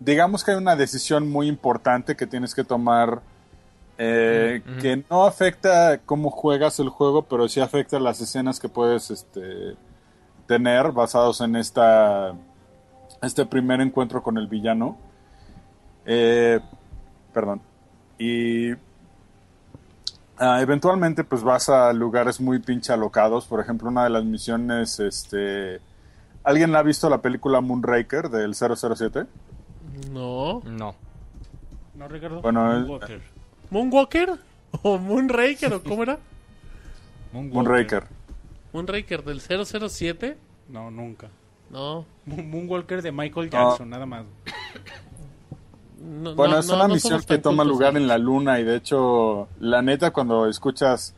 digamos que hay una decisión muy importante que tienes que tomar eh, Mm, ujú. que no afecta cómo juegas el juego pero sí afecta las escenas que puedes este, tener basados en esta este primer encuentro con el villano Eh, perdón y ah, eventualmente pues vas a lugares muy pinche alocados por ejemplo una de las misiones este ¿Alguien ha visto la película Moonraker del 007? No. No. No, Ricardo. Bueno, Moonwalker. ¿Moonwalker? ¿O Moonraker? ¿O cómo era? Moonraker. ¿Moonraker del 007? No, nunca. No. Moon- Moonwalker de Michael No. Jackson, nada más. No, Bueno, no, es no, una no misión somos que tan toma cultos, lugar ¿no? en la luna y de hecho, la neta, cuando escuchas,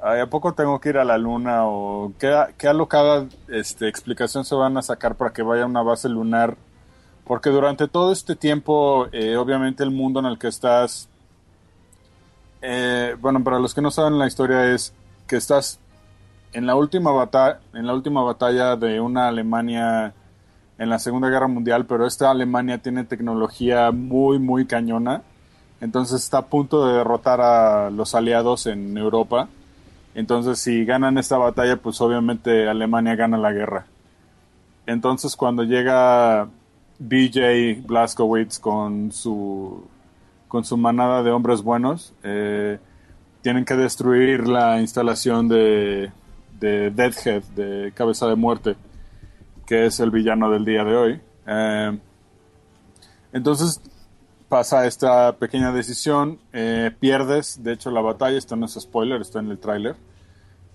"Ay, ¿a poco tengo que ir a la luna? O qué, qué alocada este, explicación se van a sacar para que vaya a una base lunar. Porque durante todo este tiempo, eh, obviamente el mundo en el que estás, eh, bueno, para los que no saben la historia es que estás en la última batalla, en la última batalla de una Alemania en la Segunda Guerra Mundial, pero esta Alemania tiene tecnología muy, muy cañona. Entonces está a punto de derrotar a los aliados en Europa. Entonces si ganan esta batalla, pues obviamente Alemania gana la guerra. Entonces cuando llega BJ Blazkowicz con su, con su manada de hombres buenos, eh, tienen que destruir la instalación de, de Deadhead, de Cabeza de Muerte que es el villano del día de hoy. Eh, entonces pasa esta pequeña decisión, eh, pierdes, de hecho la batalla, esto no es spoiler, está en el tráiler,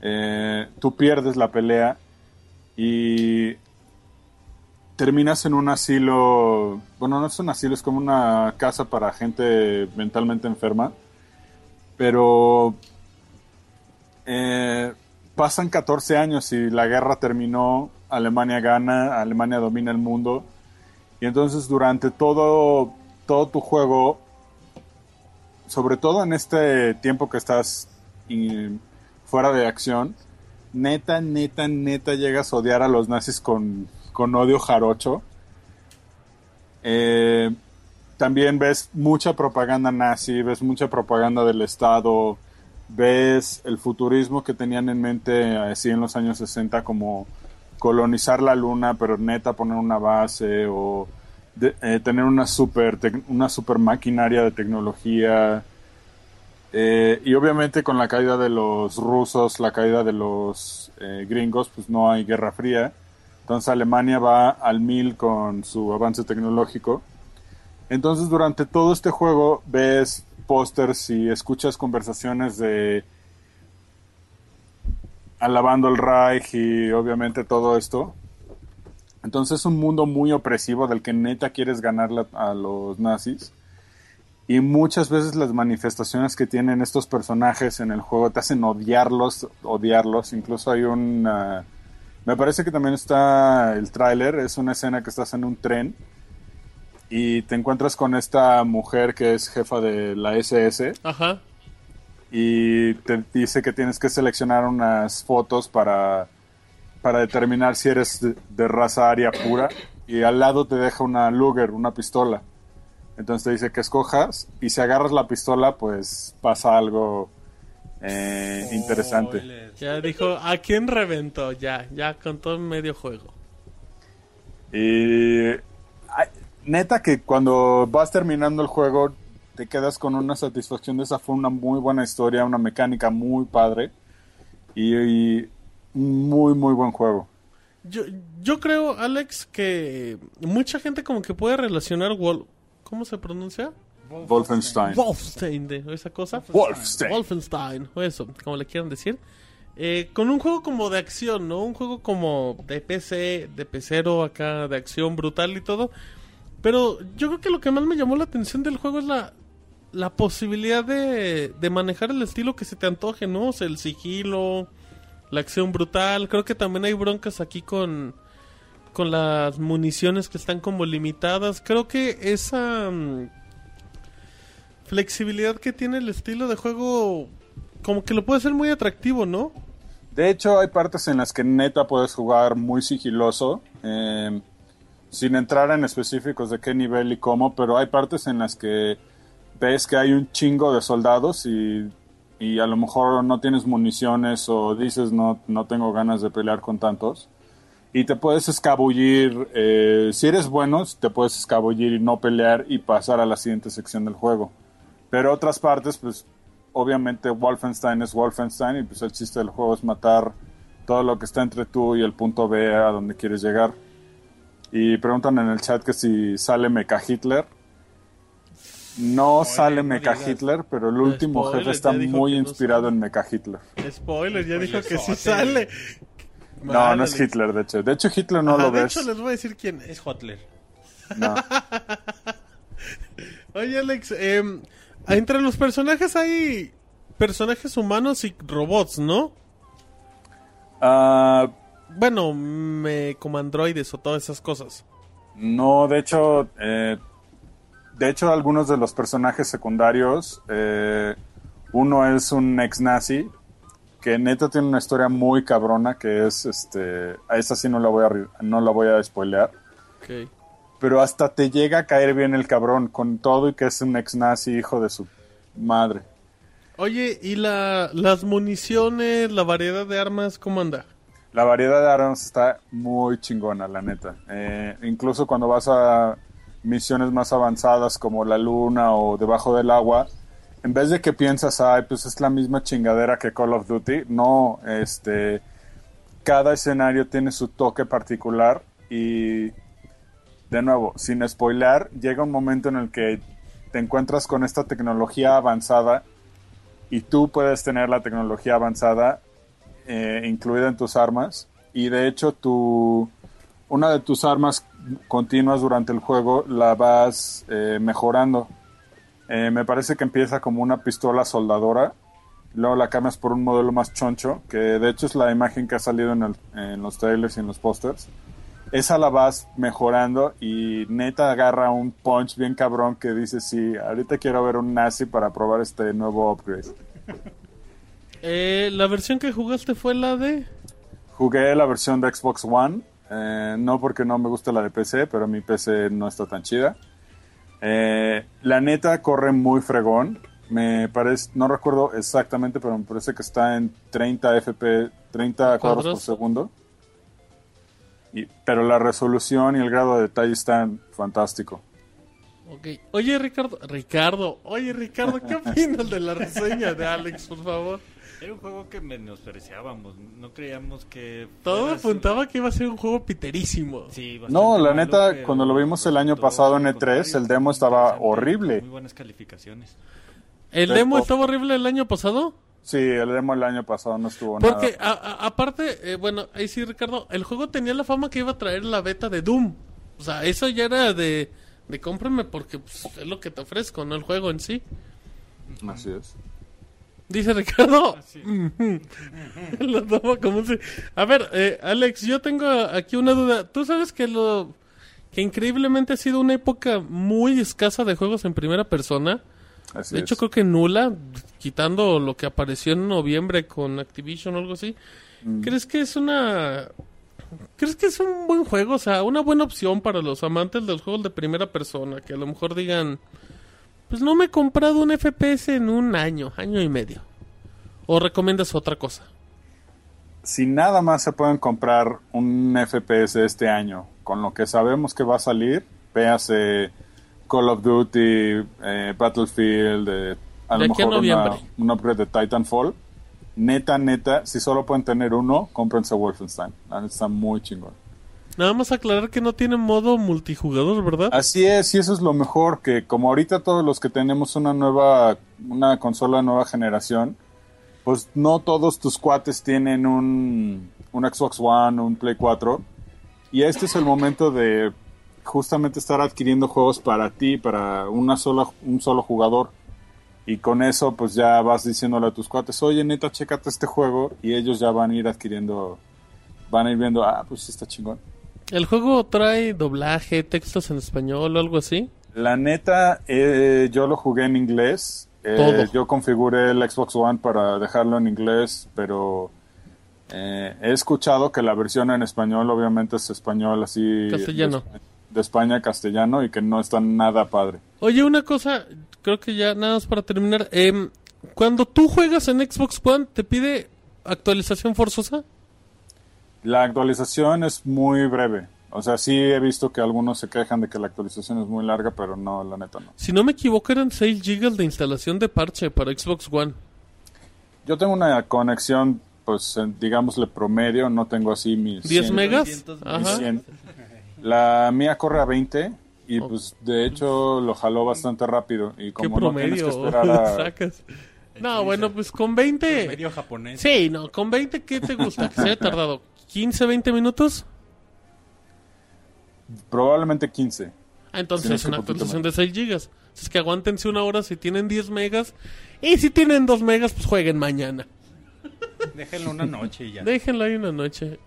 Eh, tú pierdes la pelea y terminas en un asilo, bueno, no es un asilo, es como una casa para gente mentalmente enferma, pero eh, pasan 14 años y la guerra terminó, Alemania gana, Alemania domina el mundo. Y entonces durante todo, todo tu juego, sobre todo en este tiempo que estás y, fuera de acción, neta, neta, neta llegas a odiar a los nazis con, con odio jarocho. Eh, también ves mucha propaganda nazi, ves mucha propaganda del Estado, ves el futurismo que tenían en mente así en los años 60 como colonizar la luna pero neta poner una base o de- eh, tener una super tec- una super maquinaria de tecnología Eh, y obviamente con la caída de los rusos la caída de los eh, gringos pues no hay guerra fría entonces Alemania va al mil con su avance tecnológico entonces, durante todo este juego ves pósters y escuchas conversaciones de alabando el Reich y obviamente todo esto. Entonces es un mundo muy opresivo del que neta quieres ganarle a a los nazis. Y muchas veces las manifestaciones que tienen estos personajes en el juego te hacen odiarlos, odiarlos. Incluso hay un... ah, Me parece que también está el tráiler, es una escena que estás en un tren y te encuentras con esta mujer que es jefa de la SS Ajá. y te dice que tienes que seleccionar unas fotos para, para determinar si eres de, de raza aria pura y al lado te deja una Luger, una pistola. Entonces te dice que escojas y si agarras la pistola pues pasa algo eh, Oh, interesante. Ya dijo, ¿a quién reventó? Ya, ya con todo medio juego. Y ay, neta que cuando vas terminando el juego te quedas con una satisfacción de esa fue una muy buena historia, una mecánica muy padre y, y muy muy buen juego. Yo, yo creo, Alex, que mucha gente como que puede relacionar Wol... ¿Cómo se pronuncia? Wolfenstein. Wolfenstein, de- o esa cosa. Wolfenstein. Wolfenstein, o eso, como le quieran decir. Eh, con un juego como de acción, ¿no? Un juego como de PC, de pecero acá, de acción brutal y todo. Pero yo creo que lo que más me llamó la atención del juego es la, la posibilidad de, de manejar el estilo que se te antoje, ¿no? O sea, el sigilo, la acción brutal. Creo que también hay broncas aquí con, con las municiones que están como limitadas. Creo que esa mm, flexibilidad que tiene el estilo de juego, como que lo puede hacer muy atractivo, ¿no? De hecho, hay partes en las que neta puedes jugar muy sigiloso, eh, sin entrar en específicos de qué nivel y cómo, pero hay partes en las que ves que hay un chingo de soldados y, y a lo mejor no tienes municiones o dices no, no tengo ganas de pelear con tantos. Y te puedes escabullir, eh, si eres bueno, te puedes escabullir y no pelear y pasar a la siguiente sección del juego. Pero otras partes, pues obviamente Wolfenstein es Wolfenstein y pues el chiste del juego es matar todo lo que está entre tú y el punto B a donde quieres llegar. Y preguntan en el chat que si sale Mecha Hitler. No sale no Mecha digas. Hitler, pero el último spoilers, jefe está ya dijo muy que no inspirado sale. en Mecha Hitler. Spoiler, ya dijo que sí Spoilersote. sale. No, no Ándale. es Hitler, de hecho. De hecho, Hitler no Ajá, lo de ves. hecho, les voy a decir quién es. Es Hotler. No. Oye, Alex, em, entre los personajes hay personajes humanos y robots, ¿no? Ah, Bueno, me, como androides o todas esas cosas. No, de hecho, eh, de hecho algunos de los personajes secundarios, eh, uno es un ex nazi que neta tiene una historia muy cabrona que es, este, a esa sí no la voy a ri- no la voy a spoilear, pero hasta te llega a caer bien el cabrón con todo y que es un ex nazi hijo de su madre. Oye, ¿y la, las municiones, la variedad de armas, cómo anda? La variedad de armas está muy chingona, la neta. Eh, incluso cuando vas a misiones más avanzadas como la luna o debajo del agua, en vez de que piensas, ay, pues es la misma chingadera que Call of Duty, no, este, cada escenario tiene su toque particular y, de nuevo, sin spoiler, llega un momento en el que te encuentras con esta tecnología avanzada y tú puedes tener la tecnología avanzada eh, incluida en tus armas y de hecho tu una de tus armas continuas durante el juego la vas eh, mejorando Eh, me parece que empieza como una pistola soldadora luego la cambias por un modelo más choncho que de hecho es la imagen que ha salido en, el- en los trailers y en los pósters esa la vas mejorando y neta agarra un punch bien cabrón que dice sí ahorita quiero ver un nazi para probar este nuevo upgrade Eh, la versión que jugaste fue la de... Jugué la versión de Xbox One. eh, no porque no me gusta la de PC, pero mi PC no está tan chida. Eh, la neta corre muy fregón. Me parece, no recuerdo exactamente, pero me parece que está en 30 FP, 30 cuadros por Cuadros. segundo. Y- pero la resolución y el grado de detalle están fantástico. Ok. Oye, Ricardo, Ricardo, oye, Ricardo, ¿qué opinas de la reseña de Alex, por favor? Era un juego que menospreciábamos, no creíamos que... Todo fuera- apuntaba que iba a ser un juego piterísimo. Sí, bastante No, la malo, neta, pero cuando lo vimos el año resultó, pasado en al E3, contrario, el demo estaba interesante, horrible. Muy buenas calificaciones. ¿El Sí, demo po- estaba horrible el año pasado? Sí, el demo el año pasado no estuvo Porque nada. a- a- aparte, eh, bueno, ahí sí, Ricardo, el juego tenía la fama que iba a traer la beta de Doom. O sea, eso ya era de, de cómprame porque pues, es lo que te ofrezco, no el juego en sí. Así es. Dice Ricardo. Ujú. lo tomo como un sí. A ver, eh, Alex, yo tengo aquí una duda. Tú sabes que lo que increíblemente ha sido una época muy escasa de juegos en primera persona. Así De hecho, es. creo que nula, quitando lo que apareció en noviembre con Activision o algo así. Mm. ¿Crees que es una. ¿Crees que es un buen juego? O sea, una buena opción para los amantes del juego de primera persona. Que a lo mejor digan. Pues no me he comprado un FPS en un año, año y medio. ¿O recomiendas otra cosa? si nada más se pueden comprar un FPS este año, con lo que sabemos que va a salir, véase Call of Duty, eh, Battlefield, eh, a De lo aquí a mejor una- noviembre. un upgrade de Titanfall. Neta, neta, si solo pueden tener uno, cómprense Wolfenstein. La neta está muy chingón. Nada más aclarar que no tiene modo multijugador, ¿verdad? Así es, y eso es lo mejor, que como ahorita todos los que tenemos una nueva, una consola de nueva generación, pues no todos tus cuates tienen un, un Xbox One, un Play 4, y este es el momento de justamente estar adquiriendo juegos para ti, para una sola, un solo jugador. Y con eso, pues ya vas diciéndole a tus cuates, oye, neta, chécate este juego. Y ellos ya van a ir adquiriendo, van a ir viendo, ah, pues sí está chingón. ¿El juego trae doblaje, textos en español o algo así? La neta, eh, yo lo jugué en inglés. Eh, Todo. Yo configuré el Xbox One para dejarlo en inglés, pero eh, he escuchado que la versión en español obviamente es español así... Castellano. De, Espa- de España, castellano, y que no está nada padre. Oye, una cosa, creo que ya nada más para terminar. em, cuando tú juegas en Xbox One, ¿te pide actualización forzosa? La actualización es muy breve. O sea, sí he visto que algunos se quejan de que la actualización es muy larga, pero no, la neta no. Si no me equivoco, eran 6 GB de instalación de parche para Xbox One. Yo tengo una conexión, pues en- digámosle promedio, no tengo así mis... 10 100, megas. 900 mis Ajá. 100. La mía corre a 20 y Oh. pues de hecho lo jaló bastante rápido y ¿Qué como no tienes promedio que esperar a... sacas? No, bueno, pues con 20. Medio japonés. Sí, no, con 20, ¿qué te gusta? Que se haya tardado 15, 20 minutos. Probablemente 15. Ah, entonces Tienes es una que poquito actualización de más. 6 gigas. Es que aguántense una hora si tienen 10 megas. Y si tienen 2 megas, pues jueguen mañana. Déjenlo una noche y ya. Déjenlo ahí una noche.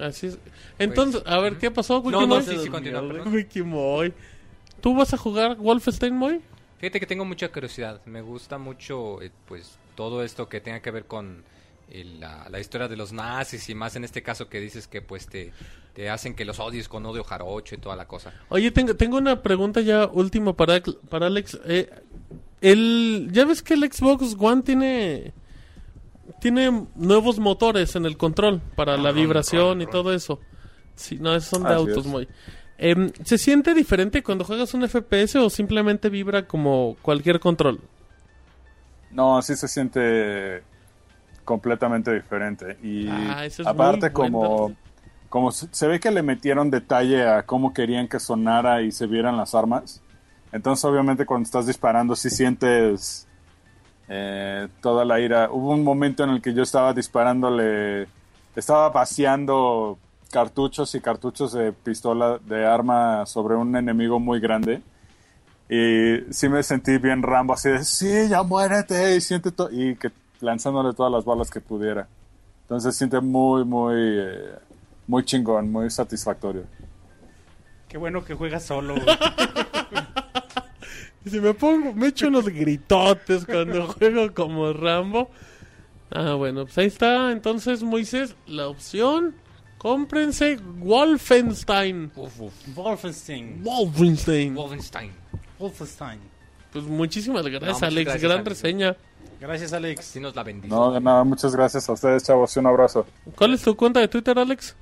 Así es. Entonces, a ver, ¿qué pasó, Pues, No, no, Wikimoy? sí, sí, continúa, Wikimoy. perdón. Wikimoy. ¿Tú vas a jugar Wolfenstein, Moy? Fíjate que tengo mucha curiosidad. Me gusta mucho, eh, pues, todo esto que tenga que ver con eh, la, la historia de los nazis y más en este caso que dices que, pues, te, te hacen que los odies con odio jarocho y toda la cosa. Oye, tengo, tengo una pregunta ya última para, para Alex. Eh, el, ya ves que el Xbox One tiene, tiene nuevos motores en el control para la vibración y todo eso. Sí, no, esos son de Así autos, es. muy. Em, ¿Se siente diferente cuando juegas un FPS o simplemente vibra como cualquier control? No, así se siente completamente diferente. Y Ah, eso es muy aparte buen como, dato. como se se ve que le metieron detalle a cómo querían que sonara y se vieran las armas. Entonces obviamente cuando estás disparando sí sientes eh, toda la ira. Hubo un momento en el que yo estaba disparándole, estaba vaciando cartuchos y cartuchos de pistola de arma sobre un enemigo muy grande. Y sí me sentí bien Rambo, así de, sí, ya muérete, y siente to-", y que lanzándole todas las balas que pudiera. Entonces siente muy, muy, eh, muy chingón, muy satisfactorio. Qué bueno que juegas solo. güey. Si me pongo, me echo unos gritotes cuando juego como Rambo. Ah, bueno, pues ahí está. Entonces, Moisés, la opción. Cómprense Wolfenstein. Uf, uf. Wolfenstein. Wolfenstein. Wolfenstein. Wolfenstein. Pues muchísimas No, gracias, muchas Alex. gracias, Gran Alex. reseña. Gracias, Alex. Sí nos la bendice. No, de nada, muchas gracias a ustedes, chavos, y un abrazo. ¿Cuál es tu cuenta de Twitter, Alex?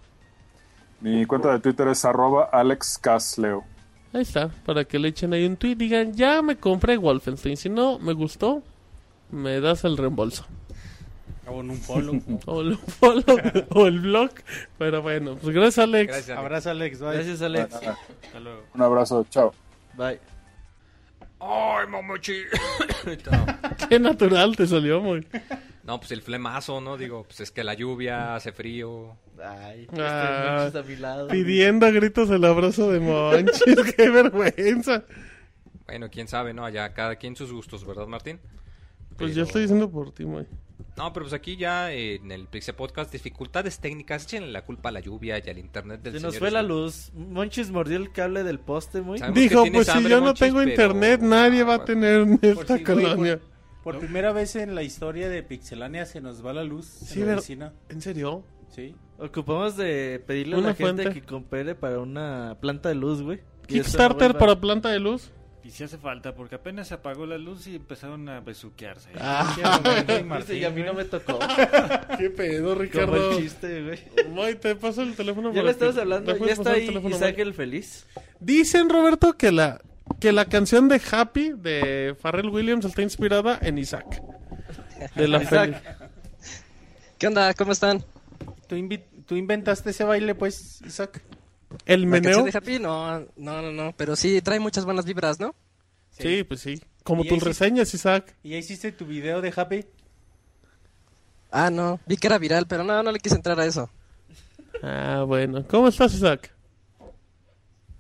Mi cuenta de Twitter es arroba alexcasleo. Ahí está, para que le echen ahí un tweet. Digan, ya me compré Wolfenstein. Si no me gustó, me das el reembolso. O en un follow. O el follow o el blog. Pero bueno, pues gracias, Alex. Gracias. Alex. Abrazo, Alex. Bye. Gracias, Alex. Hasta luego. Un abrazo, chao. Bye. Ay, mamuchi. Qué natural te salió, muy. no, pues el flemazo, ¿no? Digo, pues es que la Mm. lluvia hace frío. Ay, Ah, estas noches a mi lado. Pidiendo a gritos el abrazo de Monchis, qué vergüenza. Bueno, quién sabe, ¿no? Allá cada quien sus gustos, ¿verdad, Martín? Pues yo Pero- estoy diciendo por ti, Moy. No, pero pues aquí ya eh, en el Pixel Podcast, dificultades técnicas, echenle la culpa a la lluvia y al internet del Se nos señor fue la Slim. luz. Monchis mordió el cable del poste, muy. Sabemos Dijo, que tienes pues si hambre, yo no Monchis, tengo pero- internet, nadie va a Ah, tener en Por esta si- güey, colonia. por- Por primera vez en la historia de Pixelania se nos va la luz Sí, en la ver- vecina. ¿En serio? Sí. Ocupamos de pedirle a Una la gente fuente. que coopere para una planta de luz, güey. Y eso no Kickstarter vuelva- para planta de luz. Y si hace falta, porque apenas se apagó la luz y empezaron a besuquearse. Ah, Ah, Martín, Dice, Y a mí no me tocó. Qué pedo, Como Ricardo. el chiste, güey. Moy, te paso el teléfono. Ya para le que- estamos ¿me hablando. pues, Ya puedes está pasar el ahí teléfono, Isaac Moy? el feliz. Dicen, Roberto, que la, que la canción de Happy de Pharrell Williams está inspirada en Isaac. De la Isaac. fel- ¿Qué onda? ¿Cómo están? ¿Tú, invi- tú inventaste ese baile, pues, Isaac. El ¿La meneo. canción de Happy? No, no, no, no. Pero sí, trae muchas buenas vibras, ¿no? Sí, pues sí. Como Y tus ahí sí- reseñas, Isaac. ¿Y ya hiciste tu video de Happy? Ah, no. Vi que era viral, pero no, no le quise entrar a eso. Ah, bueno. ¿Cómo estás, Isaac?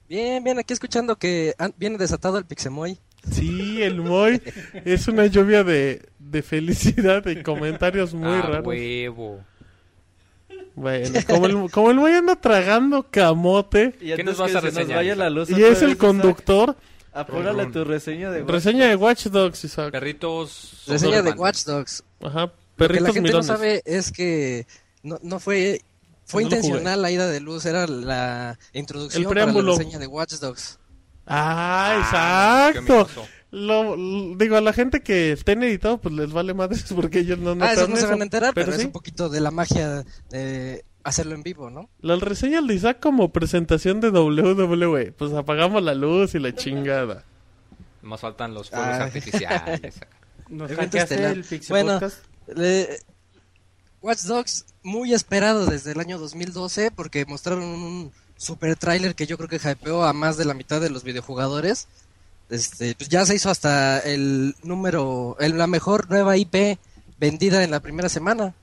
Bien, bien. Aquí escuchando que han- viene desatado el Pixemoy. Sí, el Moy es una lluvia de, de felicidad y comentarios muy Ah, raros. huevo. Bueno, como el, como el Moy anda tragando camote Y ¿Qué antes nos vas que a se nos reseñar, vaya Isaac? la luz y otra es vez, el Isaac, conductor. Apórale tu reseña de Reseña de Watch Dogs, Isaac. Perritos. Reseña de Doberman. Watch Dogs. Ajá, Lo que perritos la gente mirones. no sabe es que no, no fue fue No lo jugué. intencional la ida de luz, era la introducción El para la preámbulo. reseña de Watch Dogs. Ah, qué exacto. mimoso. Lo, l- digo, a la gente que estén editado, pues les vale madres porque ellos no ah, notaron esos no se eso. van a enterar, pero, es sí, un poquito de la magia de hacerlo en vivo, ¿no? la reseña de Isaac como presentación de WWE. Pues apagamos la luz y la chingada. Más faltan los fuegos Ah. artificiales. Nos Evento hackeaste estelar. el Pixel Bueno. Podcast. Le- Watch Dogs, muy esperado desde el año 2012 porque mostraron un super tráiler que yo creo que hypeó a más de la mitad de los videojugadores. Este, pues ya se hizo hasta el número, el- la mejor nueva IP vendida en la primera semana.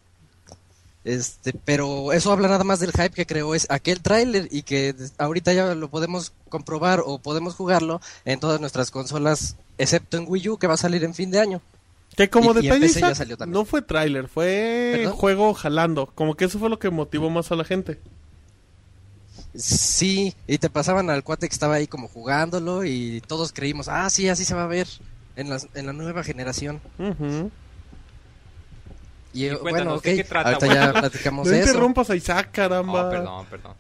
Este, pero eso habla nada más del hype que creó es aquel tráiler y que des- ahorita ya lo podemos comprobar o podemos jugarlo en todas nuestras consolas, excepto en Wii U que va a salir en fin de año. Que como Y- y en detalle, PC ya Isaac, salió también. no fue tráiler, fue ¿Perdón? juego jalando. Como que eso fue lo que motivó más a la gente. Sí, y te pasaban al cuate que estaba ahí como jugándolo y todos creímos, ah, sí, así se va a ver en la, en la nueva generación. Ujú. Y, eh, bueno, cuéntanos, ok, ¿de qué trata, ahorita güey? ya platicamos No de eso. interrumpas a Isaac, caramba. Oh, perdón, perdón.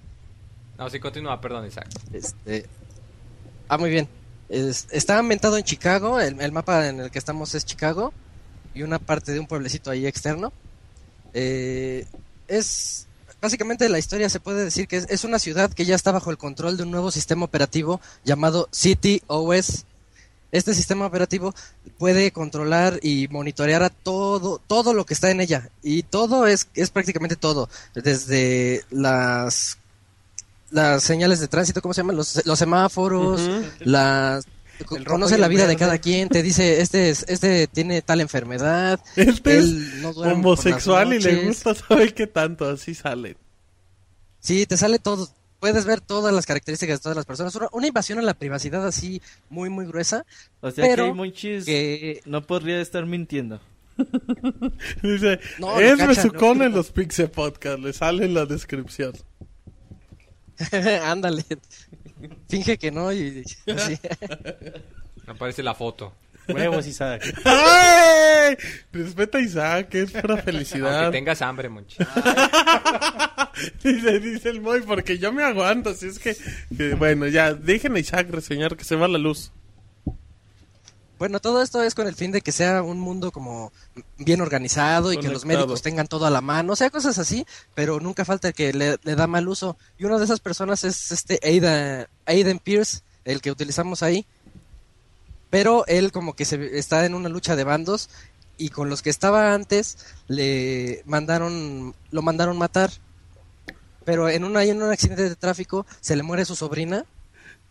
No, sí, continúa, perdón, Isaac. Este, ah, muy bien. Es- está ambientado en Chicago, el, el mapa en el que estamos es Chicago y una parte de un pueblecito ahí externo. Eh, es básicamente la historia se puede decir que es, es una ciudad que ya está bajo el control de un nuevo sistema operativo llamado City OS. Este sistema operativo puede controlar y monitorear a todo todo lo que está en ella y todo es es prácticamente todo, desde las las señales de tránsito, ¿cómo se llaman? Los, los semáforos, Ujú. las rojo y conoce el la vida de verde. cada quien, te dice este es, este tiene tal enfermedad, Este es él no duerme por las homosexual y le noches. gusta saber qué tanto. Así sale. Sí, te sale todo. Puedes ver todas las características de todas las personas. Una, una invasión a la privacidad así muy muy gruesa O sea Pero que hay monchis que no podría estar mintiendo. Dice, No, lo es cachan, besucón ¿no? en los Pixel Podcast, le sale en la descripción. ándale. Finge que no y así. Me aparece la foto. Huevos, Isaac. ¡Ay! Respeta a Isaac, es pura felicidad. Aunque tengas hambre, Monchi. Dice, dice el Moy, porque yo me aguanto, si es que, que, bueno, ya, dejen a Isaac reseñar que se va la luz. Bueno, todo esto es con el fin de que sea un mundo como bien organizado y que los Conectado. médicos tengan todo a la mano, o sea, cosas así, pero nunca falta el que le, le da mal uso. Y una de esas personas es este Aida- Aiden Pierce, el que utilizamos ahí. Pero él como que se está en una lucha de bandos y con los que estaba antes le mandaron lo mandaron matar. Pero en una en un accidente de tráfico se le muere su sobrina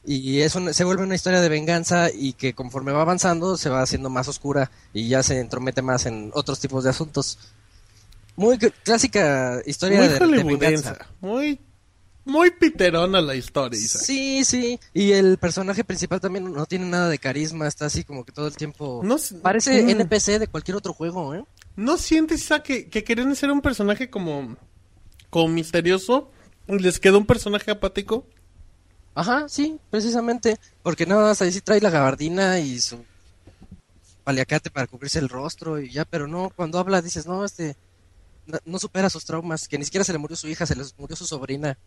y es un- se vuelve una historia de venganza y que conforme va avanzando se va haciendo más oscura y ya se entromete más en otros tipos de asuntos. Muy cl- clásica historia Muy de- de, venganza. hollywoodensa, muy, muy piterona la historia, Isaac. Sí, sí. Y el personaje principal también no tiene nada de carisma, está así como que todo el tiempo... No, s- Parece mm, NPC de cualquier otro juego, ¿eh? ¿No sientes, Isaac, que, que querían hacer un personaje como, como misterioso y les quedó un personaje apático? Ajá, sí, precisamente. Porque nada más ahí sí trae la gabardina y su paliacate para cubrirse el rostro y ya, pero no, cuando habla dices, no, este... No, no supera sus traumas, que ni siquiera se le murió su hija, se le murió su sobrina.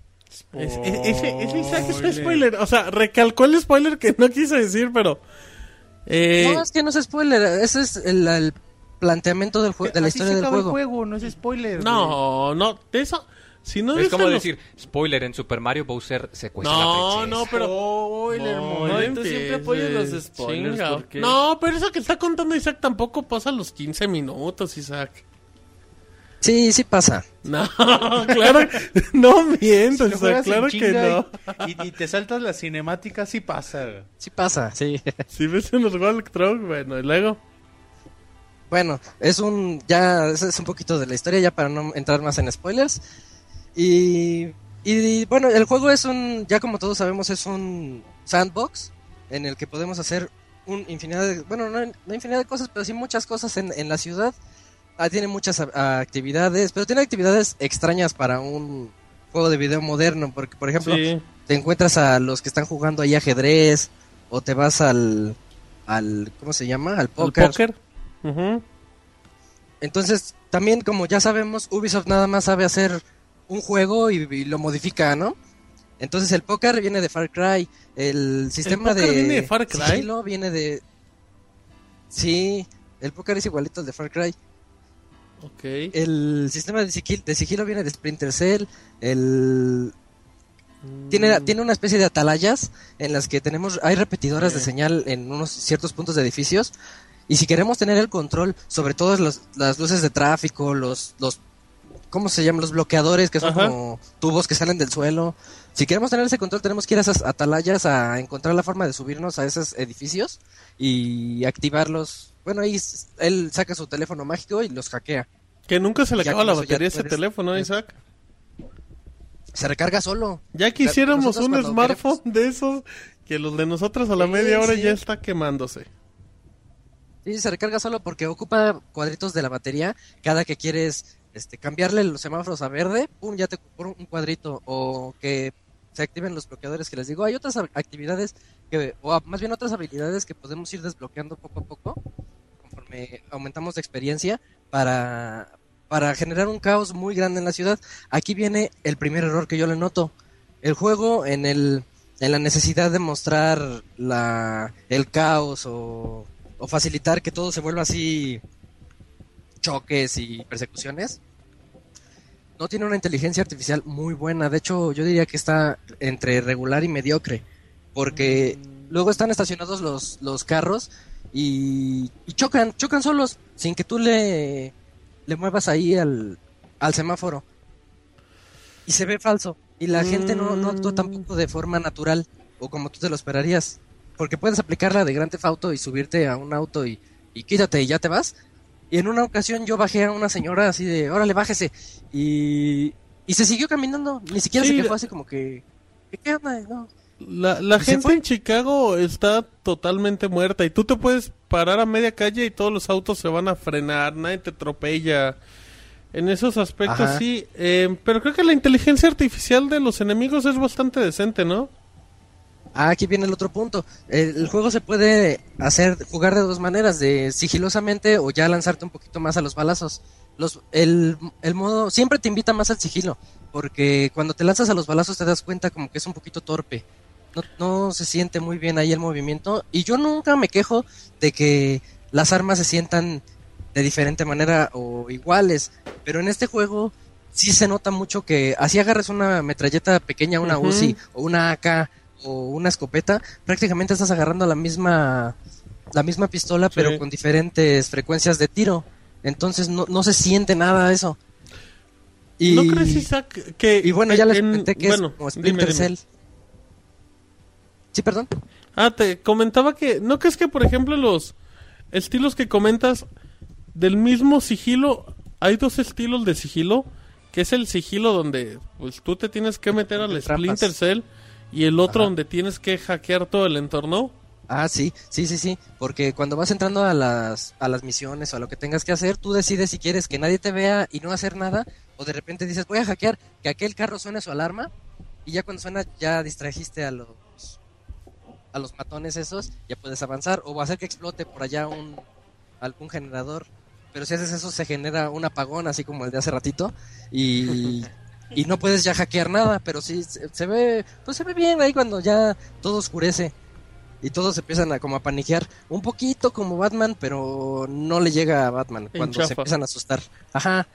Es- es- Ese, ese Isaac es un spoiler, o sea, recalcó el spoiler que no quise decir, pero... Eh, No, es que no es spoiler, ese es el, el planteamiento del jue- de la Así historia se del acaba el juego. juego, no es spoiler. güey. No, no, de eso. Si no es como déjanos- decir, spoiler, en Super Mario Bowser Pues secuestra a la No, princesa. no, pero. Spoiler, No, mon. Moy, no tú siempre empieces, apoyas los spoilers, chinga. ¿por qué? No, pero eso que está contando Isaac tampoco pasa los 15 minutos, Isaac. Sí, sí pasa. No, claro. No Si mientas, lo Isaac, juegas claro en que chinga no. y- Y, y te saltas la cinemática, sí pasa. güey. Sí pasa, sí. Si ves en los Walk Truck, bueno, y luego. Bueno, es un ya es, es un poquito de la historia ya para no entrar más en spoilers. Y, y, bueno, el juego es un ya como todos sabemos es un sandbox en el que podemos hacer un infinidad de, bueno, no, no infinidad de cosas, pero sí muchas cosas en, en la ciudad. Ah, tiene muchas a- actividades, pero tiene actividades extrañas para un juego de video moderno, porque por ejemplo, Sí. te encuentras a los que están jugando ahí ajedrez o te vas al al ¿cómo se llama? al ¿El póker. póker? Ujú. Entonces, también como ya sabemos, Ubisoft nada más sabe hacer un juego y, y lo modifica, ¿no? Entonces el póker viene de Far Cry, el sistema póker de viene de Far Cry? sigilo viene de Sí, el póker es igualito al de Far Cry. Ok. Eh, El sistema de sigil- de sigilo, viene de Splinter Cell, el tiene, tiene una especie de atalayas en las que tenemos, hay repetidoras de señal en unos ciertos puntos de edificios. Y si queremos tener el control sobre todas las- las luces de tráfico, los, los, ¿cómo se llaman? Los bloqueadores que son Ajá. como tubos que salen del suelo. Si queremos tener ese control, tenemos que ir a esas atalayas a encontrar la forma de subirnos a esos edificios y activarlos. Bueno, ahí s- él saca su teléfono mágico y los hackea. Que nunca se le Ya acaba con la eso ya batería a tú ese eres- teléfono, ¿eh, eres- Isaac. Se recarga solo. Ya quisiéramos nosotros un cuando smartphone de esos que los de nosotros a la Sí, media hora sí. ya está quemándose. Sí, se recarga solo porque ocupa cuadritos de la batería. Cada que quieres este, cambiarle los semáforos a verde, pum, ya te ocupó un cuadrito. O que se activen los bloqueadores que les digo. Hay otras hab- actividades, que, o a- más bien otras habilidades que podemos ir desbloqueando poco a poco, conforme aumentamos de experiencia, para, para generar un caos muy grande en la ciudad. Aquí viene el primer error que yo le noto. El juego en el en la necesidad de mostrar la, el caos o o facilitar que todo se vuelva así choques y persecuciones. No tiene una inteligencia artificial muy buena, de hecho yo diría que está entre regular y mediocre, porque luego están estacionados los, los carros y, y chocan, chocan solos, sin que tú le, le muevas ahí al, al semáforo. Y se ve falso, y la gente no, no actúa tampoco de forma natural o como tú te lo esperarías porque puedes aplicarla de Grand Theft Auto y subirte a un auto y, y quítate y ya te vas. Y en una ocasión yo bajé a una señora así de, órale, bájese. Y, y se siguió caminando, ni siquiera Sí, se la- quejó así como que, ¿qué, qué onda? No. La, la ¿Y se gente fue? en Chicago está totalmente muerta y tú te puedes parar a media calle y todos los autos se van a frenar, nadie te atropella. En esos aspectos Ajá. sí, eh, pero creo que la inteligencia artificial de los enemigos es bastante decente, ¿no? Ah, aquí viene el otro punto. El, el juego se puede hacer, jugar de dos maneras, de sigilosamente o ya lanzarte un poquito más a los balazos. Los, el, el modo siempre te invita más al sigilo, porque cuando te lanzas a los balazos te das cuenta como que es un poquito torpe. No, no se siente muy bien ahí el movimiento. Y yo nunca me quejo de que las armas se sientan de diferente manera o iguales. Pero en este juego sí se nota mucho que así agarres una metralleta pequeña, una Ujú. UCI o una AK o una escopeta, prácticamente estás agarrando la misma la misma pistola, pero con diferentes frecuencias de tiro. Entonces no, no se siente nada eso. Y, ¿No crees, Isaac, que... y bueno, ya que les en- comenté que bueno, es como dime, Splinter dime. Cell. Sí, perdón. Ah, te comentaba que... ¿No crees que, por ejemplo, los estilos que comentas del mismo sigilo, hay dos estilos de sigilo, que es el sigilo donde pues tú te tienes que meter al Donde trampas. Splinter Cell y el otro Ajá. donde tienes que hackear todo el entorno? Ah, sí, sí, sí, sí, porque cuando vas entrando a las, a las misiones o a lo que tengas que hacer, tú decides si quieres que nadie te vea y no hacer nada, o de repente dices, voy a hackear, que aquel carro suene su alarma, y ya cuando suena ya distrajiste a los, a los matones esos, ya puedes avanzar, o hacer que explote por allá un, algún generador, pero si haces eso se genera un apagón, así como el de hace ratito, y... Y no puedes ya hackear nada, pero sí se, se ve, pues se ve bien ahí cuando ya todo oscurece y todos empiezan a como a paniquear un poquito como Batman pero no le llega a Batman En cuando se chafa. empiezan a asustar ajá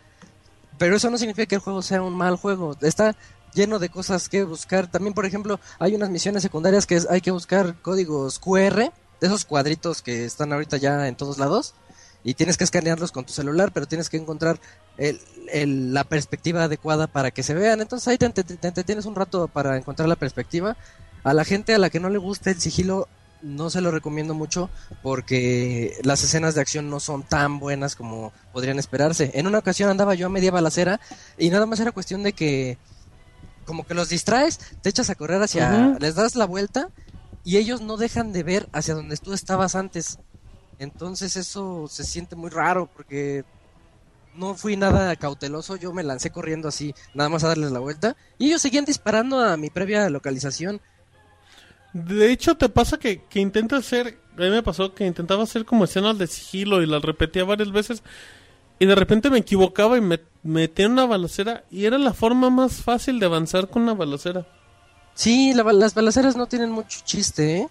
pero eso no significa que el juego sea un mal juego está lleno de cosas que buscar también por ejemplo hay unas misiones secundarias que es- hay que buscar códigos QR de esos cuadritos que están ahorita ya en todos lados y tienes que escanearlos con tu celular pero tienes que encontrar el- el- la perspectiva adecuada para que se vean entonces ahí te, te- te- te tienes un rato para encontrar la perspectiva a la gente a la que no le gusta el sigilo no se lo recomiendo mucho porque las escenas de acción no son tan buenas como podrían esperarse. En una ocasión andaba yo a media balacera y nada más era cuestión de que como que los distraes, te echas a correr hacia, Ujú. les das la vuelta y ellos no dejan de ver hacia donde tú estabas antes. Entonces eso se siente muy raro porque no fui nada cauteloso, yo me lancé corriendo así, nada más a darles la vuelta y ellos seguían disparando a mi previa localización. De hecho, te pasa que, que intentas hacer. A mí me pasó que intentaba hacer como escenas de sigilo y las repetía varias veces. Y de repente me equivocaba y me metía en una balacera. Y era la forma más fácil de avanzar con una balacera. Sí, la ba- las balaceras no tienen mucho chiste, ¿eh?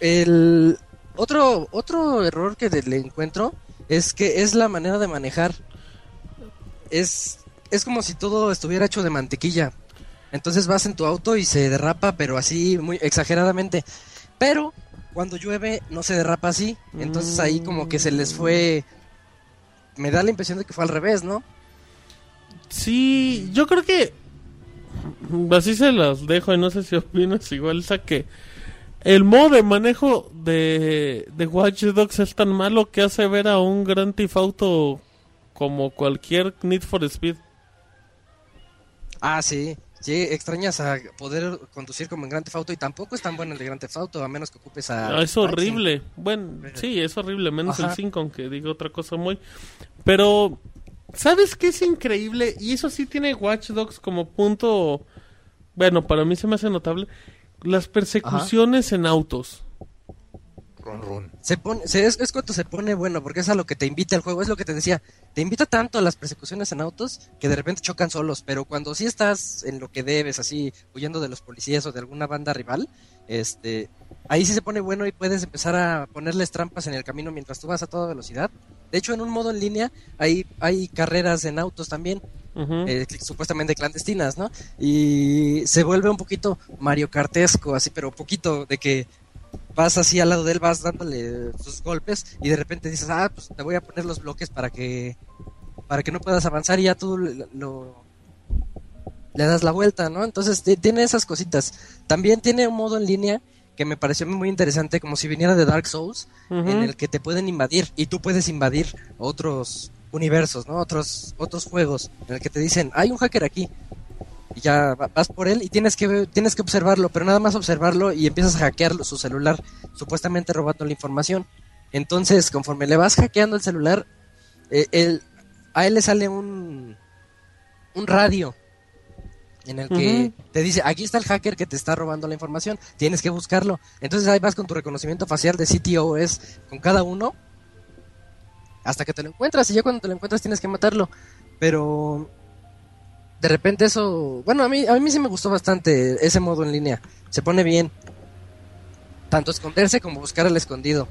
El otro, otro error que de- le encuentro es que es la manera de manejar. Es, es como si todo estuviera hecho de mantequilla. Entonces vas en tu auto y se derrapa, pero así, muy exageradamente. Pero cuando llueve no se derrapa así. Entonces ahí como que se les fue... Me da la impresión de que fue al revés, ¿no? Sí, yo creo que. mm, Así se las dejo y no sé si opinas igual, Isaac, que el modo de manejo de, de Watch Dogs es tan malo que hace ver a un gran tifauto como cualquier Need for Speed. Ah, sí. Sí, extrañas a poder conducir como en Grand Theft Auto y tampoco es tan bueno el de Grand Theft Auto a menos que ocupes a... Ah, es horrible. Bueno, sí, es horrible, menos Ajá. el 5, aunque digo otra cosa muy. Pero, ¿sabes qué es increíble? Y eso sí tiene Watch Dogs como punto. Bueno, para mí se me hace notable. Las persecuciones en autos. Run, run. Se pone, se- es, es cuando se pone bueno, porque es a lo que te invita el juego, es lo que te decía. Te invita tanto a las persecuciones en autos que de repente chocan solos, pero cuando sí estás en lo que debes, así, huyendo de los policías o de alguna banda rival, este, ahí sí se pone bueno y puedes empezar a ponerles trampas en el camino mientras tú vas a toda velocidad. De hecho, en un modo en línea hay, hay carreras en autos también, Ujú. eh, que supuestamente clandestinas, ¿no? Y se vuelve un poquito Mario Cartesco, así, pero poquito, de que vas así al lado de él, vas dándole sus golpes y de repente dices, ah, pues te voy a poner los bloques para que, para que no puedas avanzar y ya tú le- lo... Le das la vuelta, ¿no? Entonces ti- tiene esas cositas. También tiene un modo en línea que me pareció muy interesante, como si viniera de Dark Souls, Ujú. en el que te pueden invadir y tú puedes invadir otros universos, ¿no? Otros otros juegos en el que te dicen, "Hay un hacker aquí." Y ya va- vas por él y tienes que ver- tienes que observarlo, pero nada más observarlo y empiezas a hackear su celular, supuestamente robando la información. Entonces, conforme le vas hackeando el celular, eh, él- a él le sale un un radio en el que te dice, aquí está el hacker que te está robando la información, tienes que buscarlo. Entonces ahí vas con tu reconocimiento facial de CTOS con cada uno hasta que te lo encuentras y ya cuando te lo encuentras tienes que matarlo. Pero de repente eso, bueno, a mí a mí sí me gustó bastante ese modo en línea. Se pone bien tanto esconderse como buscar al escondido.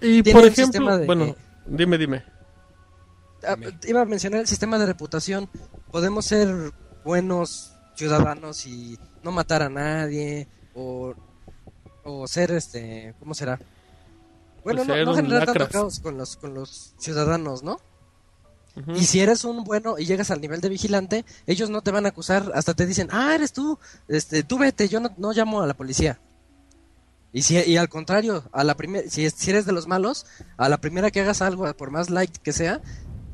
Y tiene por un ejemplo, sistema de bueno, que- dime, dime. Ah, iba a mencionar el sistema de reputación. Podemos ser buenos ciudadanos y no matar a nadie o, o ser este, ¿cómo será? Bueno, Pues no, ser no un generar tanto lacras. caos con los con los ciudadanos, ¿no? Ujú. Y si eres un bueno y llegas al nivel de vigilante, ellos no te van a acusar, hasta te dicen, ah, eres tú, este, tú vete, yo no, no llamo a la policía. Y si y al contrario, a la primera, si, es- si eres de los malos, a la primera que hagas algo, por más light que sea,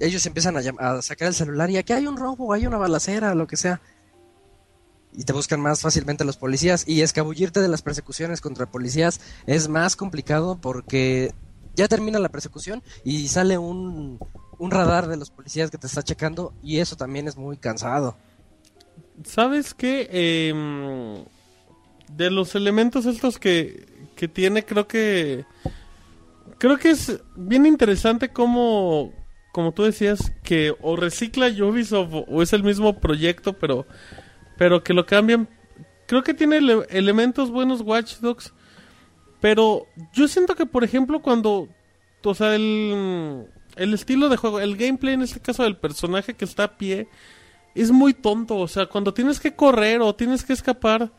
ellos empiezan a, llam- a sacar el celular y aquí hay un robo, hay una balacera, lo que sea. Y te buscan más fácilmente los policías. Y escabullirte de las persecuciones contra policías es más complicado porque ya termina la persecución y sale un, un radar de los policías que te está checando y eso también es muy cansado. ¿Sabes qué? Em, de los elementos estos que, que tiene, creo que. Creo que es bien interesante como. Como tú decías, que o recicla Ubisoft o- o es el mismo proyecto, pero. Pero que lo cambian. Creo que tiene ele- elementos buenos Watch Dogs. Pero yo siento que, por ejemplo, cuando. O sea, el. El estilo de juego, el gameplay en este caso del personaje que está a pie es muy tonto. O sea, cuando tienes que correr o tienes que escapar,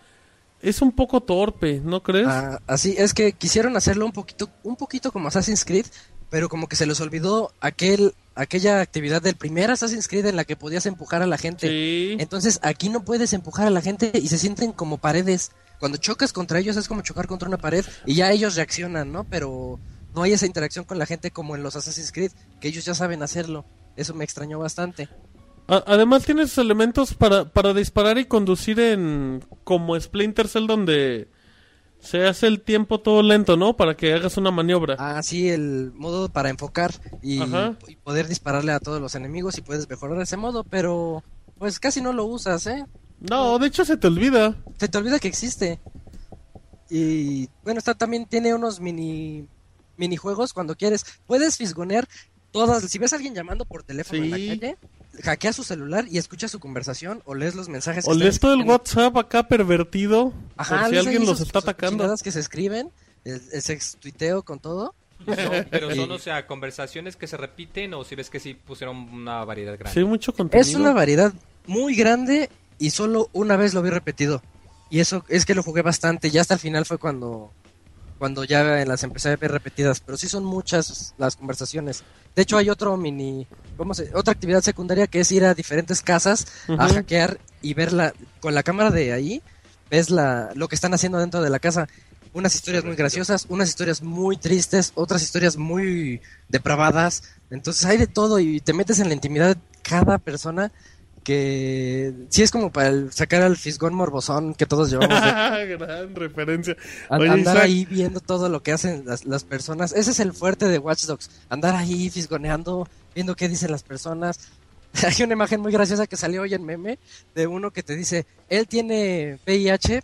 es un poco torpe, ¿no crees? Ah, así es que quisieron hacerlo un poquito, un poquito como Assassin's Creed, pero como que se les olvidó aquel, aquella actividad del primer Assassin's Creed en la que podías empujar a la gente. sí. Entonces aquí no puedes empujar a la gente y se sienten como paredes. Cuando chocas contra ellos es como chocar contra una pared y ya ellos reaccionan, ¿no? Pero no hay esa interacción con la gente como en los Assassin's Creed, que ellos ya saben hacerlo. Eso me extrañó bastante. A- además tienes elementos para, para disparar y conducir en como Splinter Cell donde se hace el tiempo todo lento, ¿no? Para que hagas una maniobra. Ah, sí, el modo para enfocar y, Ajá. y poder dispararle a todos los enemigos y puedes mejorar ese modo, pero pues casi no lo usas, ¿eh? no, de hecho se te olvida. Se te olvida que existe. Y bueno, está también tiene unos mini minijuegos cuando quieres. Puedes fisgonear todas. Si ves a alguien llamando por teléfono Sí. en la calle, hackea su celular y escucha su conversación o lees los mensajes. que O están lees todo el escribiendo. WhatsApp acá pervertido. Ajá, por si lees ahí alguien los sus- está sus atacando. cochinadas que se escriben, el, el sex tuiteo con todo. Son- pero son, Sí. o sea, conversaciones que se repiten o si ves que sí pusieron una variedad grande. Sí, mucho contenido. Es una variedad muy grande y solo una vez lo vi repetido. Y eso es que lo jugué bastante. Ya hasta el final fue cuando, cuando ya las empecé a ver repetidas. Pero sí son muchas las conversaciones. De hecho, hay otro mini. ¿cómo se- otra actividad secundaria que es ir a diferentes casas a Ujú. hackear y verla. Con la cámara de ahí, ves la, lo que están haciendo dentro de la casa. Unas historias muy graciosas, unas historias muy tristes, otras historias muy depravadas. Entonces hay de todo y te metes en la intimidad de cada persona que sí es como para el- sacar al fisgón morbosón que todos llevamos. de- Gran referencia. a- Oye, andar Isaac. ahí viendo todo lo que hacen las, las personas. Ese es el fuerte de Watch Dogs. Andar ahí fisgoneando, viendo qué dicen las personas. Hay una imagen muy graciosa que salió hoy en meme de uno que te dice, él tiene VIH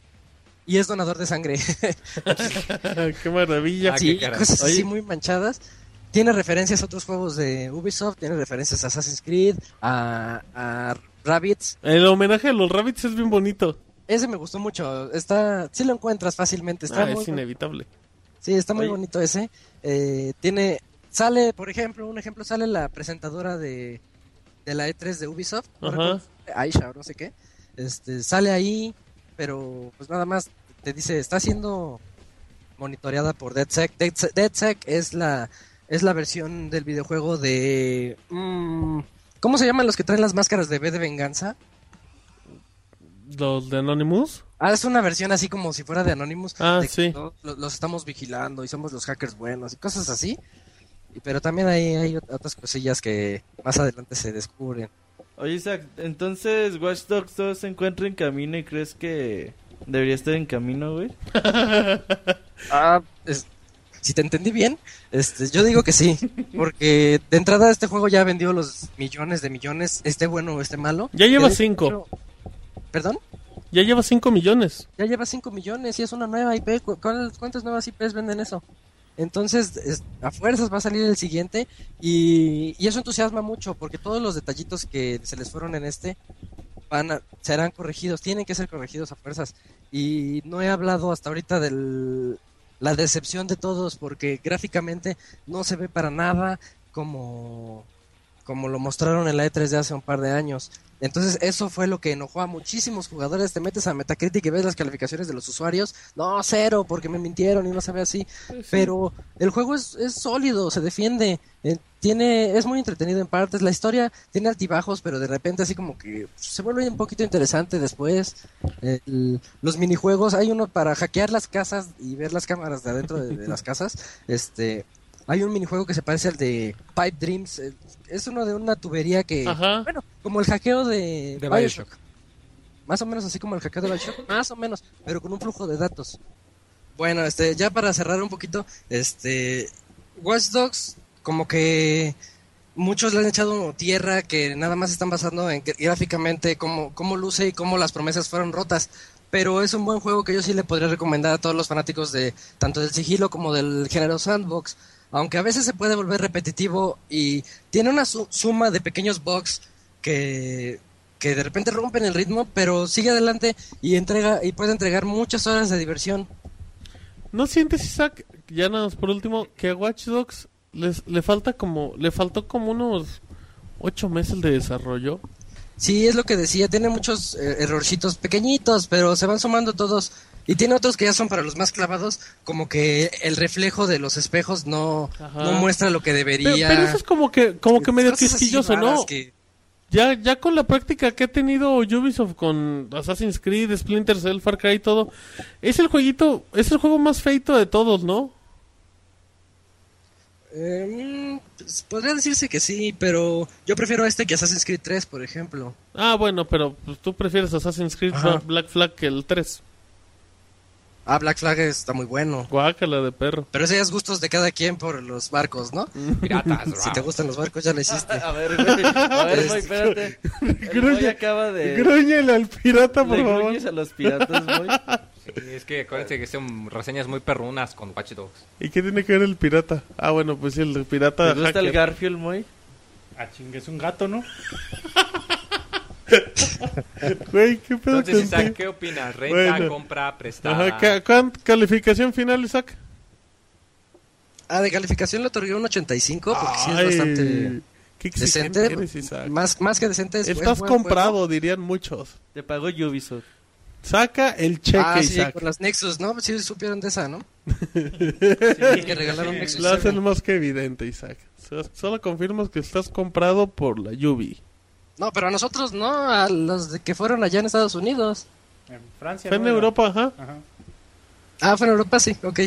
y es donador de sangre. Qué maravilla. Ah, Sí, qué caray. cosas así Oye. muy manchadas. Tiene referencias a otros juegos de Ubisoft, tiene referencias a Assassin's Creed, a, a Rabbids. El homenaje a los rabbits es bien bonito. Ese me gustó mucho. Está, sí lo encuentras fácilmente. Está Ah, muy, es inevitable. sí, está muy Oye. bonito ese. Eh, tiene, sale, por ejemplo, un ejemplo sale la presentadora de, de la E3 de Ubisoft, no Ajá. recuerdo, Aisha o no sé qué. Este, sale ahí, pero pues nada más te dice está siendo monitoreada por DeadSec. DeadSec, DeadSec es la es la versión del videojuego de mm, ¿Cómo se llaman los que traen las máscaras de B de venganza? Los de Anonymous. Ah, es una versión así como si fuera de Anonymous. Ah, de que sí. todos lo- los estamos vigilando y somos los hackers buenos y cosas así. Y- Pero también hay, hay ot- otras cosillas que más adelante se descubren. Oye, Isaac, entonces Watch Dogs 2 se encuentra en camino y crees que debería estar en camino, güey. Ah, es- si te entendí bien, este, yo digo que sí. Porque de entrada este juego ya vendió los millones de millones, esté bueno o esté malo. Ya lleva Que de- cinco. ¿Perdón? Ya lleva 5 millones. Ya lleva 5 millones y es una nueva IP. ¿Cu- cuál- ¿Cuántas nuevas IPs venden eso? Entonces, es- a fuerzas va a salir el siguiente y, y eso entusiasma mucho porque todos los detallitos que se les fueron en este van a- serán corregidos, tienen que ser corregidos a fuerzas. Y no he hablado hasta ahorita de la decepción de todos porque gráficamente no se ve para nada como, como lo mostraron en la E3 de hace un par de años. Entonces eso fue lo que enojó a muchísimos jugadores. Te metes a Metacritic y ves las calificaciones de los usuarios. No, cero, porque me mintieron y no se ve así. Pero el juego es, es sólido, se defiende. eh, tiene, es muy entretenido en partes. La historia tiene altibajos, pero de repente así como que se vuelve un poquito interesante después. Eh, el- los minijuegos, hay uno para hackear las casas y ver las cámaras de adentro de, de las casas. Este, hay un minijuego que se parece al de Pipe Dreams. eh, es uno de una tubería que... Ajá. Bueno, como el hackeo de, De Bioshock. Más o menos así como el hackeo de Bioshock, más o menos, pero con un flujo de datos. Bueno, este, ya para cerrar un poquito, este, Watch Dogs, como que muchos le han echado tierra que nada más están basando en que gráficamente cómo, cómo luce y cómo las promesas fueron rotas. Pero es un buen juego que yo sí le podría recomendar a todos los fanáticos de tanto del sigilo como del género sandbox. Aunque a veces se puede volver repetitivo y tiene una su- suma de pequeños bugs que, que de repente rompen el ritmo, pero sigue adelante y entrega y puede entregar muchas horas de diversión. ¿No sientes, Isaac, ya nada más por último, que a Watch Dogs les, le falta como, le faltó como unos 8 meses de desarrollo? Sí, es lo que decía, tiene muchos eh, errorcitos pequeñitos, pero se van sumando todos. Y tiene otros que ya son para los más clavados, como que el reflejo de los espejos no, Ajá. no muestra lo que Pero, debería. pero eso es como que, como que medio Cosas así quisquilloso, raras ¿no? que- Ya, ya con la práctica que ha tenido Ubisoft con Assassin's Creed, Splinter Cell, Far Cry y todo, es el jueguito, es el juego más feito de todos, ¿no? Eh, mm, pues, podría decirse que sí, pero yo prefiero este que Assassin's Creed 3, por ejemplo. Ah, bueno, pero pues, tú prefieres Assassin's Creed Ajá. Bla- Black Flag que el 3. Ah, Black Flag está muy bueno. Guácala de perro. Pero eso ya es gustos de cada quien por los barcos, ¿no? Mm. Piratas, Si te rap. gustan los barcos, ya lo hiciste. A ver, güey. A ver, Este, güey, espérate. El Gruñe. boy acaba de. Gruñele al pirata, por ¿Le favor. gruñes a los piratas, güey? Sí, es que acuérdense que son reseñas muy perrunas con Watch Dogs. ¿Y qué tiene que ver el pirata? Ah, bueno, pues sí, el pirata. ¿Te gusta el hacker. Garfield, güey? Ah, chingue, es un gato, ¿no? Güey, qué pedo Entonces, Isaac, contigo? ¿qué opinas? ¿Renta, Bueno. compra, prestada? Ajá, Ah. ca- ¿cuán- calificación final, Isaac? Ah, de calificación le otorgué un 85 Ah, porque sí es bastante Qué exigente decente. eres, Isaac. Más, más que decente. es- Estás es buen comprado, juego. dirían muchos. Te pagó Ubisoft. Saca el cheque, Ah, sí, Isaac. con las Nexus, ¿no? Sí supieron de esa, ¿no? que regalaron Nexus. Lo hacen Seven. más que evidente, Isaac. So- Solo confirmas que estás comprado por la Yubi. No, pero a nosotros no, a los de que fueron allá en Estados Unidos. En Francia. Fue ¿no? en Europa, ajá. Ajá. Ah, fue en Europa, sí, ok.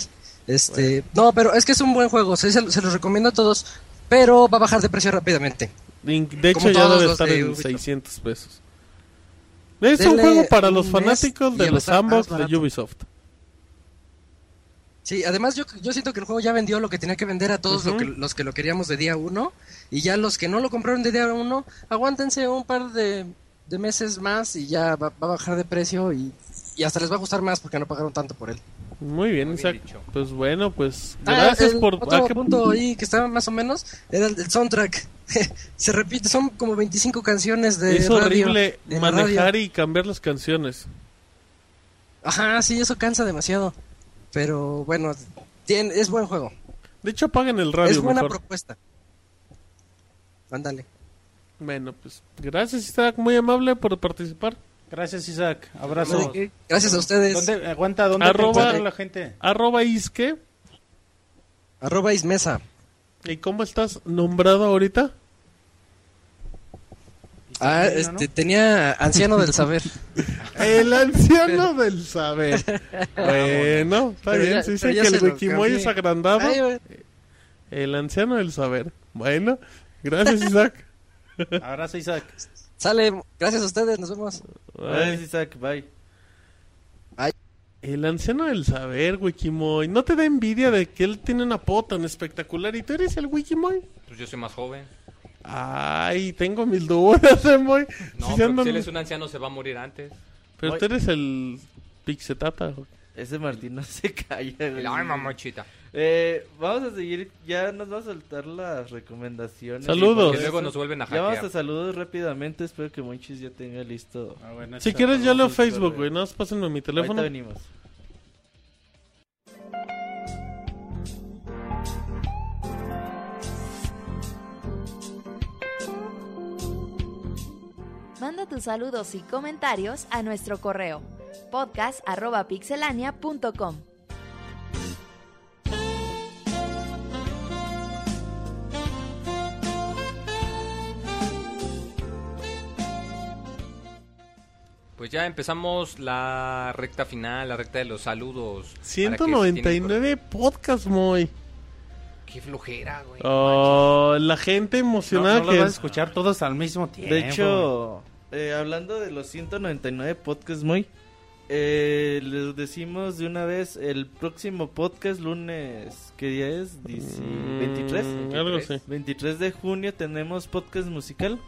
Este, no, pero es que es un buen juego, sí, se, se los recomiendo a todos, pero va a bajar de precio rápidamente. In- De Como hecho, ya todos debe los estar de en Ubisoft. 600 pesos. Es un Dele juego para un los mes fanáticos y de ya los está más ambos de barato. Ubisoft. Sí, además yo, yo siento que el juego ya vendió lo que tenía que vender a todos lo que- los que lo queríamos de día uno, y ya los que no lo compraron de día uno, aguántense un par de, de meses más y ya va, va a bajar de precio y, y hasta les va a gustar más porque no pagaron tanto por él. Muy bien, Muy bien Isaac. dicho. Pues bueno, pues Ah, gracias el por... Otro ah, ¿qué- punto ahí que estaba más o menos era el, el soundtrack. Se repite, son como 25 canciones de es radio, horrible de la radio. manejar y cambiar las canciones. Ajá, sí, eso cansa demasiado. Pero bueno, tiene, es buen juego. De hecho, apaguen el radio es buena mejor. propuesta. Ándale. Bueno, pues gracias Isaac, muy amable por participar. Gracias, Isaac. No Abrazo. sé qué. Gracias a ustedes. ¿Dónde, aguanta, ¿dónde te Arroba- encuentra la gente? Arroba Isque, Arroba Ismesa. ¿y cómo estás nombrado ahorita? Ah, Isabelino, este, tenía anciano del saber. El anciano del saber. Bueno, está Pero ya- bien, se dice pero ya que se el lo Wikimoy cambié. es agrandado. Ay, güey. El anciano del saber. Bueno, gracias Isaac. ¿no? Abrazo, Isaac. sale, gracias a ustedes, nos vemos. Gracias, Isaac. Bye. El anciano del saber, Wikimoy. ¿No te da envidia de que él tiene una pota tan espectacular y tú eres el Wikimoy? Pues yo soy más joven. Ay, tengo mil dudas, Emoy. No, Sí se pero andan- si él es un anciano se va a morir antes. Pero tú eres el pixetata. güey. Ese Martín no se calla, güey. Ay, mamochita. Eh, vamos a seguir. Ya nos va a soltar las recomendaciones. Saludos. Que luego nos vuelven a Ya vamos a hackear. saludos rápidamente. Espero que Monchis ya tenga listo. Ah, bueno, Si está. quieres, yo leo Ahorita Facebook, ve- güey. Nada más pásenme mi teléfono. Ahorita venimos. Manda tus saludos y comentarios a nuestro correo podcast.pixelania.com. Pues ya empezamos la recta final, la recta de los saludos. Para que si tienen 199 podcasts, Moy. por- Qué flojera, güey. Ah. Oh, la gente No, emocionada no los que vas a escuchar todos al mismo tiempo. De hecho, eh, hablando de los 199 podcasts, muy. Eh, les decimos de una vez el próximo podcast lunes. ¿Qué día es? Dieci- Mm, 23. algo así. 23 de junio tenemos podcast musical.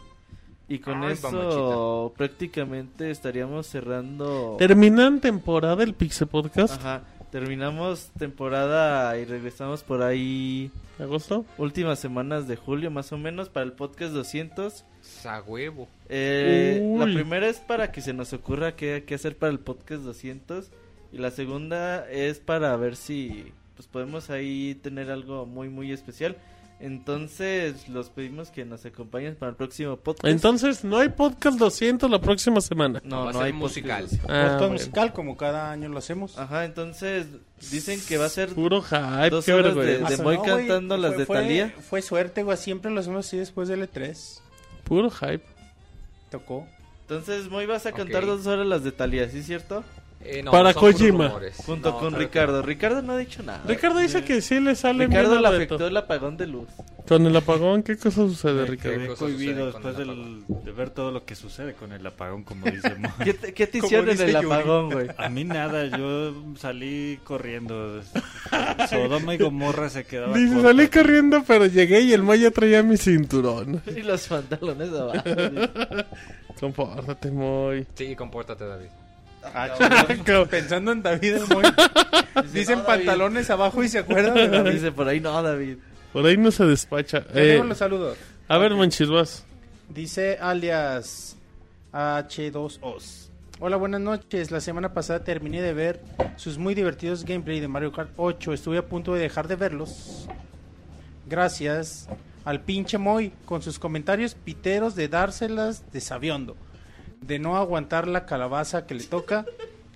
Y con Ay, eso mamochita. prácticamente estaríamos cerrando. Terminan temporada el Pixel Podcast. Ajá, terminamos temporada y regresamos por ahí ¿Agosto? últimas semanas de julio más o menos para el podcast 200. A huevo. Eh, la Uy. primera es para que se nos ocurra qué, qué hacer para el podcast 200 y la segunda es para ver si pues podemos ahí tener algo muy muy especial. Entonces los pedimos que nos acompañen para el próximo podcast. Entonces, no hay podcast 200 la próxima semana. no, Va a no ser hay musical. podcast 200. Ah, Podcast bueno. musical, como cada año lo hacemos. Ajá, entonces dicen que va a ser Puro hype, Dos qué horas vergüenza. de Ah, Moy no, güey, cantando las de fue- Thalía. Fue suerte, güey. Siempre lo hacemos así después del E3. Puro hype. Tocó. Entonces, Moy, vas a cantar Ok. dos horas las de Talía, ¿sí es cierto? Eh, no, Para son puros Kojima. rumores. Junto No, con claro que Ricardo. Ricardo no ha dicho nada. Ricardo dice que sí le sale Ricardo bien le al afectó Beto. el apagón de luz. Con el apagón, ¿qué cosa sucede, Me Ricardo? quedé cosas suceden cohibido con después el del- de ver todo lo que sucede con el apagón, como dice Mo. ¿Qué te, qué te Como hicieron en dice el Yuri. apagón, güey? A mí nada, yo salí corriendo. Sodoma y Gomorra se quedaba. Dice, corta. salí corriendo, pero llegué y el Moya traía mi cinturón. Y los pantalones abajo. güey. Compórtate, Moy. Sí, compórtate, David. Ah, chingón. Pensando en David el Moy. Dicen no, David. pantalones abajo y se acuerdan de David. Dice por ahí, no, David. Por ahí no se despacha. Yo Eh, tengo los saludos. a ver, Monchis, vas. Dice alias H2Os. Hola, buenas noches. La semana pasada terminé de ver sus muy divertidos gameplay de Mario Kart 8. Estuve a punto de dejar de verlos. Gracias al pinche Moy con sus comentarios piteros de dárselas de sabiondo. De no aguantar la calabaza que le toca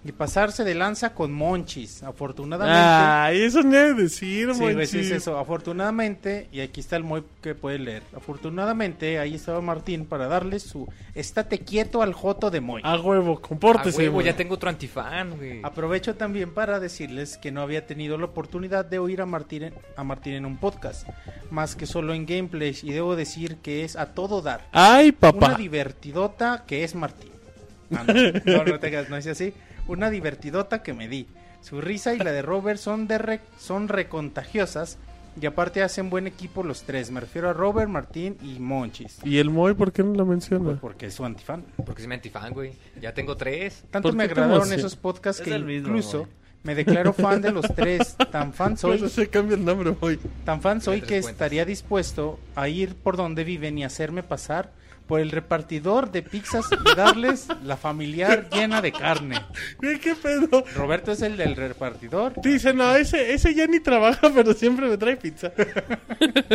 y pasarse de lanza con Monchis. Afortunadamente. Ay, eso no debe decir, Sí, güey, Monchis. sí es eso. Afortunadamente, y aquí está el muy que puede leer. Afortunadamente, ahí estaba Martín para darle su estate quieto al joto de Moy. A huevo, Ah, compórtese, huevo, Moy. ya tengo otro antifan, güey. Aprovecho también para decirles que no había tenido la oportunidad de oír a Martín, en- a Martín en un podcast, más que solo en gameplays, y debo decir que es a todo dar. Ay, Una papá. divertidota que es Martín. Ah, no, no, no te hagas, no es así. Una divertidota que me di. Su risa y la de Robert son, de re- son recontagiosas y aparte hacen buen equipo los tres. Me refiero a Robert, Martín y Monchis. ¿Y el Moy por qué no la menciona? Porque es su antifan. Porque es mi antifan, güey. Ya tengo tres. Tanto ¿Por me qué te agradaron emociona? esos podcasts Es que el mismo, incluso güey. me declaro fan de los tres. Tan fan soy Bueno, se cambia el nombre, Moy. Tan fan soy tres que cuentas. estaría dispuesto a ir por donde viven y hacerme pasar por el repartidor de pizzas y darles la familiar llena de carne. Güey, ¿Qué pedo? Roberto es el del repartidor. Dice, no, ese, ese ya ni trabaja, pero siempre me trae pizza.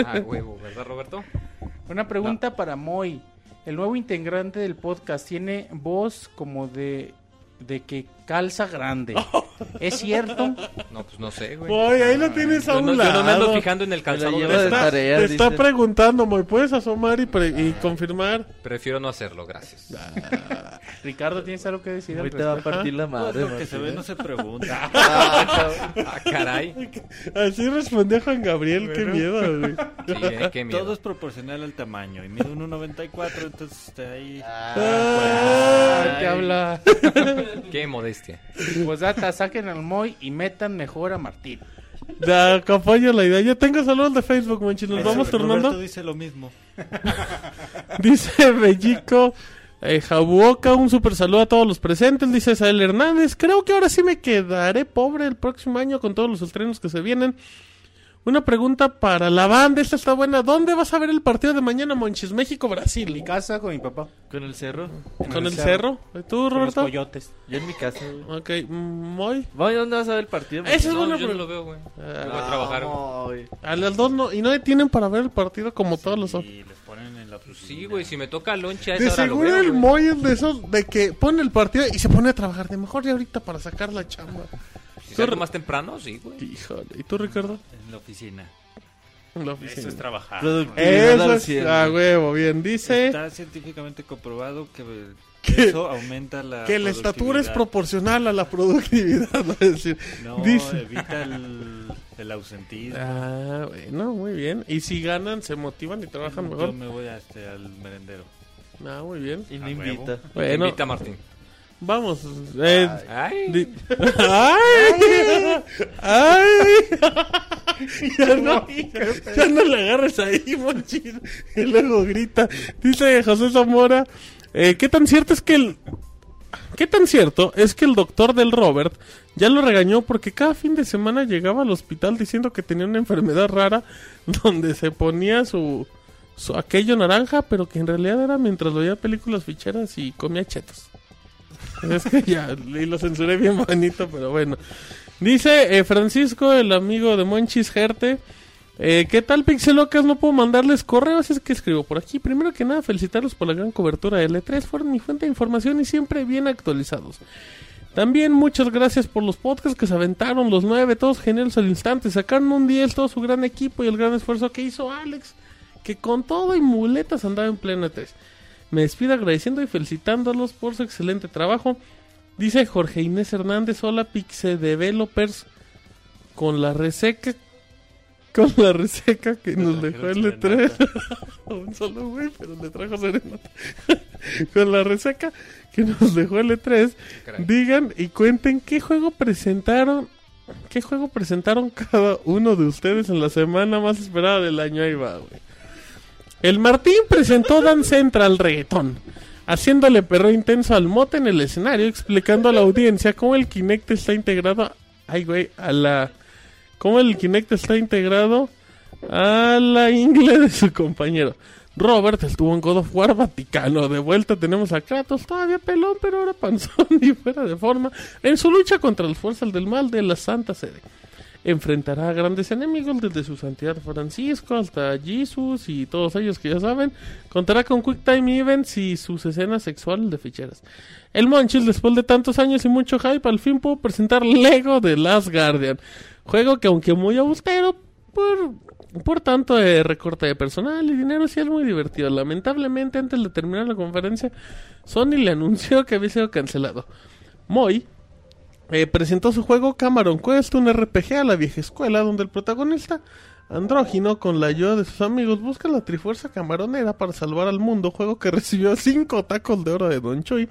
Ah, huevo, ¿verdad, Roberto? Una pregunta para Moy. El nuevo integrante del podcast tiene voz como de de que calza grande. ¿Es cierto? No, pues no sé, güey. Moy, ahí lo tienes a Yo un no, yo lado. no me ando fijando en el Me calzado. la de lleva de esta. Está- tarea, te está dice. preguntando, Moy. ¿Puedes asomar y, pre- y confirmar? Prefiero no hacerlo, gracias. Ah, Ricardo, ¿tienes algo que decir? al Hoy te va a respecto? partir la Pues madre. lo que Martín, se ve ¿eh? no se pregunta. Ah, caray. Así respondió Juan Gabriel, qué miedo. güey. Sí, eh, qué miedo. Todo es proporcional al tamaño. Y mide 1.94, entonces está ahí. pues, Ah, ¿qué habla? Qué modestia. Pues data, saquen al Moy y metan mejor a Martín. Da, acompaño la idea. Yo tengo saludos de Facebook, Monchi. Nos Eso, vamos Roberto turnando. dice lo mismo. Dice Bellico. Eh, Jabuoca, un super saludo a todos los presentes. Dice Sael Hernández. Creo que ahora sí me quedaré pobre el próximo año con todos los estrenos que se vienen. Una pregunta para la banda. Esta está buena. ¿Dónde vas a ver el partido de mañana, Monchis? En mi México-Brasil. casa con mi papá. Con el cerro. ¿Con el cerro? ¿Tú, Con los Roberto? coyotes. Yo en mi casa, güey. Ok, mm, voy. Voy, ¿dónnde vas a ver el partido? Esa es No, buena yo no pregunta. lo veo, güey. Ah, Voy a trabajar. güey. No, güey. A las dos no, y no detienen para ver el partido como todos los otros. Y les ponen en la oficina. Pues Sí, güey, si me toca loncha a esa De hora lo seguro veo, el güey. Moy es de esos de que pone el partido y se pone a trabajar de mejor ya ahorita para sacar la chamba. Si salgo más temprano, sí, güey. Híjole, ¿y tú Ricardo? En la oficina. En la oficina. Eso es trabajar. Productividad Eso al es- ah, 100, a güey. huevo, bien, dice Está científicamente comprobado que ¿Qué? eso aumenta la que la estatura es productividad. proporcional a la productividad, va a decir. No, dice. evita el, el ausentismo. Ah, bueno, muy bien. Y si ganan, se motivan y trabajan Yo mejor. me voy a este, al merendero. Ah, muy bien. Y no A invita. Bueno. Invita a Martín. Vamos. eh, Ay. Di- ¡Ay! ¡Ay! ya, no, ya no le agarres ahí, Monchis. Y luego grita. Dice José Zamora, eh, ¿qué tan cierto es que el... ¿Qué tan cierto es que el doctor del Robert ya lo regañó porque cada fin de semana llegaba al hospital diciendo que tenía una enfermedad rara donde se ponía su, su aquello naranja, pero que en realidad era mientras veía películas ficheras y comía chetos? Es que ya, y lo censuré bien bonito, pero bueno. Dice eh, Francisco, el amigo de Monchis Gerte. eh, ¿Qué tal, Pixelocas? No puedo mandarles correos, es que escribo por aquí. Primero que nada, felicitarlos por la gran cobertura de L3. Fueron mi fuente de información y siempre bien actualizados. También muchas gracias por los podcasts que se aventaron, los nueve, todos geniales al instante. Sacaron un 10, todo su gran equipo y el gran esfuerzo que hizo Alex, que con todo y E muletas andaba en pleno E3. Me despido agradeciendo y felicitándolos por su excelente trabajo. Dice Jorge Inés Hernández, hola Pixe Developers, con la reseca, con la reseca que nos dejó el letrero. Un solo güey, pero le trajo serenata. Con la reseca que nos dejó el E E3, Caray. digan y cuenten qué juego presentaron, qué juego presentaron cada uno de ustedes en la semana más esperada del año. Ahí va, güey. El Martín presentó Dan Central Reggaetón, haciéndole perro intenso al mote en el escenario, explicando a la audiencia cómo el Kinect está integrado, ay güey, a la, cómo el Kinect está integrado a la ingle de su compañero. Robert estuvo en God of War Vaticano. De vuelta tenemos a Kratos, todavía pelón, pero ahora panzón y fuera de forma, en su lucha contra las fuerzas del mal de la Santa Sede. Enfrentará a grandes enemigos desde su santidad Francisco hasta Jesus y todos ellos que ya saben. Contará con Quick Time Events y sus escenas sexuales de ficheras. El Monchil, después de tantos años y mucho hype, al fin pudo presentar Lego de Last Guardian. Juego que aunque muy austero, por, por tanto eh, recorte de personal y dinero, sí es muy divertido. Lamentablemente, antes de terminar la conferencia, Sony le anunció que había sido cancelado. Moy eh, presentó su juego Cameron Quest, un RPG a la vieja escuela, donde el protagonista andrógino, con la ayuda de sus amigos, busca la trifuerza camaronera para salvar al mundo. Juego que recibió cinco tacos de oro de Don Chuy.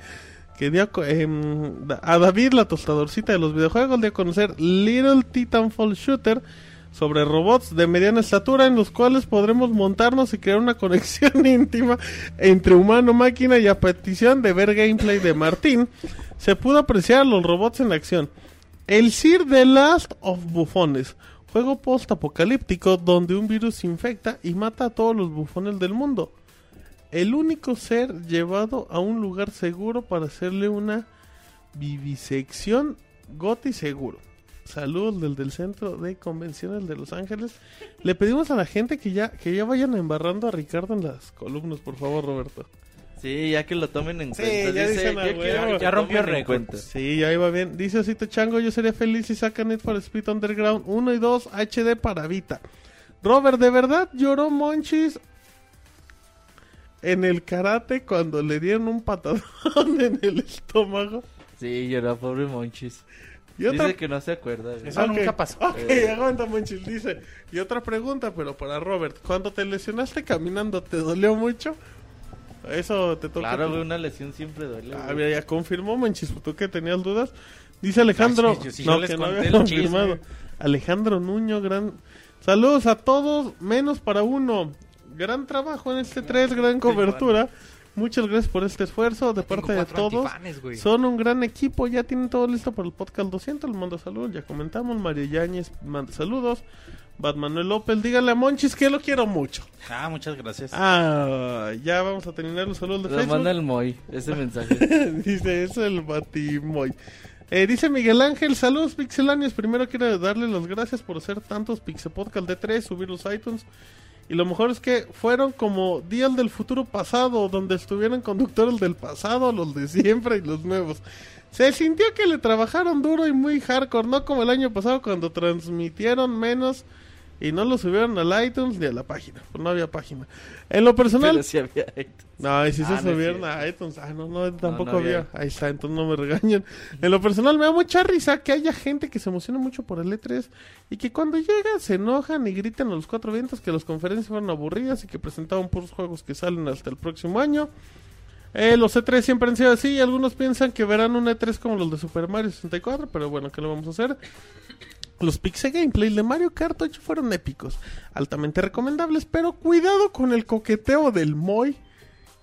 Que dio a co- em, da- a David, la tostadorcita de los videojuegos, dio a conocer Little Titanfall Shooter sobre robots de mediana estatura en los cuales podremos montarnos y crear una conexión íntima entre humano-máquina y a petición de ver gameplay de Martín, se pudo apreciar los robots en acción. El Sir The Last of Bufones, juego post-apocalíptico donde un virus infecta y mata a todos los bufones del mundo. El único ser llevado a un lugar seguro para hacerle una vivisección goti seguro. Saludos del, del Centro de Convenciones de Los Ángeles. Le pedimos a la gente que ya, que ya vayan embarrando a Ricardo en las columnas, por favor, Roberto. Sí, ya que lo tomen en Sí, cuenta. ya dicen a ya que- huevo. que lo Ya rompió tomen en récord. cuenta. Sí, ahí va bien. Dice Osito Chango, yo sería feliz si sacan Need for Speed Underground 1 y 2 HD para Vita. Robert, ¿de verdad lloró Monchis en el karate cuando le dieron un patadón en el estómago? Sí, lloró, pobre Monchis. Y otra Dice que no se acuerda. güey. Eso Ok. nunca pasó. Ok, Eh. aguanta, Monchil. Dice, y otra pregunta, pero para Robert. Cuando te lesionaste caminando, ¿te dolió mucho? Eso te toca. Claro, güey, una lesión siempre duele. Ah, güey. mira, ya confirmó, Monchis. Tú que tenías dudas. Dice Alejandro. Ah, sí, yo sí, no, yo les que no conté había el confirmado. chisme. Alejandro Nuño, gran. Saludos a todos, menos para uno. Gran trabajo en este 3, gran cobertura. Muchas gracias por este esfuerzo de parte de todos. Son un gran equipo, ya tienen todo listo para el podcast 200. Les mando saludos, ya comentamos. Mario Yáñez manda saludos. Batmanuel López, dígale a Monchis que lo quiero mucho. Ah, muchas gracias. Ah, ya vamos a terminar los saludos de Lo Facebook. manda el Moy, ese mensaje. dice, es el Batimoy. Eh, dice Miguel Ángel, saludos pixelanios. Primero quiero darle las gracias por hacer tantos Pixel Podcast de 3, subir los iTunes. Y lo mejor es que fueron como días del futuro pasado, donde estuvieron conductores del pasado, los de siempre y los nuevos. Se sintió que le trabajaron duro y muy hardcore, no como el año pasado cuando transmitieron menos y no lo subieron al iTunes ni a la página, pues no había página. En lo personal, Pero sí había iTunes. no, y si Ah, se no es subieron cierto. a iTunes. Ah, no, no, tampoco no había. había. Ahí está, entonces no me regañen. En lo personal me da mucha risa que haya gente que se emociona mucho por el E3 y que cuando llega se enojan y gritan a los cuatro vientos que las conferencias fueron aburridas y que presentaban puros juegos que salen hasta el próximo año. Eh, los E3 siempre han sido así y algunos piensan que verán un E3 como los de Super Mario 64, pero bueno, ¿qué lo vamos a hacer? Los pixel gameplays de Mario Kart 8 fueron épicos, altamente recomendables, pero cuidado con el coqueteo del Moy,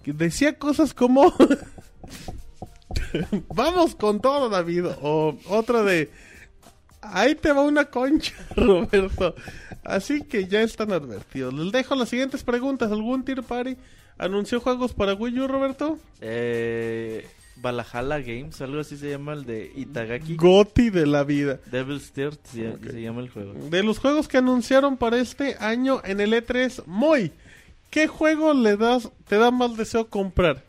que decía cosas como... Vamos con todo, David. O otra de... Ahí te va una concha, Roberto. Así que ya están advertidos. Les dejo las siguientes preguntas. ¿Algún Tier Party anunció juegos para Wii U, Roberto? Eh, Valhalla Games, algo así se llama el de Itagaki. Goti de la vida. Devil's Third se, llama- se llama el juego. De los juegos que anunciaron para este año en el E3, Moy, ¿qué juego le das, te da más deseo comprar?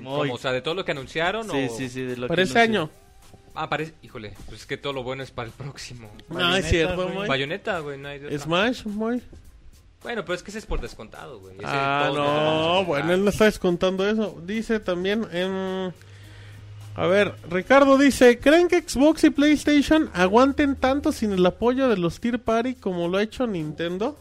Moy. Mm, o sea, de todo lo que anunciaron Sí, o... sí, sí. de lo Para que este no año. sé. Ah, parece... Híjole, pues es que todo lo bueno es para el próximo. No, es cierto, Moy. Bayoneta, güey, no hay de otra. Smash, Moy. Bueno, pero es que ese es por descontado, güey. Ese Ah, todos lo vamos a no, comprar. bueno, él no está descontando eso. Dice también, em, A ver, Ricardo dice, ¿creen que Xbox y PlayStation aguanten tanto sin el apoyo de los Tier Party como lo ha hecho Nintendo?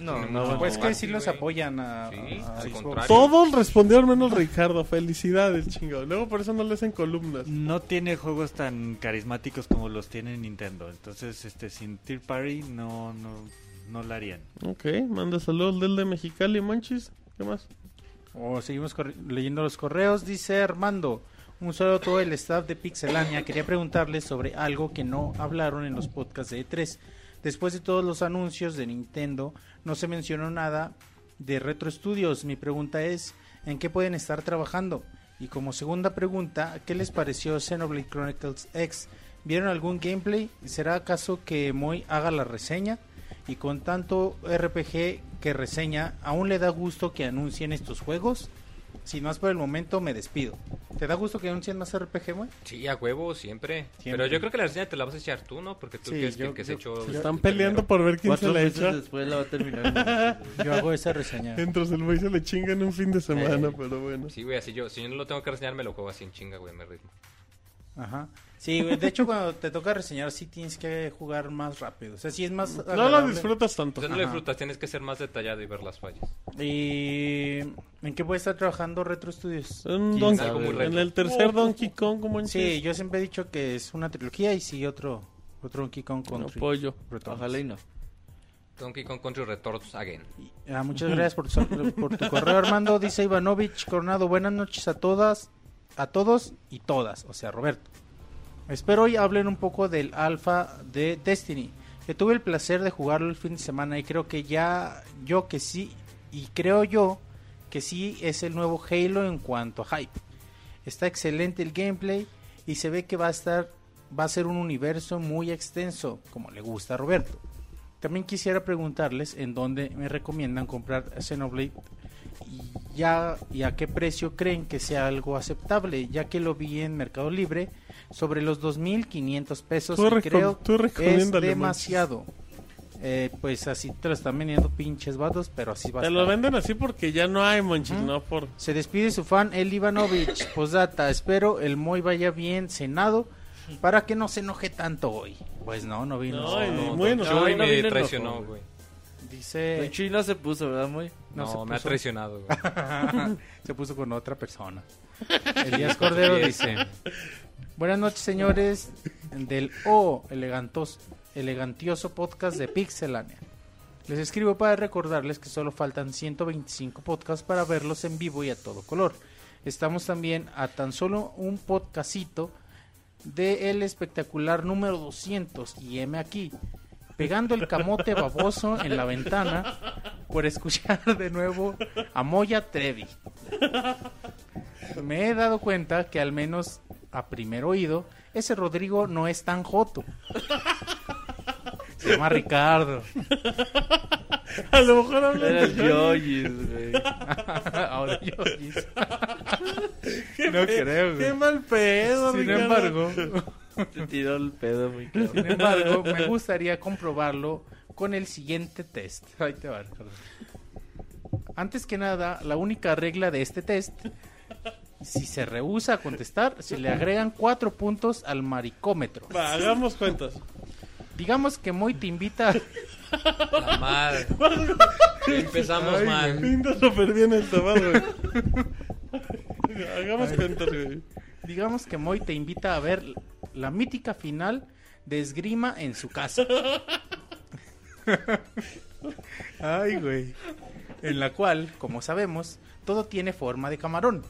No, no, no. Pues que sí los güey. apoyan a, Sí, a- a al Xbox. contrario. Todos respondieron menos Ricardo, felicidades, chingo. Luego por eso no le hacen columnas. No tiene juegos tan carismáticos como los tiene Nintendo. Entonces, este, sin Tier Party no, no, no la harían. Ok, manda saludos del de Mexicali, Monchis. ¿Qué más? O seguimos corri- leyendo los correos. Dice Armando, un saludo a todo el staff de Pixelania. Quería preguntarles sobre algo que no hablaron en los podcasts de E3. Después de todos los anuncios de Nintendo, no se mencionó nada de Retro Studios. Mi pregunta es, ¿en qué pueden estar trabajando? Y como segunda pregunta, ¿qué les pareció Xenoblade Chronicles X? ¿Vieron algún gameplay? ¿Será acaso que Moy haga la reseña? Y con tanto RPG que reseña, ¿aún le da gusto que anuncien estos juegos? Si no es por el momento, me despido. ¿Te da gusto que anuncien más RPG, Moy? Sí, a huevo, siempre. Siempre. Pero yo creo que la reseña te la vas a echar tú, ¿no? Porque tú Sí, crees que yo- el que se yo- echó. Se están peleando por ver quién se Cuatro la meses echa. después la va a terminar. Yo hago esa reseña. Mientras el güey se le chinga en un fin de semana, Eh. pero bueno. Sí, güey, así yo. Si yo no lo tengo que reseñar, me lo juego así en chinga, güey, me ritmo. Ajá. Sí, güey, de hecho cuando te toca reseñar sí tienes que jugar más rápido. O sea, sí es más... No lo agradable. disfrutas tanto. O sea, no lo Ajá. disfrutas, tienes que ser más detallado y ver las fallas. ¿Y en qué puede estar trabajando Retro Studios? En, Quién Donkey- sabe, muy en retro. el tercer Donkey Kong, Monchis. Uh. Sí, yo siempre he dicho que es una trilogía y sí otro, otro Donkey Kong Country. Apoyo. Returns. Ojalá y no. Donkey Kong Country Returns Again. Y- ah, muchas gracias por tu, por tu correo, Armando. Dice Ivanovich Coronado, buenas noches a todas, a todos y todas, o sea, Roberto. Espero hoy hablen un poco del alfa de Destiny, que tuve el placer de jugarlo el fin de semana y creo que ya, yo que sí, y creo yo que sí es el nuevo Halo en cuanto a hype. Está excelente el gameplay y se ve que va a estar, va a ser un universo muy extenso, como le gusta a Roberto. También quisiera preguntarles en dónde me recomiendan comprar Xenoblade y, ya, y a qué precio creen que sea algo aceptable, ya que lo vi en Mercado Libre sobre los 2.500 pesos Tú que reco- creo tú es recomiéndale, demasiado. Eh, pues así te lo están vendiendo pinches vatos, pero así va a Te estar. lo venden así porque ya no hay, Monchis, Ujú. no por... Se despide su fan El Ivanovich. Posdata, espero el Moy vaya bien cenado para que no se enoje tanto hoy. Pues no, no vino. No, cenado. y bueno. Chuy no me vino traicionó, enojado, güey. Don Dice. Chuy no se puso, ¿verdad, muy? No, No se me ha puso. traicionado, güey. se puso con otra persona. Elías Cordero dice. Buenas noches, señores del O elegantos, elegantioso podcast de Pixelania. Les escribo para recordarles que solo faltan 125 podcasts para verlos en vivo y a todo color. Estamos también a tan solo un podcastito de el espectacular número 200 y M aquí, pegando el camote baboso en la ventana por escuchar de nuevo a Moya Trevi. Me he dado cuenta que al menos a primer oído, ese Rodrigo no es tan joto. Se llama Ricardo. A lo mejor hablan de Era el Yoyis, güey. Ahora yo. No creo, güey. Qué mal pedo, Sin Ricardo. embargo, Te tiró el pedo muy cabrón. sin embargo, me gustaría comprobarlo con el siguiente test. Ahí te va, Ricardo. Antes que nada, la única regla de este test, si se rehúsa a contestar, se le agregan cuatro puntos al maricómetro. Va, hagamos cuentas. Digamos que Moy te invita La madre. Empezamos Ay, Em. mal. Pinta súper bien el tamal, güey. hagamos cuentas, güey. Digamos que Moy te invita a ver la mítica final de esgrima en su casa. Ay, güey. En la cual, como sabemos, todo tiene forma de camarón.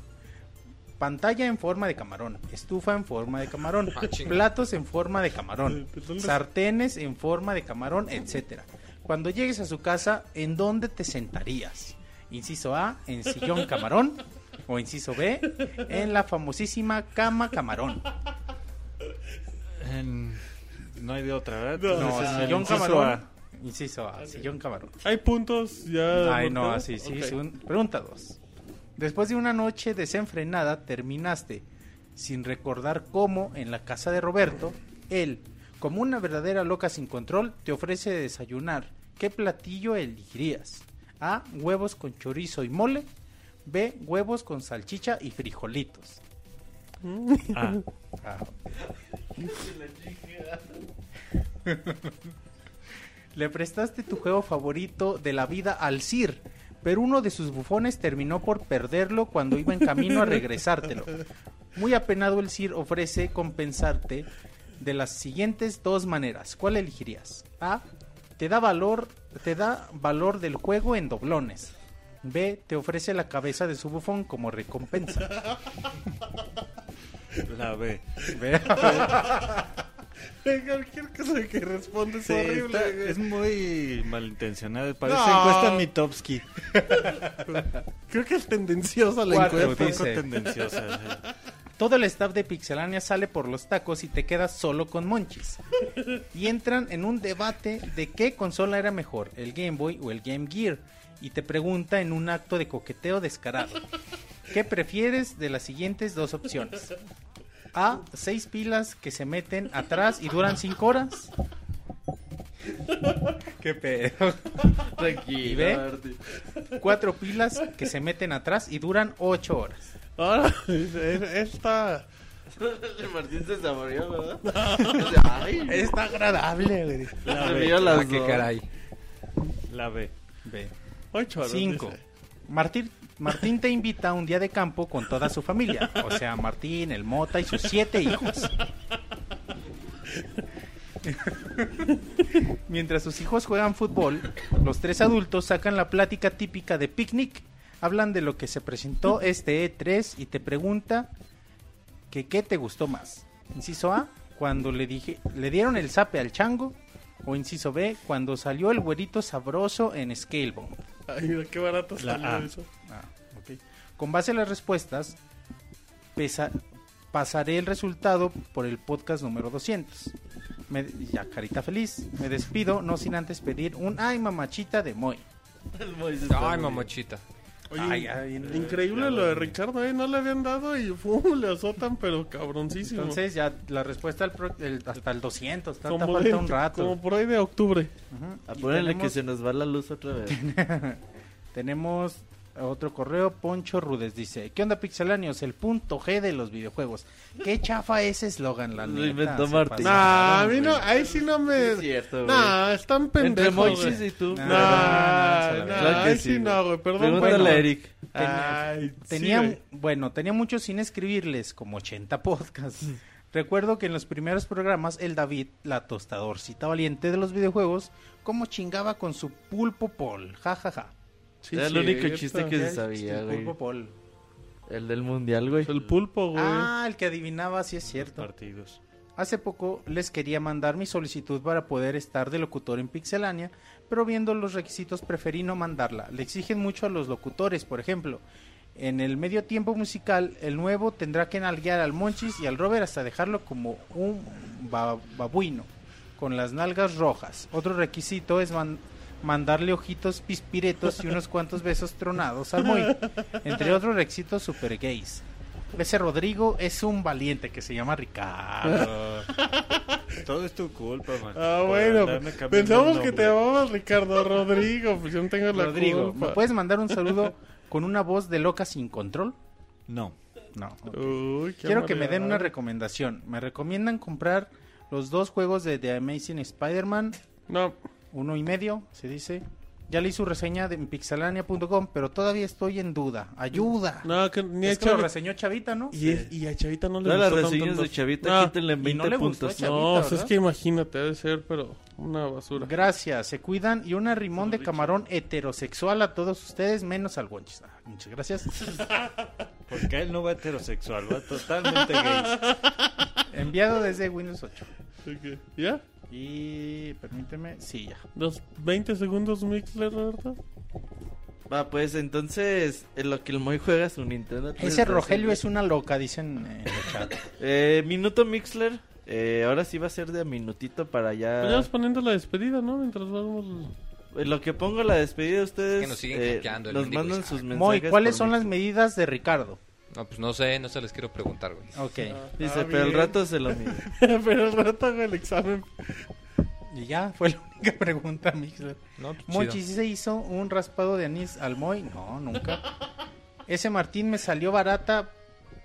Pantalla en forma de camarón, estufa en forma de camarón, Ah, chinga. platos en forma de camarón, Perdón, les- sartenes en forma de camarón, etcétera. Cuando llegues a su casa, ¿en dónde te sentarías? Inciso A, en sillón camarón. O inciso B, en la famosísima cama camarón. En- No hay de otra, No, ah, ¿verdad? No, Entonces, en el sillón inciso camarón. A. Ah, Inciso A, sillón camarón. Hay puntos ya. Ay, no, marcados? así, sí. Ok. según- Pregunta 2. Después de una noche desenfrenada, terminaste, sin recordar cómo, en la casa de Roberto, él, como una verdadera loca sin control, te ofrece desayunar. ¿Qué platillo elegirías? A. Huevos con chorizo y mole. B. Huevos con salchicha y frijolitos. Ah, Le prestaste tu juego favorito de la vida al Sir, pero uno de sus bufones terminó por perderlo cuando iba en camino a regresártelo. Muy apenado el Sir ofrece compensarte de las siguientes dos maneras. ¿Cuál elegirías? A. Te da valor, te da valor del juego en doblones. B. Te ofrece la cabeza de su bufón como recompensa. la B. B. Cualquier cosa que responde es Sí, horrible. está- güey. es muy malintencionada. Parece No. encuesta Mitofsky. Creo que es tendenciosa la Cuatro. encuesta. Un poco dice. tendenciosa. eh, sí. Todo el staff de Pixelania sale por los tacos y te quedas solo con Monchis. Y entran en un debate de qué consola era mejor, el Game Boy o el Game Gear. Y te pregunta en un acto de coqueteo descarado, ¿qué prefieres de las siguientes dos opciones? A, seis pilas que se meten atrás y duran cinco horas. ¿Qué pedo? ¿Y ve? Cuatro pilas que se meten atrás y duran ocho horas. Ahora, es- es- esta Martín se saboreó, ¿verdad? Ay, Está agradable, güey. La se B. vio las Ah, qué dos. caray. La B. Ve. ocho horas. 5. dice. Martín, Martín te invita a un día de campo con toda su familia. O sea, Martín, el Mota y sus siete hijos. Mientras sus hijos juegan fútbol, los tres adultos sacan la plática típica de picnic. Hablan de lo que se presentó este E3 y te pregunta que qué te gustó más. Inciso A, cuando le dije, le dieron el zape al chango. O inciso B, cuando salió el güerito sabroso en Scalebound. Ay, mira, qué barato La salió A. eso. Ah, ok. Con base en las respuestas, pesa- pasaré el resultado por el podcast número 200. Me- ya, carita feliz. Me despido, no sin antes pedir un ay mamachita de Moy. El Moisés Ay, también. mamochita. Oye, Ay, ay, no. increíble lo de Ricardo, ¿eh? No le habían dado y ¡fum! le azotan, pero cabroncísimo. Entonces, ya la respuesta al pro- el- hasta el 200. Tanta Como falta de- un rato. Como por ahí de octubre. Ujú. Ah, Y Ponele que tenemos- se nos va la luz otra vez. Tenemos otro correo, Poncho Rudes dice, ¿qué onda pixeláneos? El punto G de los videojuegos. Qué chafa ese eslogan, la Lo neta, inventó se pasaron, Martín. Nah, a mí no, güey. ahí sí no Sí, me. es cierto, güey. nah, están Entre pendejos. Moisés güey. y tú. Nah. Nah, Nah, nah, claro que ahí sí, sí no, güey, perdón. Pregúntale bueno. a Eric. Tenía- Ay, sí, tenía, güey. bueno, tenía mucho sin escribirles, como 80 podcasts. Mm. Recuerdo que en los primeros programas el David, la tostadorcita valiente de los videojuegos, como chingaba con su pulpo pol, jajaja. Ja, ja. Sí, Era el único chiste que ¿Qué se es? sabía, El güey. pulpo pol. El del mundial, güey. El pulpo, güey. Ah, el que adivinaba, sí es Los cierto. partidos. Hace poco les quería mandar mi solicitud para poder estar de locutor en Pixelania, pero viendo los requisitos preferí no mandarla. Le exigen mucho a los locutores, por ejemplo. En el medio tiempo musical, el nuevo tendrá que nalguear al Monchis y al Robert hasta dejarlo como un ba- babuino, con las nalgas rojas. Otro requisito es man- mandarle ojitos pispiretos y unos cuantos besos tronados al Moy, entre otros requisitos super gays. Ese Rodrigo es un valiente que se llama Ricardo. Todo es tu culpa, man. Ah, Por bueno. andarme pues, cambiando Pensamos el que te nombre. llamabas Ricardo Rodrigo, pues yo no tengo la Rodrigo, culpa. ¿me puedes mandar un saludo con una voz de loca sin control? No. No. Uy, qué Quiero que me den una amargado. recomendación. Me recomiendan comprar los dos juegos de The Amazing Spider-Man, No, uno y medio, se dice. Ya leí su reseña de en pixelania.com, pero todavía estoy en duda. ¡Ayuda! no, que ni es a que lo Chavita- reseñó Chavita, ¿no? y, es- y a Chavita no le Todas las gustó tanto, reseñas de entonces. Chavita, Ah, quítenle y no 20 le gustó, puntos. Chavita, No, pues es ¿verdad? que imagínate, debe ser, pero una basura. Gracias, se cuidan y un arrimón de camarón heterosexual a todos ustedes, menos al Wonchis. Ah, muchas gracias. Porque él no va heterosexual, va totalmente gay. Enviado desde Windows 8. Ok, ¿Ya? Y permíteme, sí, ya. Los 20 segundos Mixler, ¿verdad? Pues Va, pues entonces, en lo que el Moy juega su Nintendo. Ese Rogelio es una loca, dicen en el chat. Eh, Minuto Mixler. Eh, ahora sí va a ser de a minutito para Pues ya ya. vas poniendo la despedida, ¿no? Mientras vamos... En lo que pongo la despedida de ustedes. Es que nos siguen eh, hackeando el nos mendigo mandan Isaac. sus mensajes. Moy, ¿cuáles por son las Mixler. medidas de Ricardo? No, pues no sé, no se les quiero preguntar, güey. Ok. Dice, Ah, pero el bien. rato se lo mide. pero el rato hago el examen. Y ya, fue la única pregunta, Mixler. No, pues, Mochi, chido. ¿sí se hizo un raspado de anís al Moy? No, nunca. Ese Martín me salió barata,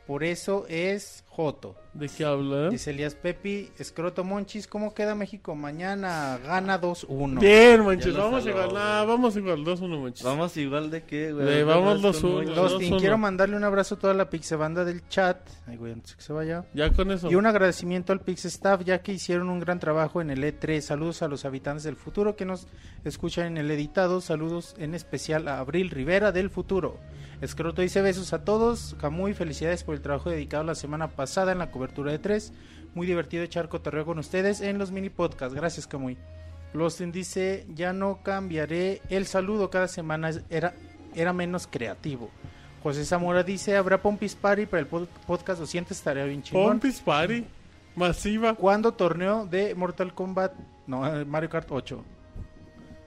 Por eso es Joto. ¿De qué habla? Dice Elías Pepi, Escroto Monchis, ¿cómo queda México mañana? Gana 2-1. Bien, Monchis, Ya lo vamos jaló, igual. Nah, güey. vamos igual, 2-1, Monchis. Vamos igual de qué, güey. Le vamos Vas con dos, Moy. uno. Dostin, uno. quiero mandarle un abrazo a toda la pixebanda del chat. Ay, güey, antes que se vaya. Ya con eso. Y un agradecimiento al Pix Staff, ya que hicieron un gran trabajo en el E3. Saludos a los habitantes del futuro que nos escuchan en el editado. Saludos en especial a Abril Rivera del futuro. Escroto dice besos a todos. Camuy, felicidades por el trabajo dedicado la semana pasada en la cobertura de 3. Muy divertido echar cotorreo con ustedes en los mini podcasts. Gracias, Camuy. Lostin dice, ya no cambiaré el saludo cada semana, es- era, era menos creativo. José Zamora dice, habrá Pompis Party para el pod- podcast 200, estaría bien chingón. Pompis Party. Masiva. ¿Cuándo torneo de Mortal Kombat? No, eh, Mario Kart 8.